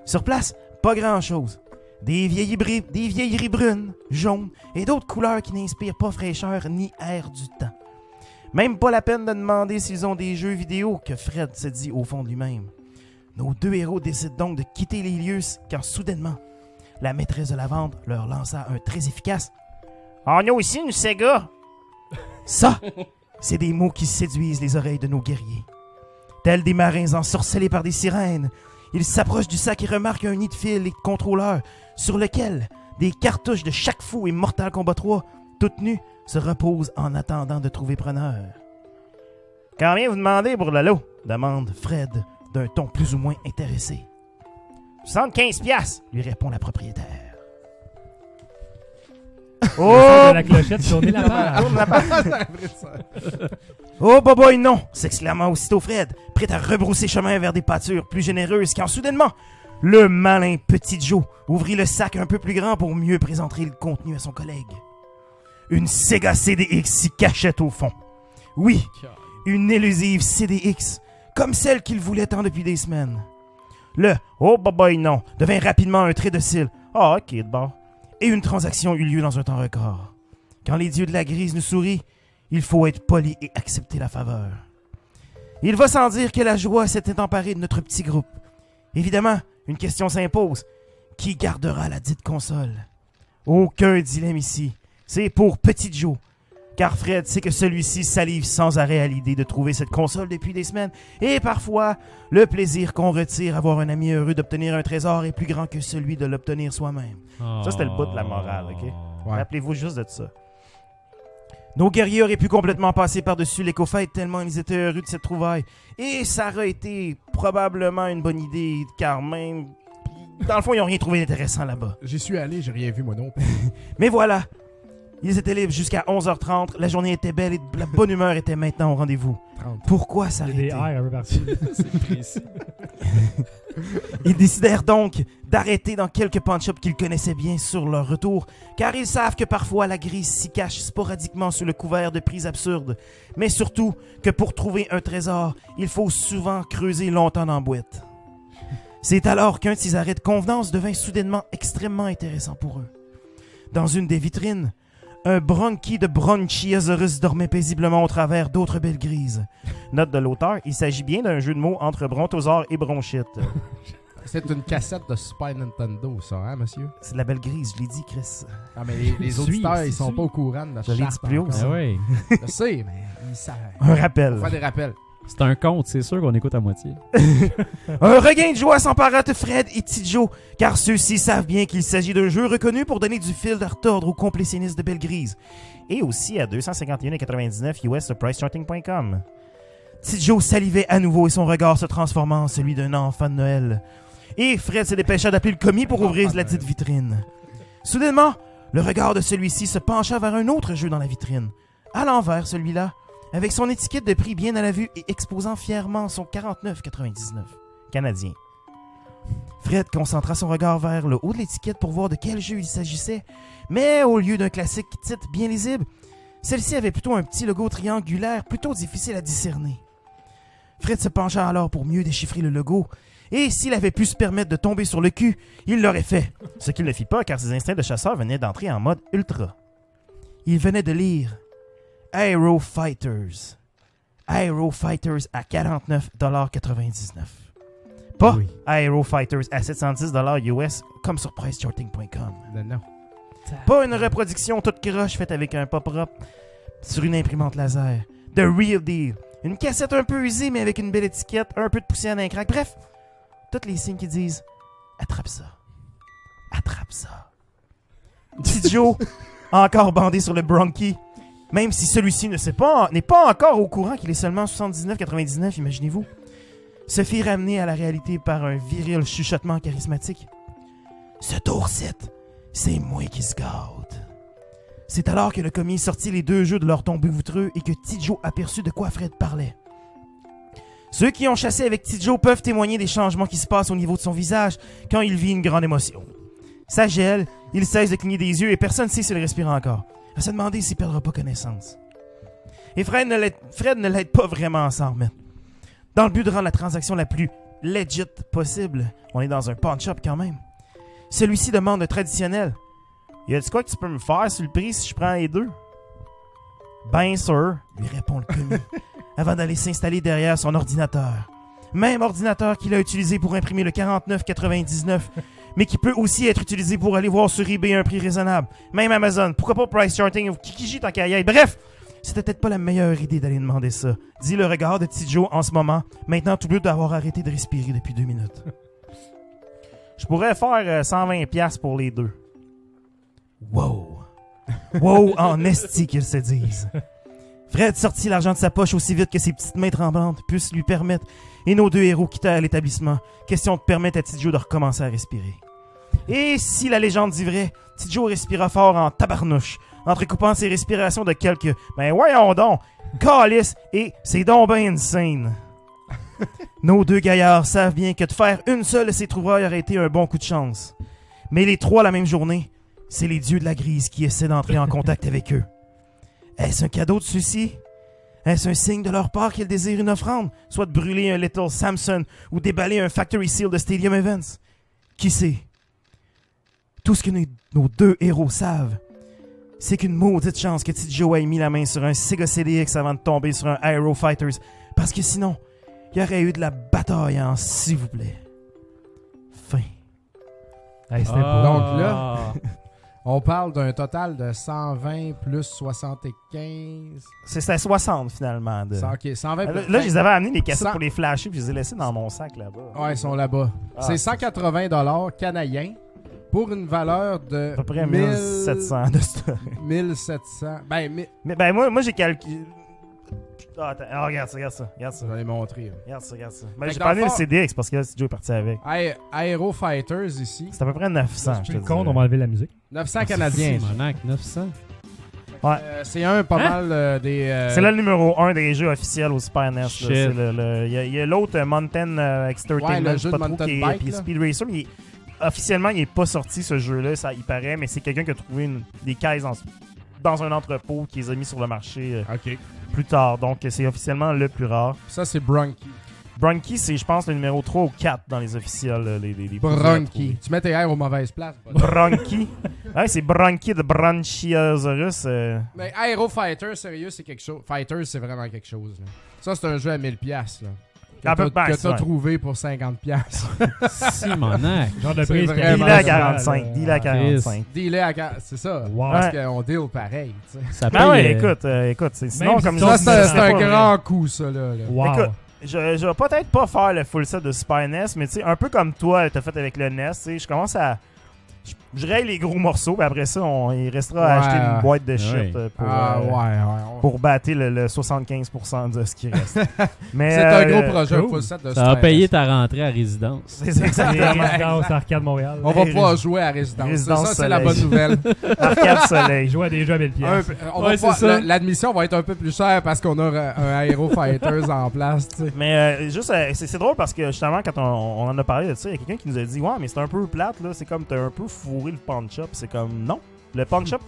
S4: Sur place, pas grand-chose. Des vieilles bri- des vieilleries brunes, jaunes et d'autres couleurs qui n'inspirent pas fraîcheur ni air du temps. Même pas la peine de demander s'ils ont des jeux vidéo que Fred se dit au fond de lui-même. Nos deux héros décident donc de quitter les lieux quand soudainement, la maîtresse de la vente leur lança un très efficace On a aussi une Sega Ça, c'est des mots qui séduisent les oreilles de nos guerriers. Tels des marins ensorcelés par des sirènes, ils s'approchent du sac et remarquent un nid de fil et de contrôleur sur lequel des cartouches de chaque fou et Mortal Kombat 3, toutes nues, se reposent en attendant de trouver preneur. Combien vous demandez pour le lot demande Fred d'un ton plus ou moins intéressé. 75 piastres, lui répond la propriétaire. Oh,
S6: sens de la clochette, tournez la page.
S4: Tourne la page.
S6: Ça arriverait ça.
S4: Oh, boy, boy, non s'exclama aussitôt Fred, prêt à rebrousser chemin vers des pâtures plus généreuses, quand soudainement, le malin petit Joe ouvrit le sac un peu plus grand pour mieux présenter le contenu à son collègue. Une Sega CDX s'y cachait au fond. Oui, une élusive CDX, comme celle qu'il voulait tant depuis des semaines. Le Oh, boy, boy, non devint rapidement un trait de cils. Ah, ok, de bon. Et une transaction eut lieu dans un temps record. Quand les dieux de la grise nous sourient, il faut être poli et accepter la faveur. Il va sans dire que la joie s'était emparée de notre petit groupe. Évidemment, une question s'impose. Qui gardera la dite console? Aucun dilemme ici. C'est pour Petit Joe. Car Fred sait que celui-ci salive sans arrêt à l'idée de trouver cette console depuis des semaines. Et parfois, le plaisir qu'on retire à voir un ami heureux d'obtenir un trésor est plus grand que celui de l'obtenir soi-même. Ça, c'était le bout de la morale, OK?
S5: Ah.
S4: Rappelez-vous juste de ça. Nos guerriers auraient pu complètement passer par-dessus l'éco-fête tellement ils étaient heureux de cette trouvaille. Et ça aurait été probablement une bonne idée, car même... Dans le fond, ils n'ont rien trouvé d'intéressant là-bas.
S5: J'y suis allé, j'ai rien vu moi non plus.
S4: Mais voilà, ils étaient libres jusqu'à 11h30, la journée était belle et la bonne humeur était maintenant au rendez-vous.
S5: 30.
S4: Pourquoi
S6: Des
S4: s'arrêter?
S6: airs un peu partout. C'est précis.
S4: Ils décidèrent donc d'arrêter dans quelques punch-ups qu'ils connaissaient bien sur leur retour, car ils savent que parfois la grise s'y cache sporadiquement sous le couvert de prises absurdes, mais surtout que pour trouver un trésor, il faut souvent creuser longtemps dans la boîte. C'est alors qu'un de ces arrêts de convenance devint soudainement extrêmement intéressant pour eux. Dans une des vitrines, un bronchi de Bronchiosaurus dormait paisiblement au travers d'autres belles grises. Note de l'auteur, il s'agit bien d'un jeu de mots entre brontosaure et bronchite.
S5: C'est une cassette de Super Nintendo, ça, hein, monsieur?
S4: C'est de la belle grise, je l'ai dit, Chris.
S5: Ah, mais les, les
S4: Suis,
S5: auditeurs, ils
S4: suis,
S5: sont
S4: suis.
S5: pas au courant de notre
S4: Je l'ai dit
S5: charte
S4: plus haut,
S5: encore.
S4: ça.
S34: oui.
S5: Je sais, mais ils savent.
S4: Un rappel.
S5: Faut faire des rappels.
S34: C'est un conte, c'est sûr qu'on écoute à moitié.
S4: Un regain de joie s'empara de Fred et Tidjo, car ceux-ci savent bien qu'il s'agit d'un jeu reconnu pour donner du fil à retordre aux complétionnistes de Belle Grise, et aussi à 251,99 US sur PriceCharting.com. Petit Joe salivait à nouveau et son regard se transforma en celui d'un enfant de Noël. Et Fred se dépêcha d'appeler le commis pour ouvrir la petite vitrine. Soudainement, le regard de celui-ci se pencha vers un autre jeu dans la vitrine. À l'envers, celui-là, avec son étiquette de prix bien à la vue et exposant fièrement son 49,99 canadien. Fred concentra son regard vers le haut de l'étiquette pour voir de quel jeu il s'agissait, mais au lieu d'un classique titre bien lisible, celle-ci avait plutôt un petit logo triangulaire plutôt difficile à discerner. Fred se pencha alors pour mieux déchiffrer le logo, et s'il avait pu se permettre de tomber sur le cul, il l'aurait fait, ce qu'il ne fit pas car ses instincts de chasseur venaient d'entrer en mode ultra. Il venait de lire Aero Fighters. Aero Fighters à 49,99$. Pas Aero Fighters à 710$ US comme sur PriceCharting.com. Pas une reproduction toute croche faite avec un pop propre sur une imprimante laser. The Real Deal. Une cassette un peu usée mais avec une belle étiquette, un peu de poussière d'un crack. Bref, tous les signes qui disent Attrape ça. Attrape ça. Petit Joe, encore bandé sur le Bronchi, même si celui-ci ne sait pas, n'est pas encore au courant qu'il est seulement 79,99, imaginez-vous, se fit ramener à la réalité par un viril chuchotement charismatique. Ce tour-site, c'est moi qui se garde. C'est alors que le commis sortit les deux jeux de leur tombeau voutreux et que Tidjo aperçut de quoi Fred parlait. Ceux qui ont chassé avec Tidjo peuvent témoigner des changements qui se passent au niveau de son visage quand il vit une grande émotion. Ça gèle, il cesse de cligner des yeux et personne ne sait s'il respire encore. À se demander s'il perdra pas connaissance. Et Fred ne l'aide, Fred ne l'aide pas vraiment à s'en remettre. Dans le but de rendre la transaction la plus legit possible, on est dans un pawn shop quand même. Celui-ci demande le traditionnel. Y a-tu quoi que tu peux me faire sur le prix si je prends les deux? Ben sûr, lui répond le commis, avant d'aller s'installer derrière son ordinateur. Même ordinateur qu'il a utilisé pour imprimer le 49,99, mais qui peut aussi être utilisé pour aller voir sur eBay un prix raisonnable. Même Amazon, pourquoi pas Price Charting ou Kikiji tant qu'à y aller. Bref, c'était peut-être pas la meilleure idée d'aller demander ça, dit le regard de T. Joe en ce moment, maintenant tout bleu d'avoir arrêté de respirer depuis deux minutes. Je pourrais faire euh, 120$ piastres pour les deux. Wow! Wow, en esti qu'ils se disent. Fred sortit l'argent de sa poche aussi vite que ses petites mains tremblantes puissent lui permettre, et nos deux héros quittèrent l'établissement. Question de permettre à Tidjo de recommencer à respirer. Et si la légende dit vrai, Tidjo respira fort en tabarnouche, entrecoupant ses respirations de quelques « Ben voyons donc! » Calice et « C'est donc ben insane! » Nos deux gaillards savent bien que de faire une seule de ces trouvailles aurait été un bon coup de chance. Mais les trois la même journée, c'est les dieux de la grise qui essaient d'entrer en contact avec eux. Est-ce un cadeau de ceux-ci? Est-ce un signe de leur part qu'ils désirent une offrande, soit de brûler un Little Samson ou déballer un Factory Seal de Stadium Events? Qui sait? Tout ce que nos- nos deux héros savent, c'est qu'une maudite chance que T. Joe ait mis la main sur un Sega CDX avant de tomber sur un Aero Fighters, parce que sinon, il y aurait eu de la bataille en s'il vous plaît. Fin.
S6: c'était beau.
S5: Donc là, on parle d'un total de 120 plus 75.
S4: C'est- C'était 60 finalement. De...
S5: Ça, ok,
S4: Euh,
S5: 120
S4: Là, là, je les avais amenés les cassettes
S5: Cent-
S4: pour les flasher puis je les ai laissés dans mon sac là-bas.
S5: Ouais, ils sont là-bas.
S4: Ah,
S5: c'est
S4: c'est
S5: 180 dollars canadiens pour une valeur de
S4: À peu près
S5: 1000
S4: 1700 de stock.
S5: 1700. Ben, mi-
S4: Mais ben moi, moi j'ai calculé. Ah, attends, ah, regarde ça, regarde ça, regarde ça. Je
S5: vais les montrer.
S4: Regarde ça, regarde ça.
S5: Fait
S4: Mais j'ai
S5: que dans
S4: pas amené
S5: le
S4: le
S5: fond-
S4: CDX parce que là, Joe est parti avec.
S5: Aé- Aero Fighters ici.
S4: C'est à peu près 900, je te
S6: le
S4: dis.
S6: con, on m'a enlevé la musique.
S5: 900 canadiens.
S2: C'est monac, 900.
S4: Ouais.
S5: Euh, c'est un pas
S4: Hein?
S5: mal euh, des. euh,
S4: C'est là le numéro 1 des jeux officiels au Super NES. là.
S5: Shit.
S4: C'est le- le- Il y a- il y a, l'autre euh, Mountain euh,
S5: Ouais, le
S4: Entertainment, je
S5: jeu
S4: sais
S5: de
S4: pas trop,
S5: mountain
S4: qui est-
S5: bike,
S4: puis
S5: là.
S4: Speed Racer, mais il est- officiellement, il n'est pas sorti ce jeu-là, ça il paraît, mais c'est quelqu'un qui a trouvé une- des caisses dans, dans un entrepôt qui les a mis sur le marché euh, plus tard. Donc, euh, c'est officiellement le plus rare.
S5: Ça, c'est Bronchi.
S4: Bronchi, c'est, je pense, le numéro 3 ou 4 dans les officiels. euh, Les, les- les plus durs à
S5: Bronchi. Tu mets tes airs aux mauvaises places. bud.
S4: Bronchi. ouais, c'est Bronchi de Branchiosaurus. euh.
S5: Mais Aero Fighter, sérieux, c'est quelque chose. Fighter, c'est vraiment quelque chose. là. Ça, c'est un jeu à 1000 pièces là. Que
S4: À peu
S5: t'as-
S4: près,
S5: que t'as
S4: ouais.
S5: trouvé pour 50 pièces.
S2: Simonac. Genre de
S5: C'est
S2: prise
S5: vraiment
S4: Deal à
S5: ça, là.
S4: 45, deal à 45.
S5: Deal à 45. C'est ça.
S4: Wow.
S5: Parce
S4: Ouais.
S5: qu'on deal pareil. tu sais.
S4: Ben ouais, écoute, euh, écoute, c'est- sinon
S5: Même
S4: comme
S5: si ça, c'est un- c'est un
S4: pas vrai.
S5: grand coup, ça, là, là. Wow.
S4: Écoute, je, je vais peut-être E pas faire le full set de Super NES, mais tu sais, un peu comme toi, t'as fait avec le NES, tu sais, je commence à Je- Je raye les gros morceaux, puis après ça, on, il restera à
S5: Ouais.
S4: acheter une boîte de shit
S5: Ouais.
S4: euh, pour,
S5: Ah,
S4: euh,
S5: ouais, ouais, ouais.
S4: pour battre le, le 75% de ce qui reste. euh,
S5: C'est un gros projet,
S4: cool.
S5: faut le set de
S2: Ça va
S5: stress.
S2: payer ta rentrée à résidence.
S4: C'est exactement.
S6: Résidence Arcade Montréal.
S5: On va pouvoir jouer à résidence. C'est ça, c'est la bonne nouvelle.
S6: Jouer à des jeux à 1000
S5: Un
S6: pièces.
S5: peu- on va pouvoir- le- L'admission va être un peu plus chère parce qu'on aura un Aero Fighters en place. tu sais.
S4: Mais euh, juste, euh, c'est c'est drôle parce que justement, quand on, on en a parlé de ça, il y a quelqu'un qui nous a dit Ouais, mais c'est un peu plate, là. C'est comme, t'as un peu fourré le punch-up. C'est comme, non. Le punch-up.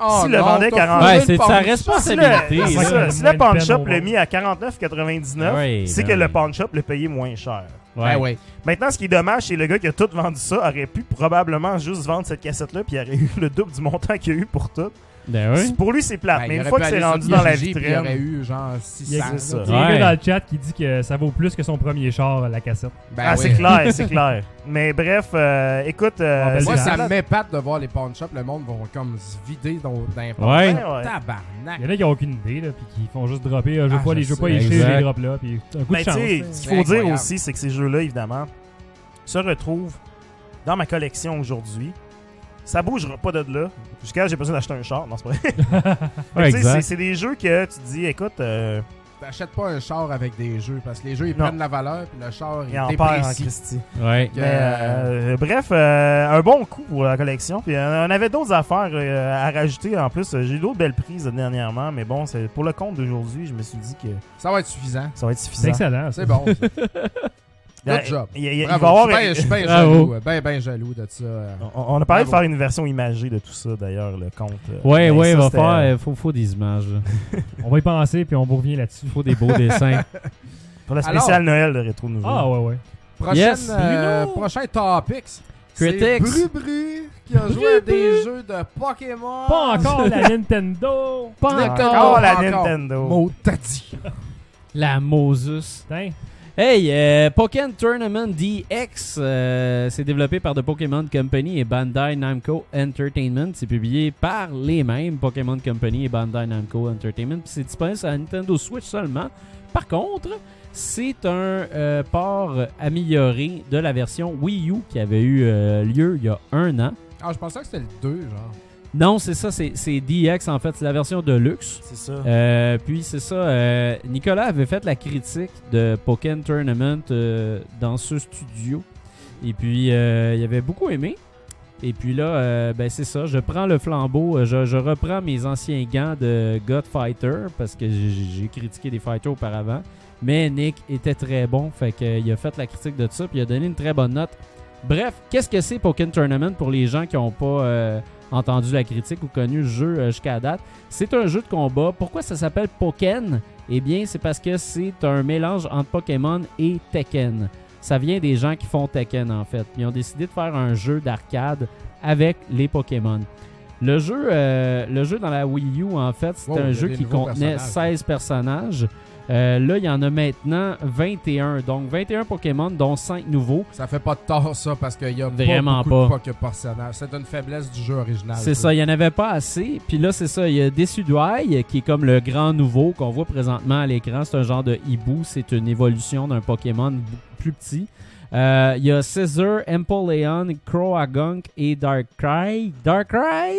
S5: Oh
S4: si le
S5: non,
S4: vendait
S5: t'as
S4: 40
S5: fourré Ouais, le c'est de sa punch-up.
S4: Si
S5: responsabilité,
S4: le, c'est
S5: là.
S4: ça, si
S5: Moins
S4: le
S5: de peine au
S4: punch-up l'a
S5: monde.
S4: mis à 49,99,
S5: Ouais,
S4: c'est
S5: ben
S4: que le
S5: oui.
S4: punch-up l'a payé moins cher.
S5: Ouais. Ben oui.
S4: Maintenant, ce qui est dommage, c'est le gars qui a tout vendu ça aurait pu probablement juste vendre cette cassette-là, puis il aurait eu le double du montant qu'il a eu pour tout.
S2: Ben oui.
S4: C'est- Pour lui, c'est plate,
S5: Ben,
S4: Ah, mais
S5: il
S4: une
S5: aurait
S4: fois
S5: pu
S4: que c'est
S5: aller
S4: rendu
S5: sur
S4: dans la
S5: IGG, puis il
S4: vitrine.
S5: aurait eu genre
S6: Il y
S5: 600.
S6: a il y a
S4: ça.
S6: un gars
S4: Ouais.
S6: dans le chat qui dit que ça vaut plus que son premier char, la cassette.
S5: Ben
S4: ah, c'est clair, c'est clair. Mais bref, euh, écoute. euh,
S5: Moi,
S4: c'est
S5: ça
S4: plate.
S5: m'épate de voir les pawn shops. Le monde va comme se vider dans d'un pawn
S6: Ouais.
S5: shop.
S6: Ouais.
S5: Tabarnak.
S6: Il y en a qui n'ont aucune idée, là, puis qui font juste dropper. euh, je veux
S5: Ah,
S6: pas
S5: je
S6: les jeux
S5: sais.
S6: pas, ils
S5: Exact.
S6: les drops là, puis t'as un coup
S4: Mais
S6: de
S4: Ben, tu
S6: chance.
S4: sais,
S6: hein.
S4: ce qu'il faut dire aussi, c'est que ces jeux-là, évidemment, se retrouvent dans ma collection aujourd'hui. Ça bougera pas de là. Jusqu'à j'ai besoin d'acheter un char. Non, c'est pas vrai. Mais tu sais,
S2: exact.
S4: c'est- c'est des jeux que tu te dis, écoute, euh,
S5: T'achètes pas un char avec des jeux parce que les jeux ils
S4: Non.
S5: prennent la valeur puis le char il,
S4: il en perd en
S5: déprécie.
S4: Christie.
S2: Ouais.
S4: Mais, euh, bref, euh, un bon coup pour la collection. Puis euh, on avait d'autres affaires euh, à rajouter en plus. J'ai eu d'autres belles prises dernièrement, mais bon, c'est pour le compte d'aujourd'hui, je me suis dit que
S5: Ça va être suffisant.
S4: ça va être suffisant.
S6: C'est excellent. ça.
S5: C'est bon. ça.
S4: Ben,
S5: Good job.
S4: il- il- il
S5: Bravo.
S4: va avoir-
S5: Je suis bien ben
S4: Bravo.
S5: jaloux. Ben, ben jaloux de ça.
S4: On, on a parlé de
S5: Bravo.
S4: faire une version imagée de tout ça, d'ailleurs, le compte. euh,
S2: Ouais,
S4: mais
S2: ouais,
S4: ça,
S2: va
S4: c'était-
S2: faire. euh, faut, faut des images. là.
S6: On va y penser, puis on vous revient là-dessus.
S2: faut des beaux dessins.
S8: euh,
S4: Pour la spéciale
S5: Alors-
S4: Noël de Rétro Nouveau.
S6: Ah, ouais, ouais.
S5: Prochaine,
S2: Yes,
S5: euh,
S2: Bruno.
S5: prochain topics. C'est
S2: Critics.
S5: Bru Bru qui a joué à des jeux de Pokémon.
S6: Pas encore la Nintendo. Ah,
S2: Pas
S5: Ah. Pas
S2: encore.
S4: encore la
S5: encore.
S4: Nintendo.
S5: Mot t'as dit.
S2: La Moses.
S6: Putain.
S2: Hey, euh, Pokémon Tournament DX, euh, c'est développé par The Pokémon Company et Bandai Namco Entertainment. C'est publié par les mêmes Pokémon Company et Bandai Namco Entertainment. Puis c'est disponible sur la Nintendo Switch seulement. Par contre, c'est un euh, port amélioré de la version Wii U qui avait eu euh, lieu il y a un an.
S5: Ah, je pensais que c'était le 2, genre.
S2: Non, c'est ça, c'est c'est DX en fait, c'est la version de luxe.
S4: C'est ça.
S2: Euh, puis c'est ça, euh, Nicolas avait fait la critique de Pokémon Tournament euh, dans ce studio. Et puis euh, il avait beaucoup aimé. Et puis là, euh, ben c'est ça, je prends le flambeau, euh, je, je reprends mes anciens gants de God Fighter parce que j'ai j'ai critiqué des fighters auparavant. Mais Nick était très bon, fait qu'il a fait la critique de ça, puis il a donné une très bonne note. Bref, qu'est-ce que c'est Pokémon Tournament pour les gens qui n'ont pas euh, entendu la critique ou connu le jeu euh, jusqu'à date? C'est un jeu de combat. Pourquoi ça s'appelle Pokken? Eh bien, c'est parce que c'est un mélange entre Pokémon et Tekken. Ça vient des gens qui font Tekken, en fait. Puis Ils ont décidé de faire un jeu d'arcade avec les Pokémon. Le jeu, euh, le jeu dans la Wii U, en fait, c'était
S5: Wow, il y
S2: un
S5: a
S2: jeu
S5: des
S2: qui
S5: nouveaux
S2: contenait
S5: personnages.
S2: 16 personnages. Euh, là, il y en a maintenant 21. Donc, 21 Pokémon, dont 5 nouveaux.
S5: Ça fait pas de tort, ça, parce qu'il y a
S2: Vraiment
S5: pas
S2: pas.
S5: beaucoup de Poké- personnages. C'est une faiblesse du jeu original.
S2: C'est ça, il n'y en avait pas assez. Puis là, c'est ça, il y a Décidueye, qui est comme le grand nouveau qu'on voit présentement à l'écran. C'est un genre de hibou, c'est une évolution d'un Pokémon b- plus petit. Euh, il y a Scissor, Empoleon, Croagunk et Darkrai. Darkrai,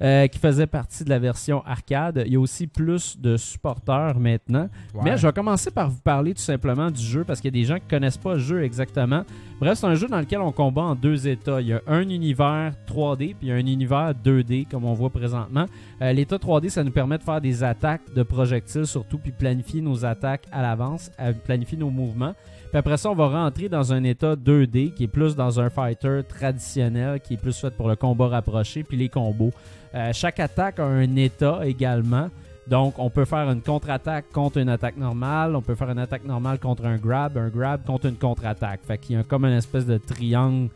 S2: euh, qui faisait partie de la version arcade. Il y a aussi plus de supporters maintenant.
S5: Ouais.
S2: Mais je vais commencer par vous parler tout simplement du jeu parce qu'il y a des gens qui connaissent pas le jeu exactement. Bref, c'est un jeu dans lequel on combat en deux états. Il y a un univers 3D puis un univers 2D comme on voit présentement. Euh, L'état 3D, ça nous permet de faire des attaques de projectiles surtout puis planifier nos attaques à l'avance, à- planifier nos mouvements. Puis après ça, on va rentrer dans un état 2D qui est plus dans un fighter traditionnel, qui est plus fait pour le combat rapproché, puis les combos. Euh, chaque attaque a un état également. Donc, on peut faire une contre-attaque contre une attaque normale, on peut faire une attaque normale contre un grab, un grab contre une contre-attaque. Fait qu'il y a comme une espèce de triangle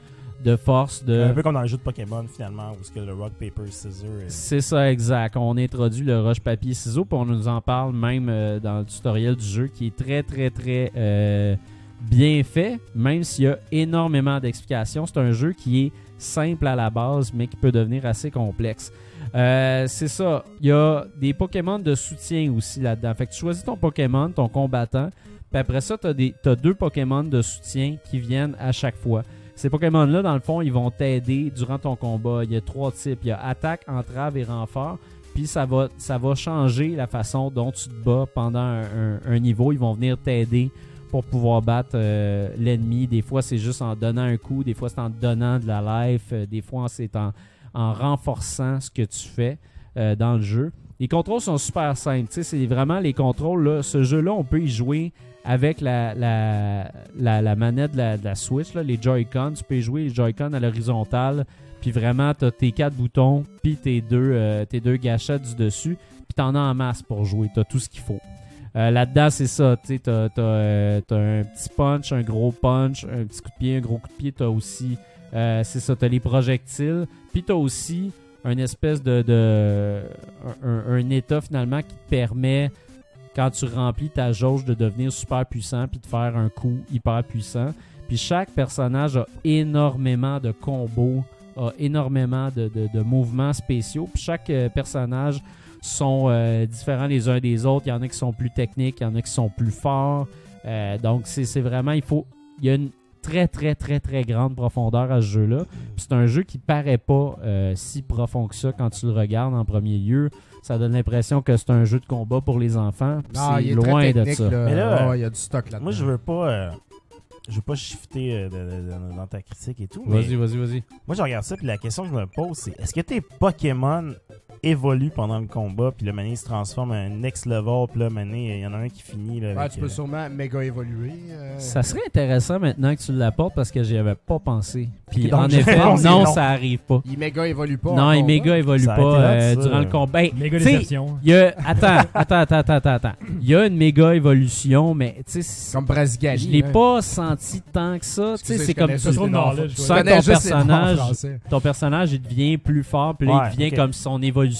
S2: de force de...
S4: Un peu comme dans le jeu de Pokémon, finalement, où ce que le Rock, Paper,
S8: euh,
S4: Scissors. est-
S2: C'est ça, exact. On introduit le roche papier ciseaux, puis on nous en parle même euh, dans le tutoriel du jeu, qui est très, très, très euh, bien fait, même s'il y a énormément d'explications. C'est un jeu qui est simple à la base, mais qui peut devenir assez complexe. Euh, c'est ça. Il y a des Pokémon de soutien aussi là-dedans. Fait que tu choisis ton Pokémon, ton combattant, puis après ça, tu as, deux Pokémon de soutien qui viennent à chaque fois. Ces Pokémon-là, dans le fond, ils vont t'aider durant ton combat. Il y a trois types. Il y a attaque, entrave et renfort. Puis ça va, ça va changer la façon dont tu te bats pendant un, un- un niveau. Ils vont venir t'aider pour pouvoir battre euh, l'ennemi. Des fois, c'est juste en donnant un coup. Des fois, c'est en te donnant de la life. Euh, Des fois, c'est en, en renforçant ce que tu fais euh, dans le jeu. Les contrôles sont super simples. Tu sais, C'est vraiment les contrôles. Là, ce jeu-là, on peut y jouer avec la, la, la- la manette de la, de la Switch, là, les Joy-Con. Tu peux y jouer les Joy-Con à l'horizontale. Puis vraiment, tu as tes quatre boutons, puis tes deux, euh, tes deux gâchettes du dessus. Puis t'en as en masse pour jouer. T'as tout ce qu'il faut. Euh, Là-dedans, c'est ça. Tu sais, t'as t'as, euh, t'as un petit punch, un gros punch, un petit coup de pied, un gros coup de pied. T'as aussi, euh, c'est ça, t'as les projectiles. Puis t'as aussi un espèce de, de- un, un- un état finalement qui te permet quand tu remplis ta jauge de devenir super puissant puis de faire un coup hyper puissant. Puis chaque personnage a énormément de combos, a énormément de, de- de mouvements spéciaux. Puis chaque euh, personnage sont euh, différents les uns des autres. Il y en a qui sont plus techniques, il y en a qui sont plus forts. Euh, donc c'est c'est vraiment, il faut, il y a une très très très très grande profondeur à ce jeu-là. Puis C'est un jeu qui paraît pas euh, si profond que ça quand tu le regardes en premier lieu. Ça donne l'impression que c'est un jeu de combat pour les enfants. puis
S32: Ah, il
S2: c'est
S32: est très
S2: loin de
S32: technique,
S2: ça.
S32: là.
S8: Mais là,
S32: Ouais, il y a du stock là-dedans.
S8: Moi, je veux pas. euh, je veux pas shifter euh, de- de- de- dans ta critique et tout.
S2: Vas-y,
S8: mais
S2: vas-y, vas-y.
S8: Moi, je regarde ça, puis la question que je me pose, c'est est-ce que tes Pokémon évoluent pendant le combat, puis le mané se transforme en un next level, puis là, mané, il y en a un qui finit. Là,
S32: Ah,
S8: avec,
S32: tu peux
S8: euh,
S32: sûrement méga évoluer. euh.
S2: Ça serait intéressant maintenant que tu l'apportes parce que j'y avais pas pensé. Puis
S32: Ok, donc,
S2: en
S32: je
S2: effet,
S32: pense que
S2: non,
S32: non.
S2: ça arrive pas.
S32: Il méga évolue pas.
S2: Non,
S32: en
S2: il
S32: combat.
S2: méga évolue
S32: Ça
S2: pas
S32: a été hot,
S2: euh,
S8: ça.
S2: durant le combat. Ben,
S6: Méga
S2: tu sais,
S6: déception.
S2: il y a- Attends, attends, attends, attends, attends, attends. Il y a une méga évolution, mais tu sais.
S32: Comme Brasigali.
S2: Je l'ai
S32: là.
S2: pas senti tant que ça. Tu sais,
S32: Excusez,
S2: c'est
S32: je
S2: comme
S32: connais
S2: tu,
S32: juste les noms, là,
S2: tu
S32: je
S2: sens
S32: vois.
S2: que
S32: Je connais
S2: ton
S32: juste les noms en
S2: personnage,
S32: français.
S2: ton personnage, il devient plus fort, puis là,
S8: Ouais,
S2: il devient
S8: ok.
S2: comme son évolution.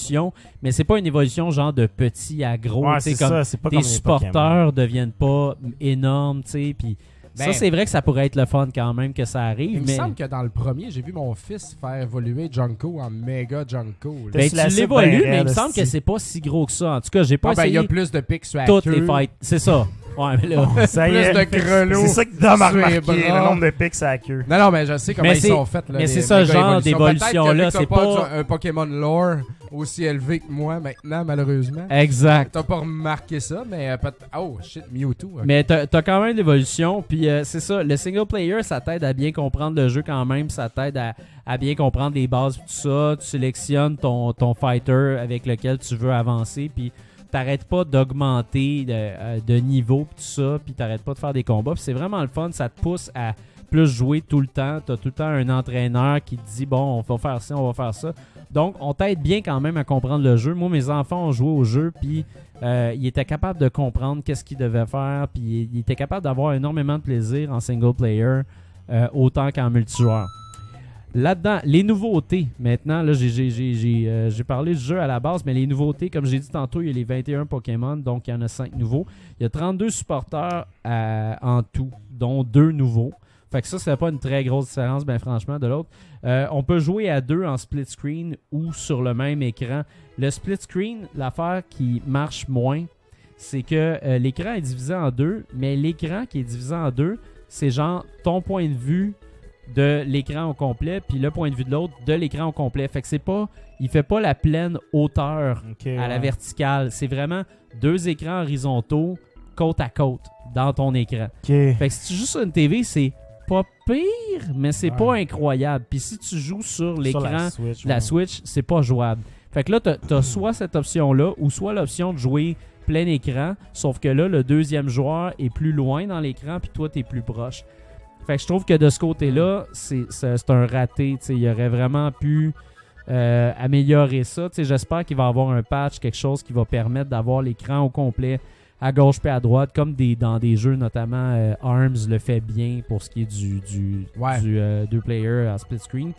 S2: Mais c'est pas une évolution genre de petit à gros.
S8: Ouais,
S2: tu sais,
S8: c'est
S2: comme
S8: ça, c'est pas
S2: tes
S8: comme les
S2: supporters deviennent pas énormes, tu sais, puis ça,
S32: Ben-
S2: c'est vrai que ça pourrait être le fun quand même que ça arrive,
S32: Il me
S2: mais...
S32: semble que dans le premier, j'ai vu mon fils faire évoluer Junko en méga Junko. là.
S2: Ben, tu l'évolues, mais il me semble que c'est pas si gros que ça. En tout cas, j'ai pas
S32: Ah, ben, il y a
S2: essayé
S32: plus de pics sur la
S2: toutes
S32: queue.
S2: les fights. C'est ça. Ouais, mais là...
S8: Ça y
S32: Plus
S8: est,
S32: de grelots
S8: C'est ça que Dom a
S32: sur les
S8: remarqué,
S32: bras.
S8: le nombre de pics à la queue.
S32: Non, non, mais je sais comment
S2: Mais
S32: ils
S2: c'est-
S32: sont faits. là,
S2: mais
S32: les
S2: c'est ça,
S32: méga
S2: genre
S32: évolutions. Peut-être
S2: d'évolution,
S32: que vu
S2: là,
S32: que t'as
S2: c'est pas-
S32: un Pokémon lore aussi élevé que moi maintenant, malheureusement.
S2: Exact.
S32: T'as pas remarqué ça, mais euh, peut- oh shit, Mewtwo. ok.
S2: Mais t'as t'as quand même l'évolution, puis euh, c'est ça. Le single player, ça t'aide à bien comprendre le jeu quand même, ça t'aide à, à bien comprendre les bases, tout ça. Tu sélectionnes ton, ton fighter avec lequel tu veux avancer, puis t'arrêtes pas d'augmenter de, euh, de niveau, puis tout ça, puis t'arrêtes pas de faire des combats. Puis c'est vraiment le fun, ça te pousse à plus jouer tout le temps. T'as tout le temps un entraîneur qui te dit bon, on va faire ça, on va faire ça. Donc, on t'aide bien quand même à comprendre le jeu. Moi, mes enfants ont joué au jeu, puis euh, ils étaient capables de comprendre qu'est-ce qu'ils devaient faire, puis ils- ils étaient capables d'avoir énormément de plaisir en single player, euh, autant qu'en multijoueur. Là-dedans, les nouveautés. Maintenant, là, j'ai- j'ai j'ai- j'ai, euh, j'ai parlé du jeu à la base, mais les nouveautés, comme j'ai dit tantôt, il y a les 21 Pokémon, donc il y en a 5 nouveaux. Il y a 32 supporters euh, en tout, dont 2 nouveaux. Fait que ça, c'est pas une très grosse différence, ben franchement, de l'autre. Euh, on peut jouer à deux en split screen ou sur le même écran. Le split screen, l'affaire qui marche moins, c'est que euh, l'écran est divisé en deux, mais l'écran qui est divisé en deux, c'est genre ton point de vue de l'écran au complet, puis le point de vue de l'autre de l'écran au complet. Fait que c'est pas, il fait pas la pleine hauteur à la
S8: ouais.
S2: verticale. C'est vraiment deux écrans horizontaux côte à côte dans ton écran. Fait que si tu joues sur une TV, c'est pas pire, mais c'est
S8: Ouais.
S2: pas incroyable. Puis si tu joues sur l'écran
S8: la
S2: de la
S8: Switch,
S2: Switch,
S8: ouais.
S2: c'est pas jouable. Fait que là, t'as as soit cette option-là, ou soit l'option de jouer plein écran, sauf que là, le deuxième joueur est plus loin dans l'écran, puis toi, t'es plus proche. Fait que je trouve que de ce côté-là, c'est c'est- c'est un raté. tu sais. Il aurait vraiment pu euh, améliorer ça. Tu sais, J'espère qu'il va avoir un patch, quelque chose qui va permettre d'avoir l'écran au complet à gauche puis à droite, comme des, dans des jeux, notamment euh, ARMS le fait bien pour ce qui est du, du, du euh, deux player à split screen.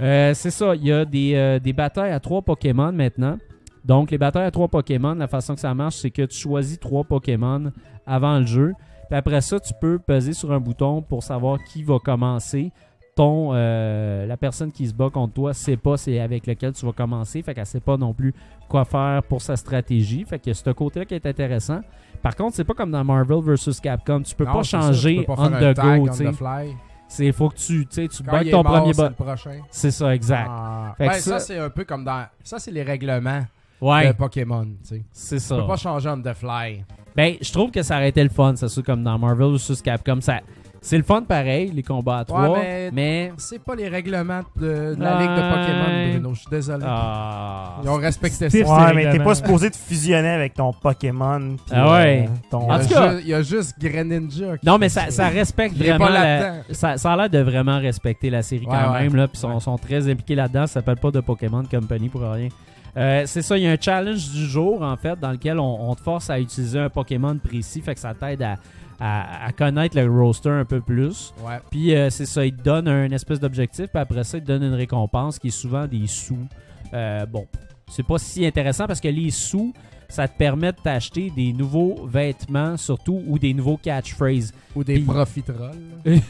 S2: Euh, c'est ça, il y a des, euh, des batailles à trois Pokémon maintenant. Donc, les batailles à trois Pokémon, la façon que ça marche, c'est que tu choisis trois Pokémon avant le jeu. Puis après ça, tu peux peser sur un bouton pour savoir qui va commencer. Ton, euh, la personne qui se bat contre toi sait pas c'est avec lequel tu vas commencer. Fait qu'elle sait pas non plus quoi faire pour sa stratégie. Fait que ce côté-là qui est intéressant. Par contre, c'est pas comme dans Marvel vs. Capcom. Tu peux
S32: Non,
S2: pas
S32: c'est ça, tu
S2: changer
S32: peux pas
S2: on
S32: faire un
S2: the
S32: tag
S2: go.
S32: on
S2: tu sais.
S32: the fly.
S2: C'est faut que tu, tu sais, tu
S5: Quand
S2: battes
S5: il est
S2: ton
S5: mort,
S2: premier
S5: c'est
S2: bot.
S5: le prochain.
S2: C'est ça, exact.
S5: Ah.
S2: Fait que
S5: Ben, ça,
S2: ça-
S5: c'est un peu comme dans. Ça, c'est les règlements
S2: Ouais. Ah.
S5: de Pokémon. tu sais.
S2: C'est ça.
S5: Tu peux pas changer on the fly.
S2: Ben, je trouve que ça aurait été le fun, ça sûr, comme dans Marvel vs Capcom. Ça, c'est le fun pareil, les combats à trois.
S5: Ouais, mais. C'est pas les règlements de, de la
S2: Ouais.
S5: Ligue de Pokémon, Bruno. Je suis désolé.
S2: Ah.
S5: Ils ont respecté ça.
S4: Ouais, mais t'es pas supposé te fusionner avec ton Pokémon. puis,
S2: Ah ouais.
S4: ton...
S2: En
S5: Il y a
S2: tout cas-
S5: juste- il y a juste Greninja. qui
S2: Non, mais
S5: fait
S2: ça, ça respecte
S5: Il est
S2: vraiment.
S5: pas
S2: la-
S5: là-dedans.
S2: ça, ça a l'air de vraiment respecter la série
S5: Ouais,
S2: quand
S5: ouais.
S2: même. Là, puis sont, sont très impliqués là-dedans. Ça s'appelle pas de Pokémon Company pour rien. Euh, c'est ça, il y a un challenge du jour, en fait, dans lequel on, on te force à utiliser un Pokémon précis. Fait que ça t'aide à, à- à connaître le roster un peu plus.
S5: Ouais.
S2: Puis euh, c'est ça, il te donne un espèce d'objectif. Puis après ça, il te donne une récompense qui est souvent des sous. Euh, bon, c'est pas si intéressant parce que les sous, ça te permet de t'acheter des nouveaux vêtements, surtout, ou des nouveaux catchphrases.
S5: Ou des profiteroles.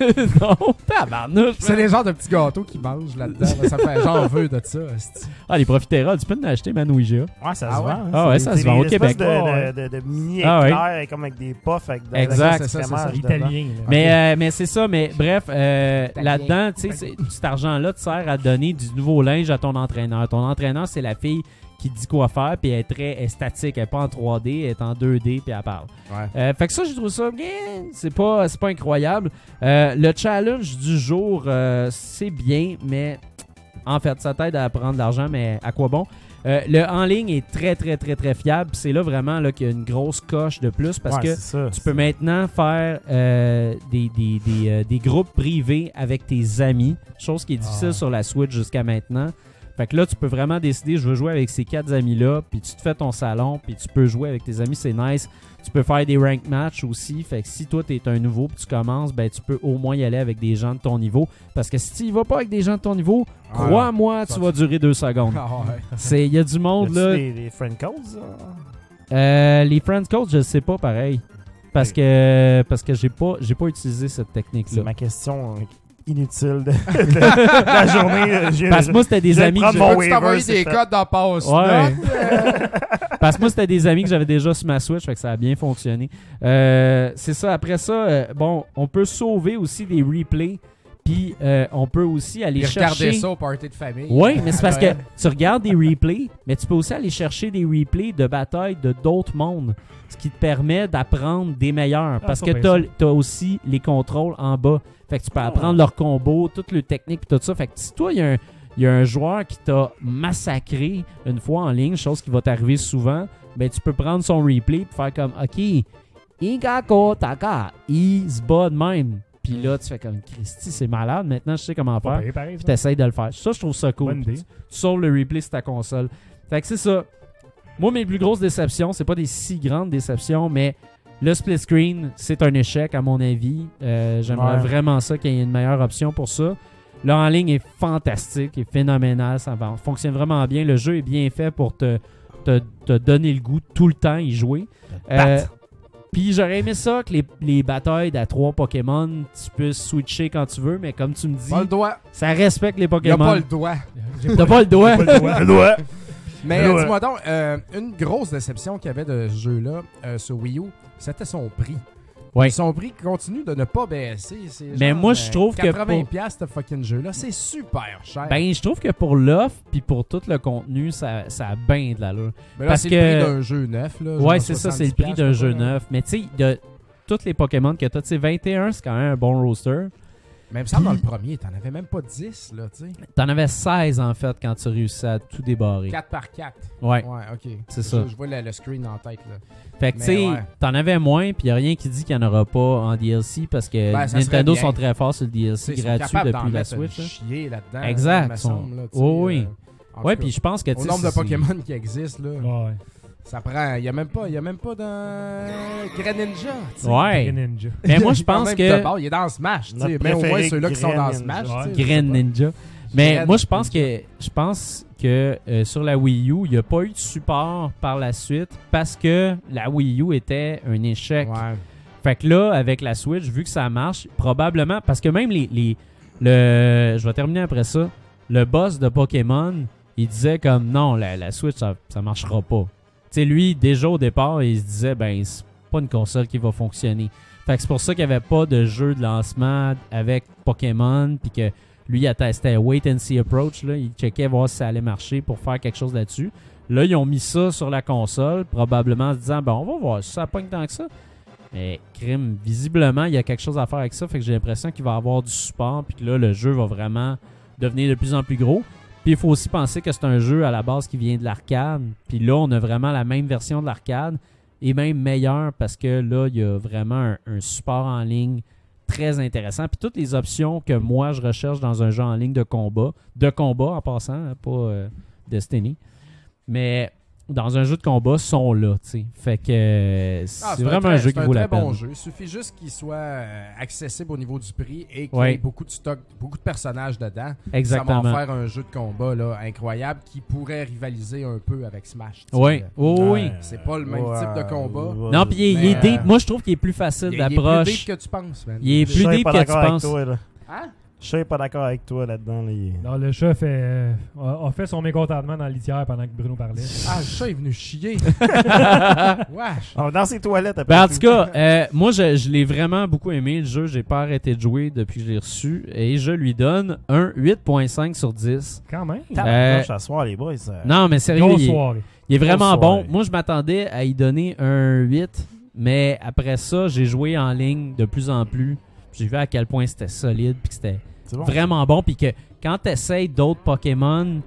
S2: non, tabarnouche!
S5: C'est les genres de petits gâteaux qu'ils mangent là-dedans. là. Ça fait j'en veux de ça. esti.
S2: Ah, les profiteroles, tu peux en acheter, man, au IGA.
S4: Ouais, ça
S5: Ah
S4: se
S5: ouais?
S4: vend. hein.
S2: Ah ouais,
S4: C'est-
S2: ça se
S4: c'est
S2: vend au
S4: des
S2: Québec.
S4: espèces de-
S2: Ouais,
S4: De, de, de mini
S2: Ah ouais.
S4: éclairs, comme avec des puffs, avec de
S2: Exact.
S4: avec
S2: C'est
S4: du
S2: ça, c'est
S4: fromage
S2: ça.
S4: dedans.
S6: Italien, là.
S2: Mais, euh, mais c'est ça, mais bref, euh,
S6: Italien.
S2: là-dedans, tu sais, c'est- cet argent-là te sert à donner du nouveau linge à ton entraîneur. Ton entraîneur, c'est la fille qui dit quoi faire, puis elle est très elle est statique. Elle n'est pas en 3D, elle est en 2D, puis elle parle. Euh, fait que ça, je trouve ça, eh, c'est pas, c'est pas incroyable. Euh, le challenge du jour, euh, c'est bien, mais en fait, ça t'aide à prendre de l'argent, mais à quoi bon? Euh, le en ligne est très, très, très, très fiable. C'est là vraiment là, qu'il y a une grosse coche de plus parce
S4: Ouais,
S2: que
S4: c'est ça,
S2: tu peux maintenant faire euh, des, des- des, euh, des groupes privés avec tes amis, chose qui est difficile sur la Switch jusqu'à maintenant. Fait que là, tu peux vraiment décider, je veux jouer avec ces quatre amis-là, puis tu te fais ton salon, puis tu peux jouer avec tes amis, c'est nice. Tu peux faire des rank match aussi. Fait que si toi, t'es un nouveau, puis tu commences, ben tu peux au moins y aller avec des gens de ton niveau. Parce que si tu y vas pas avec des gens de ton niveau,
S4: Ah,
S2: crois-moi, tu vas durer deux secondes.
S4: Ah ouais.
S2: C'est- Il y a du monde,
S4: Y a-tu
S2: là.
S4: des, des friend calls, ça?
S2: Euh, les friends coach, je sais pas pareil. Parce que parce que j'ai pas j'ai pas utilisé cette technique là.
S4: C'est ma question euh, inutile de, de- de la journée. euh, j'ai-
S2: Parce que moi, c'était des
S4: je vais
S2: amis
S4: prendre
S2: que
S4: mon
S2: j'ai-
S5: Peux-tu
S4: waiver,
S5: t'envoyer
S4: c'est
S5: des
S4: fait.
S5: codes dans Passe
S2: Ouais.
S5: Note, euh?
S2: Parce que moi, c'était des amis que j'avais déjà sur ma Switch, fait que ça a bien fonctionné. Euh, c'est ça, après ça, euh, bon, on peut sauver aussi des replays, puis euh, on peut aussi aller
S5: Puis
S2: chercher...
S5: regarder ça au party de famille.
S2: Oui, mais c'est parce que
S5: Ouais.
S2: tu regardes des replays, mais tu peux aussi aller chercher des replays de batailles de d'autres mondes, ce qui te permet d'apprendre des meilleurs, parce
S6: ça,
S2: que
S6: ben
S2: t'as
S6: ça. Ah.
S2: t'as aussi les contrôles en bas. Fait que tu peux apprendre leurs combos, toutes les techniques puis tout ça. Fait que si toi, il y a un- il y, a un joueur qui t'a massacré une fois en ligne, chose qui va t'arriver souvent, ben tu peux prendre son replay puis faire comme OK, Ingako Taka, il se bat de même. Puis là, tu fais comme Christy, c'est malade. Maintenant, je sais comment
S6: Pas
S2: faire.
S6: payé pareil,
S2: Puis
S6: ça.
S2: t'essayes de le faire. Ça, je trouve ça cool.
S6: Bonne idée.
S2: Tu, tu sauves le replay sur ta console. Fait que c'est ça. Moi, mes plus grosses déceptions, c'est pas des si grandes déceptions, mais le split screen, c'est un échec à mon avis. Euh, J'aimerais
S4: Ouais.
S2: vraiment ça qu'il y ait une meilleure option pour ça. Le en ligne est fantastique, est phénoménal, ça va- fonctionne vraiment bien. Le jeu est bien fait pour te, te, te donner le goût tout le temps y jouer. Euh, Puis j'aurais aimé ça que les, les batailles d'à trois Pokémon, tu puisses switcher quand tu veux, mais comme tu me dis,
S5: Pas le doigt.
S2: ça respecte les
S5: Il a
S2: Pokémon.
S5: pas le doigt. J'ai
S2: T'as pas le doigt.
S5: J'ai pas le doigt.
S2: Le doigt.
S5: Mais
S2: Le
S5: euh,
S2: doigt.
S5: dis-moi donc, euh, une grosse déception qu'il y avait de ce jeu-là euh, sur Wii U, c'était son prix.
S2: Ouais.
S5: Son prix continue de ne pas baisser. c'est
S2: Mais
S5: genre,
S2: moi, je
S5: euh,
S2: trouve que pour-
S5: 80 piastres, ce fucking jeu-là, c'est super cher.
S2: Ben, je trouve que pour l'offre puis pour tout le contenu, ça, ça a bien de l'allure.
S5: Mais là,
S2: Parce
S5: c'est
S2: que...
S5: le prix d'un jeu neuf, là, genre
S2: ouais, c'est ça, c'est le
S5: 70
S2: prix d'un
S5: je sais
S2: jeu
S5: pas, là.
S2: neuf. Mais tu sais, de tous les Pokémon que t'as, tu sais, 21, c'est quand même un bon roster.
S5: Même ça, dans le premier, t'en avais même pas 10, là, tu sais.
S2: T'en avais 16, en fait, quand tu réussis à tout débarrer.
S5: 4 par 4.
S2: Ouais.
S5: Ouais, ok.
S2: C'est
S5: Je-
S2: ça.
S5: Je, vois le, le screen en tête, là.
S2: Fait que, tu
S5: Mais
S2: sais,
S5: ouais.
S2: t'en avais moins, puis y a rien qui dit qu'il n'y en aura pas en DLC parce que
S5: Ben, ça serait
S2: Nintendo
S5: bien.
S2: sont très forts sur le DLC
S5: T'sais, ils sont
S2: gratuit
S5: capables d'en
S2: depuis la
S5: mettre une
S2: Switch. là.
S5: chier là-dedans, il
S2: Exact.
S5: me
S2: sont-
S5: semble, là, tu sais,
S2: Oh oui.
S5: euh, en
S2: ouais,
S5: tout cas,
S2: puis je pense que
S5: Au
S2: tu sais,
S5: nombre de
S2: c'est-
S5: Pokémon qui existent, là. Ça prend. Il n'y a même pas, il y a même pas d'un. Greninja, tu sais.
S2: Ouais. Greninja. Mais moi, je
S5: Il est quand
S2: pense
S5: même
S2: que-
S5: de bord, Il est dans Smash, tu sais.
S2: Notre
S5: Mais au moins,
S2: préféré,
S5: ceux-là qui sont dans
S2: Greninja.
S5: Smash, tu sais, je sais
S2: Green
S5: pas.
S2: Ninja. Mais
S5: Green
S2: moi, je pense que je pense que euh, sur la Wii U, il n'y a pas eu de support par la suite parce que la Wii U était un échec.
S5: Ah,
S2: Fait que là, avec la Switch, vu que ça marche, probablement parce que même les, les- le je vais terminer après ça. Le boss de Pokémon, il disait comme non, la, la Switch ça, ça marchera pas. Tu sais, lui déjà au départ, il se disait ben c'est pas une console qui va fonctionner. Fait que c'est pour ça qu'il n'y avait pas de jeu de lancement avec Pokémon, puis que lui, il attendait- c'était un wait and see approach, là. il checkait voir si ça allait marcher pour faire quelque chose là-dessus. Là, ils ont mis ça sur la console, probablement en se disant, ben on va voir si ça pogne tant que ça. Mais crime, visiblement, il y a quelque chose à faire avec ça, fait que j'ai l'impression qu'il va avoir du support, puis que là, le jeu va vraiment devenir de plus en plus gros. Puis il faut aussi penser que c'est un jeu à la base qui vient de l'arcade, puis là, on a vraiment la même version de l'arcade, et même meilleure, parce que là, il y a vraiment un, un support en ligne très intéressant. Puis toutes les options que moi, je recherche dans un jeu en ligne de combat, de combat en passant, hein, pas euh, Destiny, mais dans un jeu de combat, sont là, tu sais. Fait que euh, c'est
S5: Ah,
S2: vraiment
S5: très-
S2: un jeu qui
S5: c'est
S2: vaut la
S5: très
S2: peine.
S5: bon jeu. Il suffit juste qu'il soit euh, accessible au niveau du prix et qu'il y
S2: Ouais.
S5: ait beaucoup de stock, beaucoup de personnages dedans.
S2: Exactement.
S5: Ça va en faire un jeu de combat là, incroyable qui pourrait rivaliser un peu avec Smash. tu sais.
S2: Oui, oui, oui.
S5: C'est pas le même
S2: Ouais.
S5: type de combat.
S2: Non, puis il est- il
S5: mais,
S2: est deep.
S5: euh,
S2: Moi, je trouve qu'il est plus facile
S5: il est-
S2: d'approche.
S5: Il est plus deep que tu penses, man.
S2: Il est
S4: Je
S2: plus
S4: suis
S2: deep
S4: pas
S2: que tu
S4: d'accord avec
S2: penses.
S4: toi, là. Je suis pas d'accord avec toi là-dedans. là, il est-
S6: Non, le chat fait, euh, a a fait son mécontentement dans la litière pendant que Bruno parlait.
S5: Ah, le chat est venu chier. Wesh.
S4: Ah, dans ses toilettes après.
S2: Ben, en
S4: tout.
S2: tout cas, euh, moi, je, je l'ai vraiment beaucoup aimé, le jeu. J'ai pas arrêté de jouer depuis que je l'ai reçu. Et je lui donne un 8.5 sur 10.
S6: Quand même.
S2: Euh,
S4: Tabarnouche, à soir, les boys. euh,
S2: Non, mais sérieux,
S4: grosse
S2: il est,
S4: soirée.
S2: il est vraiment
S4: Grosse soirée.
S2: bon. Moi, je m'attendais à y donner un 8, mais après ça, j'ai joué en ligne de plus en plus. J'ai vu à quel point c'était solide, puis que c'était
S4: C'est bon.
S2: vraiment bon, puis que quand t'essayes d'autres Pokémon,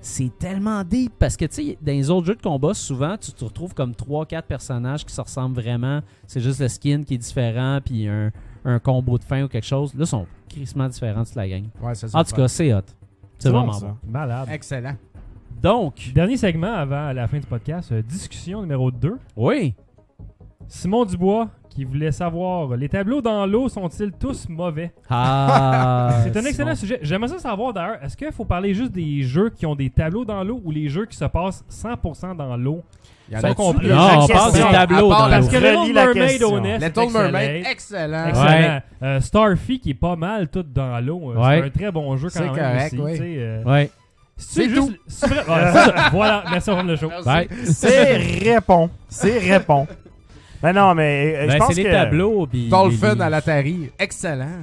S2: c'est tellement deep, parce que, tu sais, dans les autres jeux de combat, souvent, tu te retrouves comme 3-4 personnages qui se ressemblent vraiment. C'est juste le skin qui est différent, puis un, un combo de fin ou quelque chose. Là, ils sont crissement différents, toute la gang.
S5: Ouais, ça, c'est
S2: en tout
S5: le fun.
S2: cas, c'est hot. C'est
S6: bon,
S2: vraiment
S6: ça.
S2: bon.
S6: Malade.
S5: Excellent.
S2: Donc.
S6: Dernier segment avant la fin du podcast, euh, discussion numéro 2.
S2: Oui.
S6: Simon Dubois qui voulait savoir euh, les tableaux dans l'eau sont-ils tous mauvais
S2: Ah,
S5: Euh,
S6: C'est un excellent
S2: Simon.
S6: sujet. J'aimerais ça savoir d'ailleurs, est-ce qu'il faut parler juste des jeux qui ont des tableaux dans l'eau ou les jeux qui se passent 100% dans l'eau
S5: Il y en
S6: Sont
S5: a-tu
S6: complets.
S5: des- Non, on parle des tableaux dans
S6: Parce
S5: l'eau.
S6: que Little
S5: Relis la
S6: Mermaid
S5: question.
S6: Honest,
S5: Little
S6: excellent.
S5: Mermaid, excellent.
S6: Excellent.
S5: Ouais.
S6: Euh, Starfy qui est pas mal tout dans l'eau. euh,
S2: Ouais.
S6: C'est un très bon jeu quand
S2: C'est
S6: même.
S2: correct,
S6: aussi,
S2: ouais.
S6: tu sais, euh,
S2: Ouais.
S6: C'est
S2: C'est
S6: juste.
S2: tout.
S6: c'est vrai- ouais, c'est ça. voilà, merci on ferme le show.
S2: Bye.
S4: C'est répond. C'est répond. Ben non, mais euh, je pense que...
S5: Dolphin à l'Atari, excellent.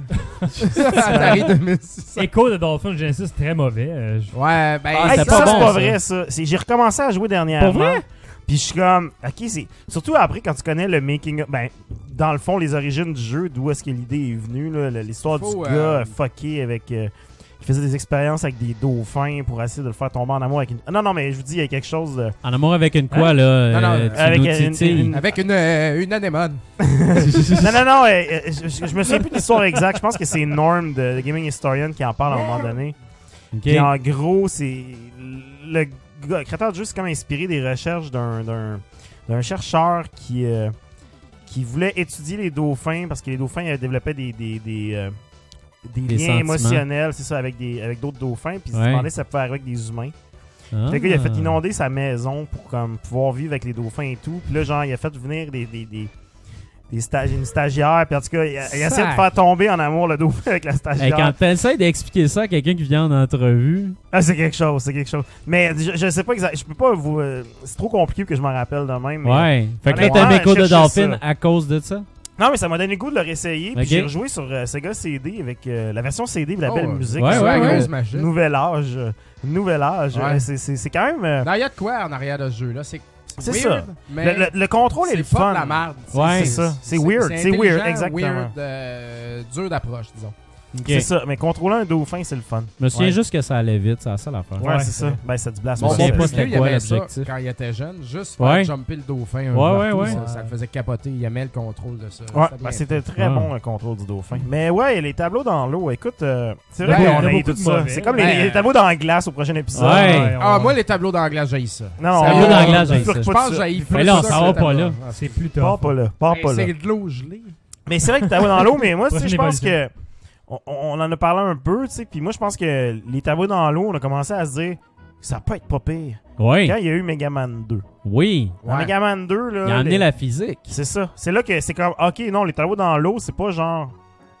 S5: Atari 2600.
S6: Écho de Dolphin Genesis, très mauvais. euh, je-
S5: Ouais, ben,
S4: Hey, ça, c'est Ah, pas vrai, ça. C'est- J'ai recommencé à jouer dernièrement.
S6: Pour vrai?
S4: Puis je suis comme, ok, c'est. Surtout après, quand tu connais le making of. Ben, dans le fond, les origines du jeu, d'où est-ce que l'idée est venue, là, le- l'histoire du
S5: Faut,
S4: gars
S5: euh,
S4: euh, fucké avec. euh, qui faisait des expériences avec des dauphins pour essayer de le faire tomber en amour avec une. Ah, Non, non, mais je vous dis, il y a quelque chose de.
S2: En amour avec une quoi,
S4: Hein?
S2: là?
S4: Non, non,
S2: euh, tu
S4: avec
S2: nous
S4: une-
S2: titilles.
S4: une-
S5: Avec une, euh, une anémone.
S4: non, non, non, euh, euh, je, je- je me souviens plus de l'histoire exacte. Je pense que c'est Norm de, de Gaming Historian qui en parle à un moment donné.
S2: Ok.
S4: Puis en gros, c'est. Le, gars- le créateur de jeu, c'est comme inspiré des recherches d'un- d'un d'un chercheur qui. euh, qui voulait étudier les dauphins parce que les dauphins avaient développé des. des, des, euh, des
S2: Des
S4: liens
S2: sentiments.
S4: émotionnels, c'est ça, avec des avec d'autres dauphins, puis il se
S2: Ouais.
S4: demandait si ça pouvait arriver avec des humains.
S2: Ah.
S4: Fait que là, il a fait inonder sa maison pour comme pouvoir vivre avec les dauphins et tout. Puis là, genre, il a fait venir des, des, des, des stagi- une stagiaire. Puis en tout cas, il, a- il a essayé de
S2: Sac.
S4: faire tomber en amour le dauphin avec la
S2: Hey,
S4: stagiaire.
S2: quand t'essayes d'expliquer ça à quelqu'un qui vient en entrevue,
S4: Ah, c'est quelque chose, c'est quelque chose. Mais je, je sais pas exact. Je peux pas vous. euh, c'est trop compliqué que je m'en rappelle de même. mais-
S2: ouais. Fait que là,
S4: Honnêtement,
S2: t'as un écho de
S4: cherchez
S2: Dolphin
S4: ça.
S2: à cause de ça?
S4: Non, mais ça m'a donné le goût de le réessayer.
S2: Ok.
S4: Puis j'ai rejoué sur euh, Sega CD avec euh, la version CD et la
S5: Oh,
S4: belle
S5: ouais.
S4: musique.
S5: Ouais,
S4: Ça,
S5: ouais,
S4: euh,
S5: ouais. Magique.
S4: Nouvel âge. euh, Nouvel âge.
S5: Ouais.
S4: Euh, c'est- C'est c'est quand même. euh,
S5: Non, il y a de quoi en arrière de ce jeu, là. C'est
S4: C'est ça.
S5: weird, mais
S4: Le- le- le contrôle est
S5: c'est
S4: le
S5: pas
S4: fun.
S5: de la merde.
S4: Ouais, c'est ça. C'est weird, c'est weird,
S5: intelligent,
S4: exactement.
S5: weird, euh, dur d'approche, disons.
S2: Ok.
S4: C'est ça. Mais contrôler un dauphin, c'est le fun.
S2: Je me souviens
S4: Ouais.
S2: juste que ça allait vite, c'est la seule affaire.
S4: Ouais, c'est ça. Ben, ça te blast.
S2: Je me
S4: aussi.
S2: souviens pas
S5: Plus vieux,
S2: c'était
S5: il
S2: quoi
S5: avait ça
S2: l'objectif.
S5: Quand il était jeune, juste faire
S2: Ouais.
S5: jumper le dauphin.
S2: Ouais,
S5: un peu
S2: ouais,
S5: partout,
S2: ouais.
S5: Ça, ça le faisait capoter. Il aimait le contrôle de ça.
S4: Ouais,
S5: C'était bien
S4: ben,
S5: fait.
S4: c'était très bon
S5: Ah.
S4: le contrôle du dauphin. Mais ouais, les tableaux dans l'eau, écoute, euh, c'est
S5: Ouais,
S4: vrai
S5: on
S4: qu'on
S5: a
S4: a eu
S5: beaucoup
S4: tout
S5: de
S4: ça.
S5: mauvais.
S4: C'est comme les,
S5: Ouais.
S4: les tableaux dans la glace au prochain épisode.
S5: Ah, moi, les tableaux d'anglais, j'ai ça.
S4: Non,
S5: Sérieux,
S4: on-
S5: d'anglais,
S4: on-
S5: j'ai
S4: on-
S5: ça. Je pense que j'ai plus
S4: Mais là, on
S5: ça
S4: s'en
S5: que
S4: va
S5: les
S4: pas
S5: tableaux.
S4: là.
S5: Ah,
S6: C'est plus
S4: Pars
S6: tard.
S4: pas là, pars
S5: Hey,
S4: pas là.
S5: C'est de l'eau gelée.
S4: Mais c'est vrai que tableaux dans l'eau, mais moi, tu sais, je pense
S5: Prochaine
S4: que. On, on en a parlé un peu, tu sais, puis moi, je pense que les tableaux dans l'eau, on a commencé à se dire, ça peut être pas pire.
S2: Ouais.
S4: Quand il y a eu Megaman 2.
S2: Oui.
S4: Dans Megaman 2, là.
S2: Il a amené
S4: les-
S2: la physique.
S4: C'est ça. C'est là que c'est comme, ok, non, les travaux dans l'eau, c'est pas genre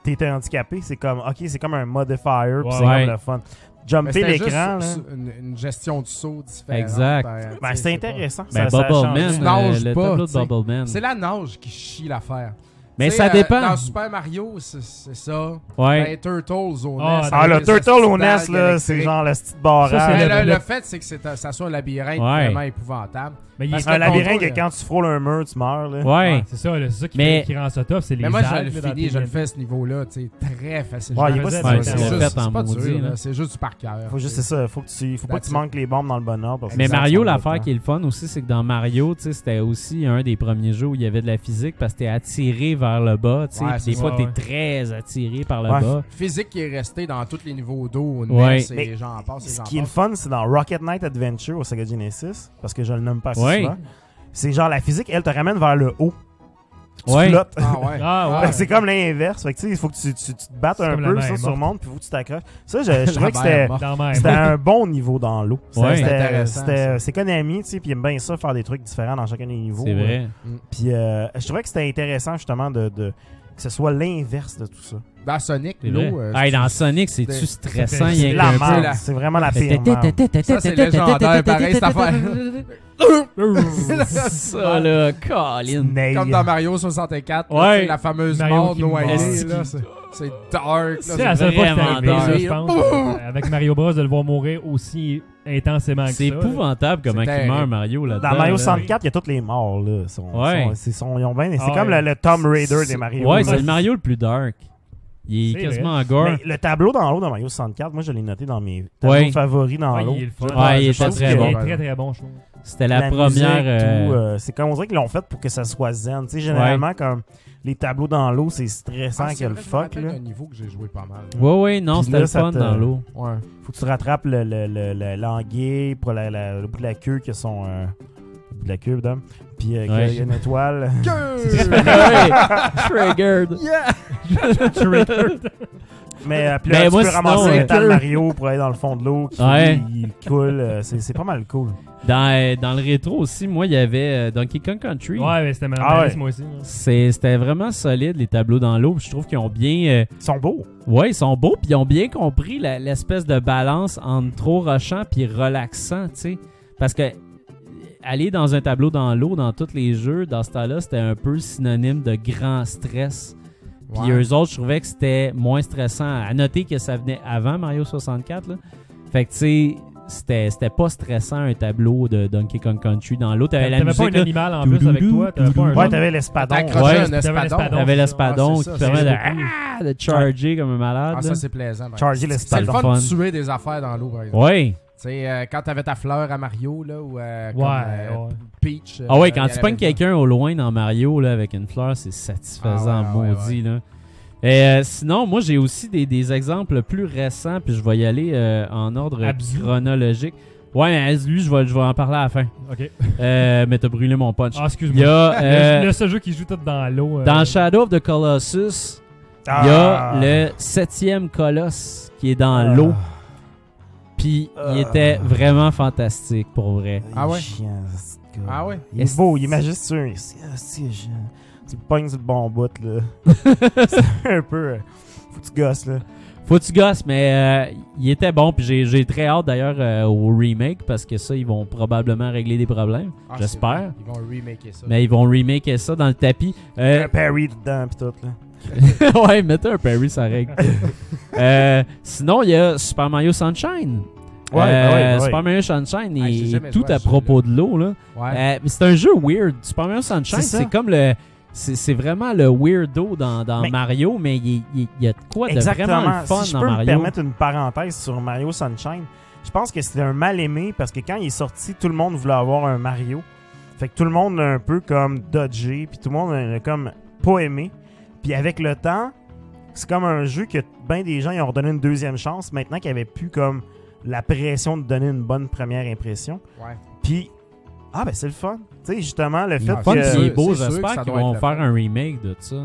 S4: t'étais handicapé, c'est comme, ok, c'est comme un modifier, puis c'est
S2: Ouais.
S4: comme le fun.
S5: Mais
S4: Jumper
S5: c'était
S4: l'écran,
S5: juste
S4: là.
S5: sur- sur Une, une gestion du saut différente.
S2: Exact.
S4: Ben,
S5: Ben, tu sais,
S4: c'est
S5: pas-
S4: intéressant.
S2: Ben,
S4: ça, ça
S2: Bubble
S4: change.
S2: Man,
S5: Tu nages
S2: euh, le
S5: pas,
S2: tableau de
S5: tu sais.
S2: Bubble Man.
S5: C'est la nage qui chie l'affaire.
S2: Mais
S5: Tu
S2: ça
S5: sais, euh,
S2: dépend.
S5: Dans Super Mario, c'est c'est ça.
S2: Ouais.
S5: Ben, Turtles au NES.
S4: Ah,
S5: avec
S4: le
S5: les
S4: Turtle
S5: hosties
S4: au NES,
S5: dagues
S4: là,
S5: électriques.
S4: c'est genre la petite barrage.
S5: Ça,
S4: Mais
S5: c'est le,
S4: le-
S5: le fait, c'est que c'est- ça soit un labyrinthe
S4: Ouais.
S5: vraiment épouvantable.
S4: Mais il
S5: Parce
S4: est
S5: que
S4: un
S5: le
S4: labyrinthe
S5: contrôle,
S4: que quand tu frôles un mur, tu meurs. Là.
S2: Ah,
S6: c'est ça, là, c'est ça qui,
S4: Mais-
S6: fait- qui rend ça top, c'est les
S5: Mais moi, je
S6: algues,
S5: le
S6: là, dans
S5: finis, je le
S6: TNT.
S5: fais à ce niveau-là, tu sais, très facilement.
S4: Ouais, il est pas si
S5: C'est
S4: facile.
S5: juste-
S4: Il est fait en
S5: C'est pas
S4: maudit,
S5: dur,
S4: là.
S5: là, c'est juste du par cœur.
S4: Faut juste, c'est ça. Faut que tu, faut pas que
S5: That's
S4: tu
S5: it.
S4: manques les bombes dans le bon ordre. parce que
S2: Mais
S4: sinon,
S2: Mario,
S4: tu vas
S2: l'affaire
S4: pas.
S2: qui est le fun aussi, c'est que dans Mario, tu sais, c'était aussi un des premiers jeux où il y avait de la physique parce que t'es attiré vers le bas. tu sais,
S5: Ouais,
S2: puis
S5: c'est
S2: des
S5: ça,
S2: fois, t'es
S5: ouais.
S2: très attiré par le
S4: Ouais.
S2: bas.
S5: Physique qui est restée dans tous les niveaux d'eau.
S2: Ouais.
S5: Ouais. C'est
S4: Mais
S5: les gens en passent, les
S4: Ce
S5: gens
S4: qui est
S5: en
S4: le
S5: passent.
S4: fun, c'est dans Rocket Knight Adventure au Sega Genesis, parce que je le nomme pas assez
S5: Ouais.
S4: souvent. C'est genre la physique, elle te ramène vers le haut. Tu
S2: Ouais.
S4: flottes.
S2: Ah ouais. Ah ouais.
S4: Fait que C'est comme l'inverse. Fait que tu sais, il faut que tu, tu- tu te battes
S2: C'est
S4: un
S2: comme la
S4: peu,
S2: mer
S4: ça, tu
S2: morte.
S4: remontes, puis faut que tu t'accroches. Ça, je, je
S2: La
S4: trouvais
S2: mer
S4: que c'était
S2: morte. La mer
S4: c'était
S2: morte.
S4: un bon niveau dans l'eau. C'était-
S2: Ouais. C'est
S4: C'était
S2: intéressant,
S4: c'était- c'est Konami, tu sais, puis il aime bien ça, faire des trucs différents dans chacun des niveaux.
S2: C'est
S4: là.
S2: vrai.
S5: Mm.
S4: Puis euh, je trouvais que c'était intéressant, justement, de, de- que ce soit l'inverse de tout ça.
S5: Dans Sonic,
S4: C'est vrai.
S5: l'eau. euh,
S2: Hey,
S5: c'est-
S2: dans Sonic, c'est-tu
S5: c'est-
S2: stressant,
S4: c'est
S2: rien
S4: la
S2: qu'un
S4: merde,
S2: peu?
S4: c'est vraiment la pire merde.
S5: Ça, c'est légendaire, pareil, cette affaire.
S2: Ça, là, Colin.
S5: Comme dans Mario 64,
S2: euh,
S5: là,
S2: Ouais.
S5: tu sais, la fameuse
S2: Mario
S5: mort
S2: qui
S5: noyée.
S2: meurt.
S5: là, C'est c'est dark. là,
S6: C'est la seule fois que c'est
S5: vraiment
S6: arrivé,
S5: dark.
S6: là, je pense,
S5: Boum!
S6: euh, avec Mario Bros, de le voir mourir aussi intensément que ça.
S2: C'est épouvantable comment il
S6: il
S2: meurt, Mario, là-dedans.
S4: Dans Mario
S2: là.
S4: 64, il y a tous les morts. là. Sont-
S2: Ouais.
S4: sont- c'est son- ils ont bien- c'est
S2: Ah
S4: comme
S2: ouais.
S4: le, le Tomb Raider des
S2: C'est-
S4: Mario.
S2: Ouais,
S4: là.
S2: c'est le Mario le plus dark. Il est,
S4: C'est
S2: quasiment
S4: vrai.
S2: en gore.
S4: Mais le tableau dans l'eau dans Mario 64, moi je l'ai noté dans mes tableaux
S2: Ouais.
S4: favoris dans
S2: Ouais,
S4: l'eau.
S2: il est le fun.
S4: Je-
S2: Ouais, il
S4: je
S2: est pas
S4: trouve
S2: très
S4: que-
S2: bon.
S6: Très, très bon, je trouve.
S2: C'était la,
S4: musique,
S2: première. euh,
S4: tout, euh, c'est comme on dirait qu'ils l'ont fait pour que ça soit zen. Tu sais, généralement, comme les tableaux dans l'eau, c'est stressant
S5: Ah, c'est
S4: que le
S5: vrai, je me
S4: fuck.
S5: rappelle
S4: Là.
S5: d'un niveau que j'ai joué pas mal.
S2: Ouais, ouais, non,
S4: Puis
S2: c'était
S4: là,
S2: le
S4: ça
S2: fun
S4: te-
S2: dans l'eau.
S5: Ouais.
S4: Faut que tu rattrapes le, le, le- le- l'anguille pour la, la- le bout de la queue qui sont. euh, le bout de la queue, dame. Puis euh, qu'il y a-
S2: Ouais.
S4: il y a une étoile.
S2: Queue! Ouais, triggered. Yeah! Triggered.
S4: Mais euh, puis là,
S2: Ben,
S4: tu
S2: moi,
S4: peux
S2: sinon,
S4: ramasser
S2: euh,
S4: un tas de
S2: queue.
S4: Mario pour aller dans le fond de l'eau qui
S2: Ouais.
S4: qui coule. euh, c'est, c'est pas mal cool.
S2: Dans, euh, dans le rétro aussi, moi, il y avait euh, Donkey Kong Country.
S6: Ouais, mais c'était ma
S4: Ah
S6: ma
S4: ouais.
S6: liste, moi aussi. là.
S2: C'est- C'était vraiment solide, les tableaux dans l'eau. puis Je trouve qu'ils ont bien. euh,
S4: ils sont beaux.
S2: Ouais, ils sont beaux, puis ils ont bien compris la- l'espèce de balance entre trop rochant puis relaxant, tu sais. Parce que euh, aller dans un tableau dans l'eau, dans tous les jeux, dans ce temps-là, c'était un peu synonyme de grand stress. Puis
S6: Ouais.
S2: eux autres, je trouvais que c'était moins stressant. À noter que ça venait avant Mario 64, là. Fait que, tu sais. C'était, c'était pas stressant un tableau de Donkey Kong Country dans l'eau. T'avais, la
S6: T'avais
S2: musique.
S6: pas un
S2: là.
S6: animal en plus avec toi, t'avais pas un-
S2: Ouais,
S4: t'avais l'espadon.
S2: Ouais,
S4: T'accrochais un
S2: t'avais
S4: espadon.
S2: l'espadon. T'avais l'espadon
S5: Ah, c'est
S2: qui
S5: ça,
S2: permet
S5: c'est
S2: de,
S5: beaucoup.
S2: ah, de charger comme un malade.
S5: Ah, ça,
S2: là.
S5: c'est plaisant. par
S2: Charger
S5: exemple.
S2: les
S5: C'est le
S2: spades.
S5: fun de
S2: Fun.
S5: tuer des affaires dans l'eau, par exemple.
S2: Ouais.
S5: Tu sais, euh, quand t'avais ta fleur à Mario, là, ou euh, comme,
S6: Ouais,
S5: euh, Peach.
S2: Ah ouais,
S5: euh,
S2: quand
S5: il
S2: tu
S5: y
S2: pognes
S5: avait-
S2: quelqu'un au loin dans Mario là, avec une fleur, c'est satisfaisant,
S5: Ah ouais, ouais,
S2: maudit. Là. Et, euh, sinon, moi, j'ai aussi des, des exemples plus récents, puis je vais y aller euh, en ordre
S6: Abzu.
S2: chronologique. Ouais, mais lui, je vais, je vais en parler à la fin.
S6: Ok.
S2: Euh, mais t'as brûlé mon punch.
S6: Ah, excuse-moi.
S2: Il y a, euh,
S6: Le- Le seul jeu qui joue tout dans l'eau. euh,
S2: dans Shadow of the Colossus, il y
S6: Ah.
S2: a le septième colosse qui est dans
S5: Ah.
S2: l'eau. Puis il était vraiment fantastique pour vrai.
S5: Ah ouais?
S4: Ah
S5: ouais?
S4: Il est beau, il est majestueux. C'est- c'est géant. Tu pognes sur le bon bout, là. c'est un peu. euh, Faut que tu gosses, là.
S2: Faut que tu gosses, mais euh, il était bon. Puis j'ai- j'ai très hâte d'ailleurs euh, au remake parce que ça, ils vont probablement régler des problèmes.
S5: Ah, c'est
S2: J'espère.
S5: vrai, Ils vont remaker ça.
S2: Mais ils vont remaker ça dans le tapis. Euh,
S4: Un parry dedans, pis tout, là.
S2: ouais, mettez un parry, ça règle. Euh, sinon, il y a Super Mario Sunshine. Euh,
S4: Ouais, ouais, ouais.
S2: Super Mario Sunshine
S4: Ah, j'ai
S2: est
S4: jamais
S2: tout
S4: joué à
S2: à
S4: ce
S2: propos de l'eau. là.
S4: Ouais.
S2: Euh, mais c'est un jeu weird. Super Mario Sunshine,
S4: C'est ça.
S2: c'est comme le. C'est c'est vraiment le weirdo dans, dans
S4: Mais-
S2: Mario, mais il il- il y a de quoi de
S4: Exactement.
S2: vraiment le fun
S4: si je
S2: dans
S4: peux me
S2: Mario.
S4: permettre une parenthèse sur Mario Sunshine, je pense que c'était un mal aimé parce que quand il est sorti, tout le monde voulait avoir un Mario. Fait que tout le monde l'a un peu comme dodgé, puis tout le monde l'a comme pas aimé. Puis avec le temps, c'est comme un jeu que bien des gens ils ont redonné une deuxième chance maintenant qu'il n'y avait plus comme la pression de donner une bonne première impression.
S2: euh,
S5: Ouais.
S4: Puis, ah ben c'est le fun. Tu sais, justement, le fait
S5: Ah,
S2: Le fun,
S4: que...
S2: il est beau. J'espère qu'ils vont faire un remake de ça.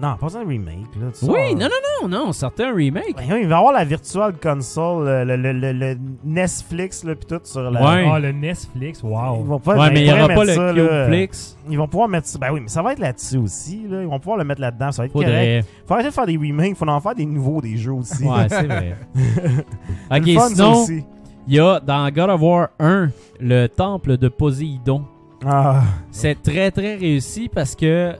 S4: Non, pas un remake. Là, tu
S2: Oui,
S4: sors-
S2: non, non, non, non, sortez un remake.
S4: Ben oui, il va y avoir la Virtual Console, euh, le, le, le, le Netflix, là, puis tout sur la.
S2: Ouais.
S6: Ah, le Netflix, wow.
S4: Ils vont pas,
S2: Ouais,
S4: ben,
S2: mais il y
S4: ils pourraient
S2: aura pas
S4: mettre ça,
S2: le
S4: là.
S2: Cubeflix.
S4: Ils vont pouvoir mettre ça. Ben oui, mais ça va être là-dessus aussi. Là. Ils vont pouvoir le mettre là-dedans. Ça va être
S2: Faudrait.
S4: correct. Faut arrêter de faire des remakes. Faut en faire des nouveaux des jeux aussi.
S2: Ouais, c'est vrai.
S4: C'est
S2: ok,
S4: le fun, ça
S2: sinon,
S4: aussi.
S2: il y a dans God of War 1, le temple de Poséidon.
S4: Ah.
S2: C'est très très réussi parce que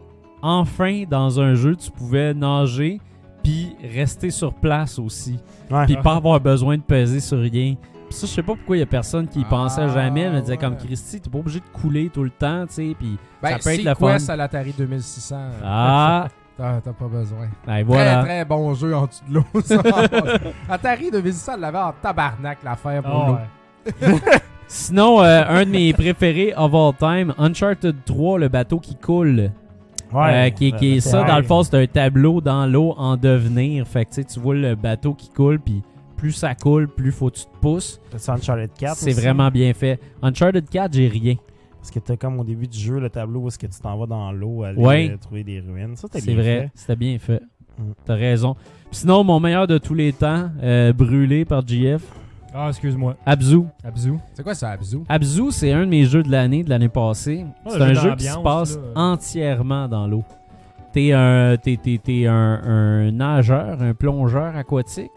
S6: enfin, dans un jeu, tu pouvais nager puis rester sur place aussi. Puis pas avoir besoin de peser sur rien. Puis ça, je sais pas pourquoi il y a personne qui y
S2: Ah,
S6: pensait jamais. Elle me disait comme Christy, t'es pas obligé de couler tout le temps, tu sais. Puis
S5: Ben,
S6: ça peut être la fun.
S5: Quest à l'Atari 2600. euh,
S6: Ah!
S5: T'as t'as pas besoin.
S6: Ben, voilà.
S5: Très, très bon jeu en dessous de l'eau, ça. Atari 2600 l'avait en tabarnak, l'affaire pour
S6: Ah,
S5: l'eau.
S6: ouais. Sinon, euh, un de mes préférés of all time, Uncharted 3, le bateau qui coule.
S4: Ouais.
S6: Euh, qui, qui est
S4: Ouais.
S6: ça, dans le fond, c'est un tableau dans l'eau en devenir. Fait que tu sais, tu vois le bateau qui coule, puis plus ça coule, plus faut que tu te pousses.
S4: C'est Uncharted 4
S6: C'est
S4: aussi.
S6: vraiment bien fait. Uncharted 4, j'ai rien.
S4: Parce que t'as comme au début du jeu le tableau où est-ce que tu t'en vas dans l'eau aller
S6: Ouais.
S4: euh, trouver des ruines. Ça, t'as
S6: C'est
S4: bien
S6: vrai,
S4: fait. Mm.
S6: c'était bien fait. T'as raison. Puis sinon, mon meilleur de tous les temps, euh, brûlé par GF.
S2: Ah, excuse-moi.
S6: Abzu.
S2: Abzu.
S5: C'est quoi ça, Abzu?
S6: Abzu, c'est un de mes jeux de l'année, de l'année passée.
S2: Ah,
S6: c'est
S2: le jeu
S6: un jeu qui se
S2: d'ambiance,
S6: passe
S2: là.
S6: entièrement dans l'eau. T'es un, t'es- t'es- t'es un- un nageur, un plongeur aquatique.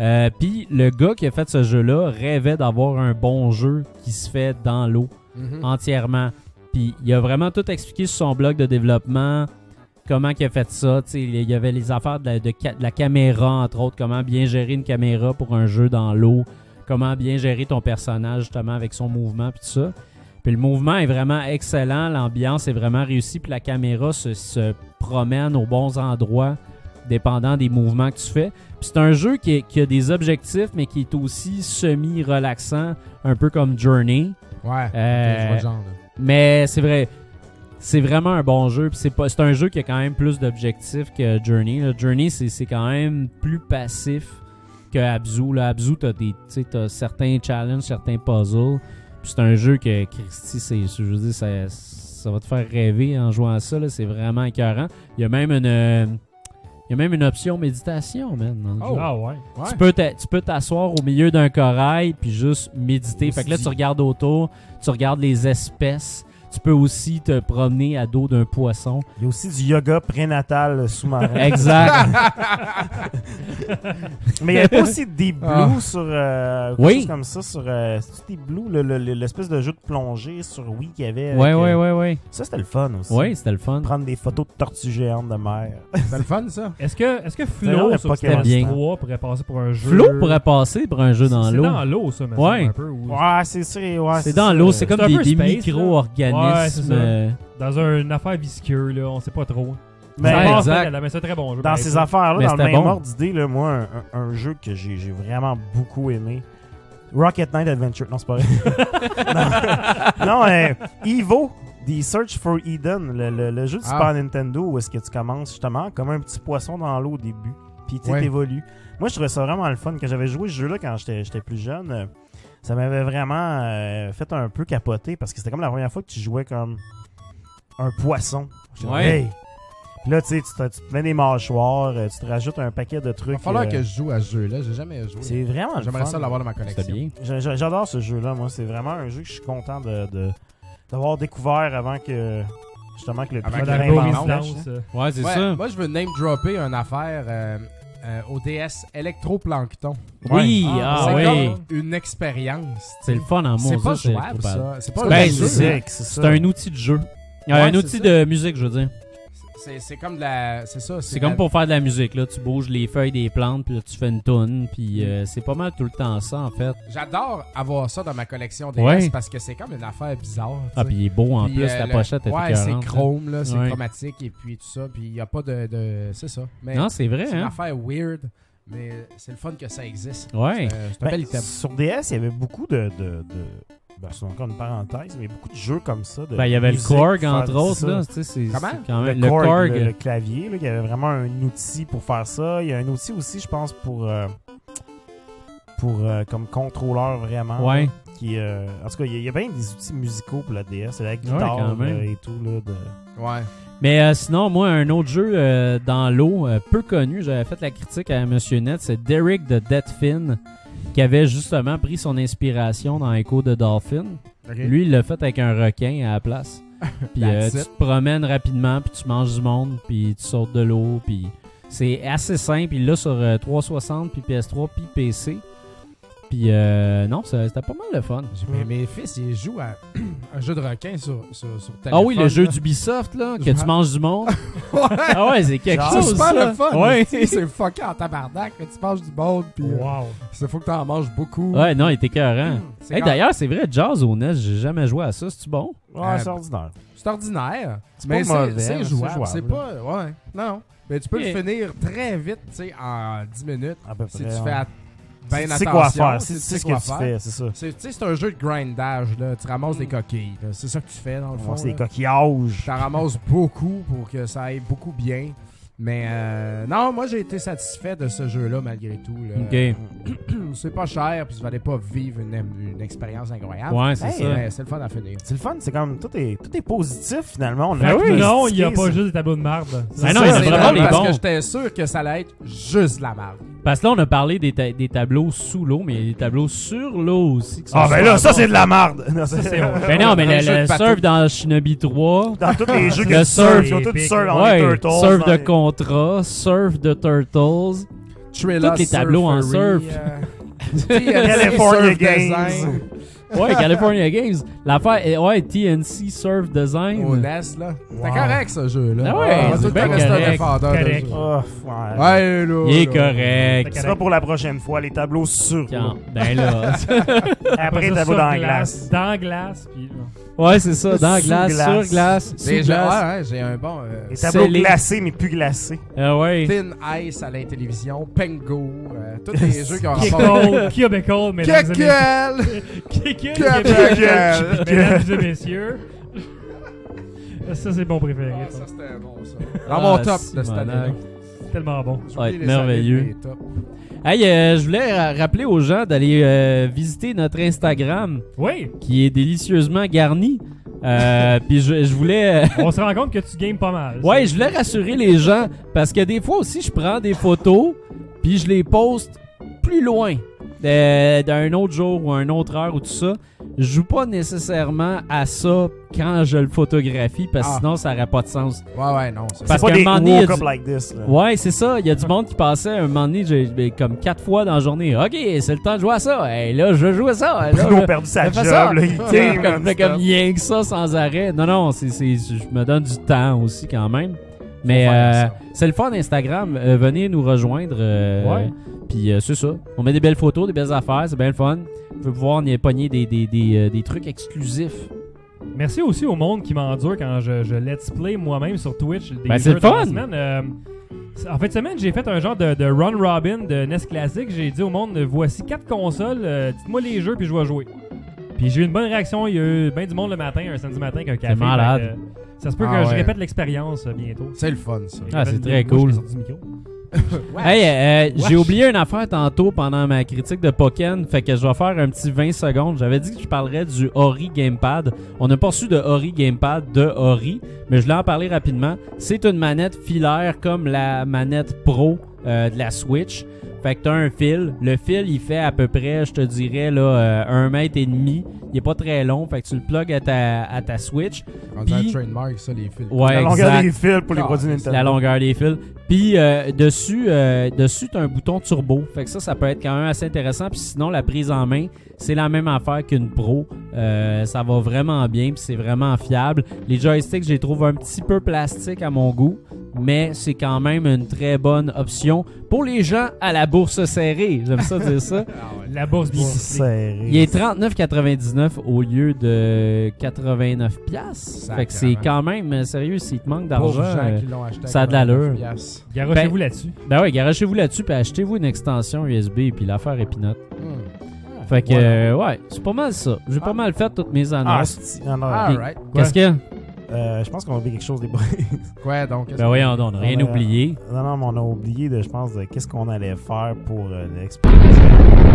S6: Euh, Puis le gars qui a fait ce jeu-là rêvait d'avoir un bon jeu qui se fait dans l'eau
S2: Mhm.
S6: entièrement. Puis il a vraiment tout expliqué sur son blog de développement, comment il a fait ça. Tu sais, il y avait les affaires de la, de ca- de la caméra, entre autres, comment bien gérer une caméra pour un jeu dans l'eau, comment bien gérer ton personnage justement avec son mouvement, puis tout ça. Puis le mouvement est vraiment excellent, l'ambiance est vraiment réussie, puis la caméra se, se promène aux bons endroits dépendant des mouvements que tu fais. Puis c'est un jeu qui, est- qui a des objectifs, mais qui est aussi semi-relaxant, un peu comme Journey.
S5: Ouais,
S6: Euh,
S5: je vois le genre, là.
S6: mais c'est vrai, c'est vraiment un bon jeu. puis C'est pas- c'est un jeu qui a quand même plus d'objectifs que Journey. là. Journey, c'est c'est quand même plus passif que Abzu. Là. Abzu, t'as des- tu sais, t'as certains challenges, certains puzzles. Puis c'est un jeu que, Christy, c'est- je veux dire, ça, ça va te faire rêver en jouant à ça. là. C'est vraiment écœurant. Il y a même une... euh, il y a même une option méditation, man. dans le
S2: Oh.
S6: jeu.
S2: Ah ouais.
S6: Tu
S2: Ouais.
S6: peux t'a- tu peux t'asseoir au milieu d'un corail puis juste méditer. Fait que là,
S2: Aussi.
S6: tu regardes autour, tu regardes les espèces. Tu peux aussi te promener à dos d'un poisson.
S4: Il y a aussi du yoga prénatal sous-marin.
S6: Exact.
S4: Mais il y avait pas aussi des blues
S6: Ah.
S4: sur. euh, quelque
S6: Oui.
S4: chose comme ça sur. euh, c'est-tu des blues, le- le- le- l'espèce de jeu de plongée sur Wii qu'il y avait.
S6: Ouais,
S4: avec,
S6: ouais,
S4: euh,
S6: ouais, ouais.
S4: Ça, c'était le fun aussi.
S6: Ouais, c'était le fun.
S4: Prendre des photos de tortues géantes de mer.
S5: C'était le fun, ça.
S2: Est-ce que, est-ce que
S4: C'est vraiment
S2: Flo
S4: le
S2: sur
S4: Pokémon
S2: Pokémon
S4: Star.
S2: 3 pourrait passer pour un jeu
S6: Flo pourrait passer pour un jeu Euh, dans
S2: C'est
S6: l'eau.
S2: dans l'eau, ça, me semble,
S6: Ouais.
S2: un peu, ou-
S4: Ouais, c'est sûr. Ouais,
S6: C'est dans l'eau, c'est comme
S2: un
S6: des-
S2: peu
S6: des
S2: space, là.
S6: micro-organismes,
S2: Ouais, c'est ça.
S6: euh.
S2: Dans un- une affaire visqueuse, là, on sait pas trop.
S4: Mais-
S6: Ben,
S2: ça passe,
S4: Exact.
S2: là, mais c'est un très bon jeu.
S4: Dans
S2: par
S4: ces
S2: exemple.
S4: affaires-là, dans le même ordre d'idée, là, moi, un, un- un jeu que j'ai j'ai vraiment beaucoup aimé. Rocket Knight Adventure. Non, c'est pas vrai. non, non, euh, Evo, The Search for Eden, le, le- le jeu de
S5: Ah.
S4: Super Nintendo où est-ce que tu commences justement comme un petit poisson dans l'eau au début. Puis tu sais,
S5: Ouais.
S4: t'évolues. Moi, je trouvais ça vraiment le fun. Quand j'avais joué ce jeu-là quand j'étais j'étais plus jeune, euh, ça m'avait vraiment euh, fait un peu capoter parce que c'était comme la première fois que tu jouais comme un poisson. J'étais comme,
S5: Ouais.
S4: Hey! Puis là, tu sais, tu te- tu te mets des mâchoires, euh, tu te rajoutes un paquet de trucs.
S5: Il va falloir
S4: euh,
S5: que je joue à ce jeu-là. J'ai jamais joué.
S4: C'est vraiment le
S5: J'aimerais
S4: fun.
S5: ça l'avoir dans ma collection.
S4: J'a- j'a- J'adore ce jeu-là, moi. C'est vraiment un jeu que je suis content de- de- d'avoir découvert avant que. Justement, que le
S5: Avant
S4: prix
S5: que la
S4: réinvente,
S5: bombe se
S4: là.
S5: lance,
S2: euh.
S6: Ouais, c'est
S5: Ouais,
S6: ça.
S5: Moi, je veux name dropper une affaire euh, euh, au DS Electroplancton.
S6: Oui, ah,
S5: c'est
S6: oui.
S5: comme une expérience.
S6: C'est le fun en
S5: C'est
S6: moi,
S5: pas
S6: ça,
S5: jouable,
S6: c'est
S5: ça.
S6: coupable.
S5: C'est pas un
S6: Ben,
S5: jeu.
S6: c'est ça. C'est un outil de jeu. Euh,
S5: Ouais,
S6: un
S5: c'est ça.
S6: outil de musique, je veux dire.
S5: C'est c'est comme de la. C'est ça.
S6: C'est
S5: de la-
S6: comme pour faire de la musique, là. Tu bouges les feuilles des plantes, puis là, tu fais une toune, puis euh, c'est pas mal tout le temps ça, en fait.
S5: J'adore avoir ça dans ma collection DS
S6: Ouais.
S5: parce que c'est comme une affaire bizarre. tu
S6: Ah,
S5: sais.
S6: puis il est beau en
S5: Puis,
S6: plus,
S5: euh,
S6: la
S5: le-
S6: pochette est
S5: Ouais, c'est
S6: écœurante, hein.
S5: chrome,
S6: là.
S5: là, c'est
S6: Ouais.
S5: chromatique et puis tout ça. Puis il n'y a pas de. de- c'est ça. Mais
S6: Non, c'est vrai,
S5: C'est une
S6: hein.
S5: affaire weird, mais c'est le fun que ça existe.
S6: Ouais.
S5: C'est un- c'est un
S4: Ben,
S5: bel item.
S4: Sur DS, il y avait beaucoup de. de, de... Ben, c'est encore une parenthèse, mais il y a beaucoup de jeux comme ça. de
S6: Ben, il y avait le
S4: musique,
S6: Korg,
S4: faire
S6: entre
S4: ça.
S6: autres, là, tu sais, c'est- Comment? c'est quand même-
S4: le
S6: Ah le
S4: Korg,
S6: Korg. euh,
S4: Le, le clavier, là, il y avait vraiment un outil pour faire ça. Il y a un outil aussi, je pense, pour. euh, pour euh, comme contrôleur vraiment.
S6: Ah, Ouais.
S4: là, qui, euh, en tout cas, il y, a- il y a bien des outils musicaux pour la DS. La
S6: Ouais,
S4: guitare
S6: quand même.
S4: là, et tout. Là, de...
S5: Ouais.
S6: Mais euh, sinon, moi, un autre jeu euh, dans l'eau, euh, peu connu, j'avais fait la critique à Monsieur Net, c'est Derek de Deadfin, qui avait justement pris son inspiration dans Echo de Dolphin.
S5: Ok.
S6: Lui, il l'a fait avec un requin à la place. Puis euh,
S5: That's
S6: tu
S5: it.
S6: te promènes rapidement, puis tu manges du monde, puis tu sautes de l'eau, puis c'est assez simple. Il l'a sur euh, 360, puis PS3, puis PC. Puis euh, non, ça- c'était pas mal le fun.
S5: Mais mes fils, ils jouent à un jeu de requin sur, sur, sur
S2: Ah oui,
S5: téléphone,
S2: le jeu
S5: là.
S2: d'Ubisoft, là, que
S5: Ouais.
S2: tu manges du monde. Ah ouais, c'est quelque
S5: Genre,
S2: chose.
S5: C'est super
S2: ça.
S5: le fun.
S2: Ouais.
S5: tu sais, C'est fucké en tabarnak, mais tu manges du monde. Puis, euh, wow. Il faut que tu en manges beaucoup.
S2: Ouais, non, il était carré.
S5: c'est
S2: Hey,
S5: quand-
S2: D'ailleurs, c'est vrai, Jazz au NES, j'ai jamais joué à ça. C'est-tu bon?
S5: Ah. Euh, C'est ordinaire.
S2: C'est
S5: mais
S2: pas mauvais,
S5: C'est
S4: hein,
S2: mais c'est
S5: jouable.
S2: jouable.
S5: C'est pas. Ouais. Non. Mais tu peux
S2: Ok.
S5: le finir très vite, tu sais, en 10 minutes. si
S4: près,
S5: tu
S4: ouais.
S5: fais at-
S4: Si
S5: ben
S4: tu
S5: attention.
S4: sais quoi faire, si
S5: si
S4: tu sais ce
S5: quoi
S4: que tu
S5: faire.
S4: fais, c'est ça.
S5: Tu sais, c'est un jeu de grindage, là. Tu ramasses des coquilles. là. C'est ça que tu fais, dans le
S4: Ouais,
S5: fond.
S4: c'est des
S5: coquillages. Tu ramasses beaucoup pour que ça aille beaucoup bien. Mais euh, non, moi j'ai été satisfait de ce jeu-là malgré tout. là. C'est pas cher, puis ça valait pas vivre une, une expérience incroyable.
S4: Ouais, c'est
S5: Hey,
S4: ça.
S5: mais C'est le fun à finir.
S4: C'est le fun, c'est comme tout est, tout est positif finalement. On
S5: Ben
S4: a
S5: oui,
S4: tout
S5: non,
S4: expliqué,
S5: il y a pas
S4: ça.
S6: juste des tableaux de marbre.
S2: Ben non, il y a
S5: C'est
S2: vraiment
S5: drôle
S2: des
S5: parce
S2: bons.
S5: que j'étais sûr que ça allait être juste la merde.
S2: Parce que là, on a parlé des, ta- des tableaux sous l'eau, mais il y a des tableaux sur l'eau aussi. qui sont
S4: Ah, ben
S2: super
S4: là, ça,
S2: bons.
S4: c'est de la marde. Non, ça, c'est-
S2: ben non, mais
S4: Dans le jeu
S2: le,
S4: de
S2: le
S4: bateau.
S2: surf dans Shinobi 3.
S4: Dans tous les jeux que
S2: Ah, le
S4: tu surfes,
S2: surf.
S4: ils ont tous du surf dans
S2: ouais,
S4: les Turtles,
S2: Surf
S4: dans
S2: de
S4: les-
S2: Contra, surf de Turtles.
S5: Trilla
S2: tous les tableaux en surf.
S5: Surfery, euh, California Surf Games. Design.
S2: ouais, California Games. L'affaire, est- ouais, TNC Surf Design.
S5: Au NES, là. C'était correct, ce jeu-là.
S2: Ah ouais,
S5: On
S2: c'est
S5: va tout le
S2: bien
S5: temps rester un
S2: correct.
S5: défendeur de
S4: Correct.
S5: ce jeu.
S4: Ah,
S5: Ouais, là,
S2: Il est
S5: là.
S2: correct.
S4: C'est pas pour la prochaine fois, les tableaux sur.
S2: Quand- ben là.
S4: Après,
S6: ça,
S4: tableau
S6: sur
S4: dans la glace.
S6: Dans la glace, puis.
S2: Ouais, c'est ça. Dans la
S4: Sous
S2: glace,
S4: glace.
S2: sur glace, sous
S5: Déjà,
S2: glace.
S5: ouais, ouais, j'ai un bon. euh,
S4: Les tableaux
S2: Scellé.
S4: glacés, mais plus glacés.
S2: Ah ouais.
S5: Thin Ice à la télévision, Pengo, euh, tous les jeux qui ont
S6: Kickle,
S5: rapport.
S6: Cubicle, mesdames et
S5: Kekel!
S6: Kickle,
S5: Kekel!
S6: Mesdames et messieurs. Ça, c'est mon préféré. ça,
S4: Ah,
S5: c'était bon, ça. Dans
S2: Ah,
S5: mon top de cette
S2: Simonac.
S5: année.
S6: Tellement bon.
S2: Ça va être merveilleux.
S5: mais top.
S2: Hey, euh, je voulais ra- rappeler aux gens d'aller euh, visiter notre Instagram.
S6: Oui.
S2: Qui est délicieusement garni. Euh, Puis je, je voulais.
S6: On se rend compte que tu games pas mal.
S2: Ouais, je voulais rassurer les gens parce que des fois aussi, je prends des photos puis je les poste plus loin euh, d'un autre jour ou un autre heure ou tout ça. Je joue pas nécessairement à ça quand je le photographie parce que
S5: Ah.
S2: sinon ça n'aurait pas de sens.
S5: Ouais, ouais, non. ça-
S2: Parce qu'à un moment donné, il y a du-
S4: like this, là.
S2: Ouais, c'est ça. Il y a du monde qui passait un moment donné, j'ai- ben, comme quatre fois dans la journée. Ok, c'est le temps de jouer à ça. Hey, là, je joue à ça. Hey, là,
S4: Bruno
S2: je-
S4: a perdu sa
S2: je fais
S4: job,
S2: ça.
S4: là, il
S2: Ouais,
S4: game
S2: comme,
S4: non-stop.
S2: comme rien que ça sans arrêt. Non, non, c'est, c'est- je me donne du temps aussi quand même. Mais
S5: Faut faire
S2: euh, c'est le fun Instagram. Euh, venez nous rejoindre. euh,
S5: Ouais.
S2: Puis euh, c'est ça. On met des belles photos, des belles affaires. C'est bien le fun. Vous pouvez pouvoir y pogner des, des, des, euh, des trucs exclusifs.
S6: Merci aussi au monde qui m'endure quand je, je let's play moi-même sur Twitch. Des
S2: Ben, c'est
S6: jeux
S2: le
S6: dans la
S2: fun!
S6: semaine. Euh, c'est- en fin de semaine, j'ai fait un genre de, de run robin de NES Classic. J'ai dit au monde voici quatre consoles, euh, dites-moi les jeux, puis je vais jouer. Puis j'ai eu une bonne réaction. Il y a eu bien du monde le matin, un samedi matin, avec un café.
S2: malade.
S6: Fait que, euh, ça se peut
S5: Ah
S6: que je
S5: ouais.
S6: répète l'expérience euh, bientôt.
S5: C'est le fun, ça.
S2: Ah, c'est
S6: Moi,
S2: très
S6: je
S2: cool.
S6: l'ai sorti du micro.
S2: Hey, euh,
S6: Wesh.
S2: j'ai oublié une affaire tantôt pendant ma critique de Pokken, fait que je vais faire un petit 20 secondes. J'avais dit que je parlerais du Ori Gamepad. On n'a pas reçu de Ori Gamepad de Ori, mais je voulais en parler rapidement. C'est une manette filaire comme la manette Pro euh, de la Switch. Fait que t'as un fil. Le fil, il fait à peu près, je te dirais, là, euh, un mètre et demi. Il est pas très long, fait que tu le plugues à ta, à ta Switch.
S5: On
S2: Puis-
S5: dirait un trademark, ça, les fils.
S2: Ouais,
S4: La longueur
S2: exact. Ah,
S4: des fils pour les produits Nintendo.
S2: La longueur des fils. Puis euh, dessus, euh, dessus t'as un bouton turbo. Fait que ça, ça peut être quand même assez intéressant. Puis sinon, la prise en main, c'est la même affaire qu'une Pro. Euh, ça va vraiment bien, puis c'est vraiment fiable. Les joysticks, je les trouve un petit peu plastiques à mon goût, mais c'est quand même une très bonne option pour les gens à la bourse serrée. J'aime ça dire ça.
S5: Ah
S6: La bourse
S2: Puis, Il est 39,99 au lieu de 89 pièces. Fait que c'est quand même euh, sérieux s'il te manque d'argent.
S5: Pauvres gens
S2: euh,
S5: qui l'ont acheté à
S2: ça a de
S5: 89
S2: l'allure.
S5: piastres.
S6: Garochez-vous là-dessus.
S2: Ben ouais, garochez-vous là-dessus puis achetez-vous une extension USB puis l'affaire est pinote. Fait que
S4: Voilà.
S2: euh, ouais, c'est pas mal ça. J'ai pas mal fait toutes mes annonces.
S4: Ah,
S2: Puis- Qu'est-ce qu'il y a
S4: Euh, je pense qu'on a oublié quelque chose des boys.
S5: Quoi donc
S2: Ben voyons donc, on n'a rien
S4: a-
S2: oublié.
S4: Non, non, mais on a oublié, de, je pense, de qu'est-ce qu'on allait faire pour euh, l'expérience.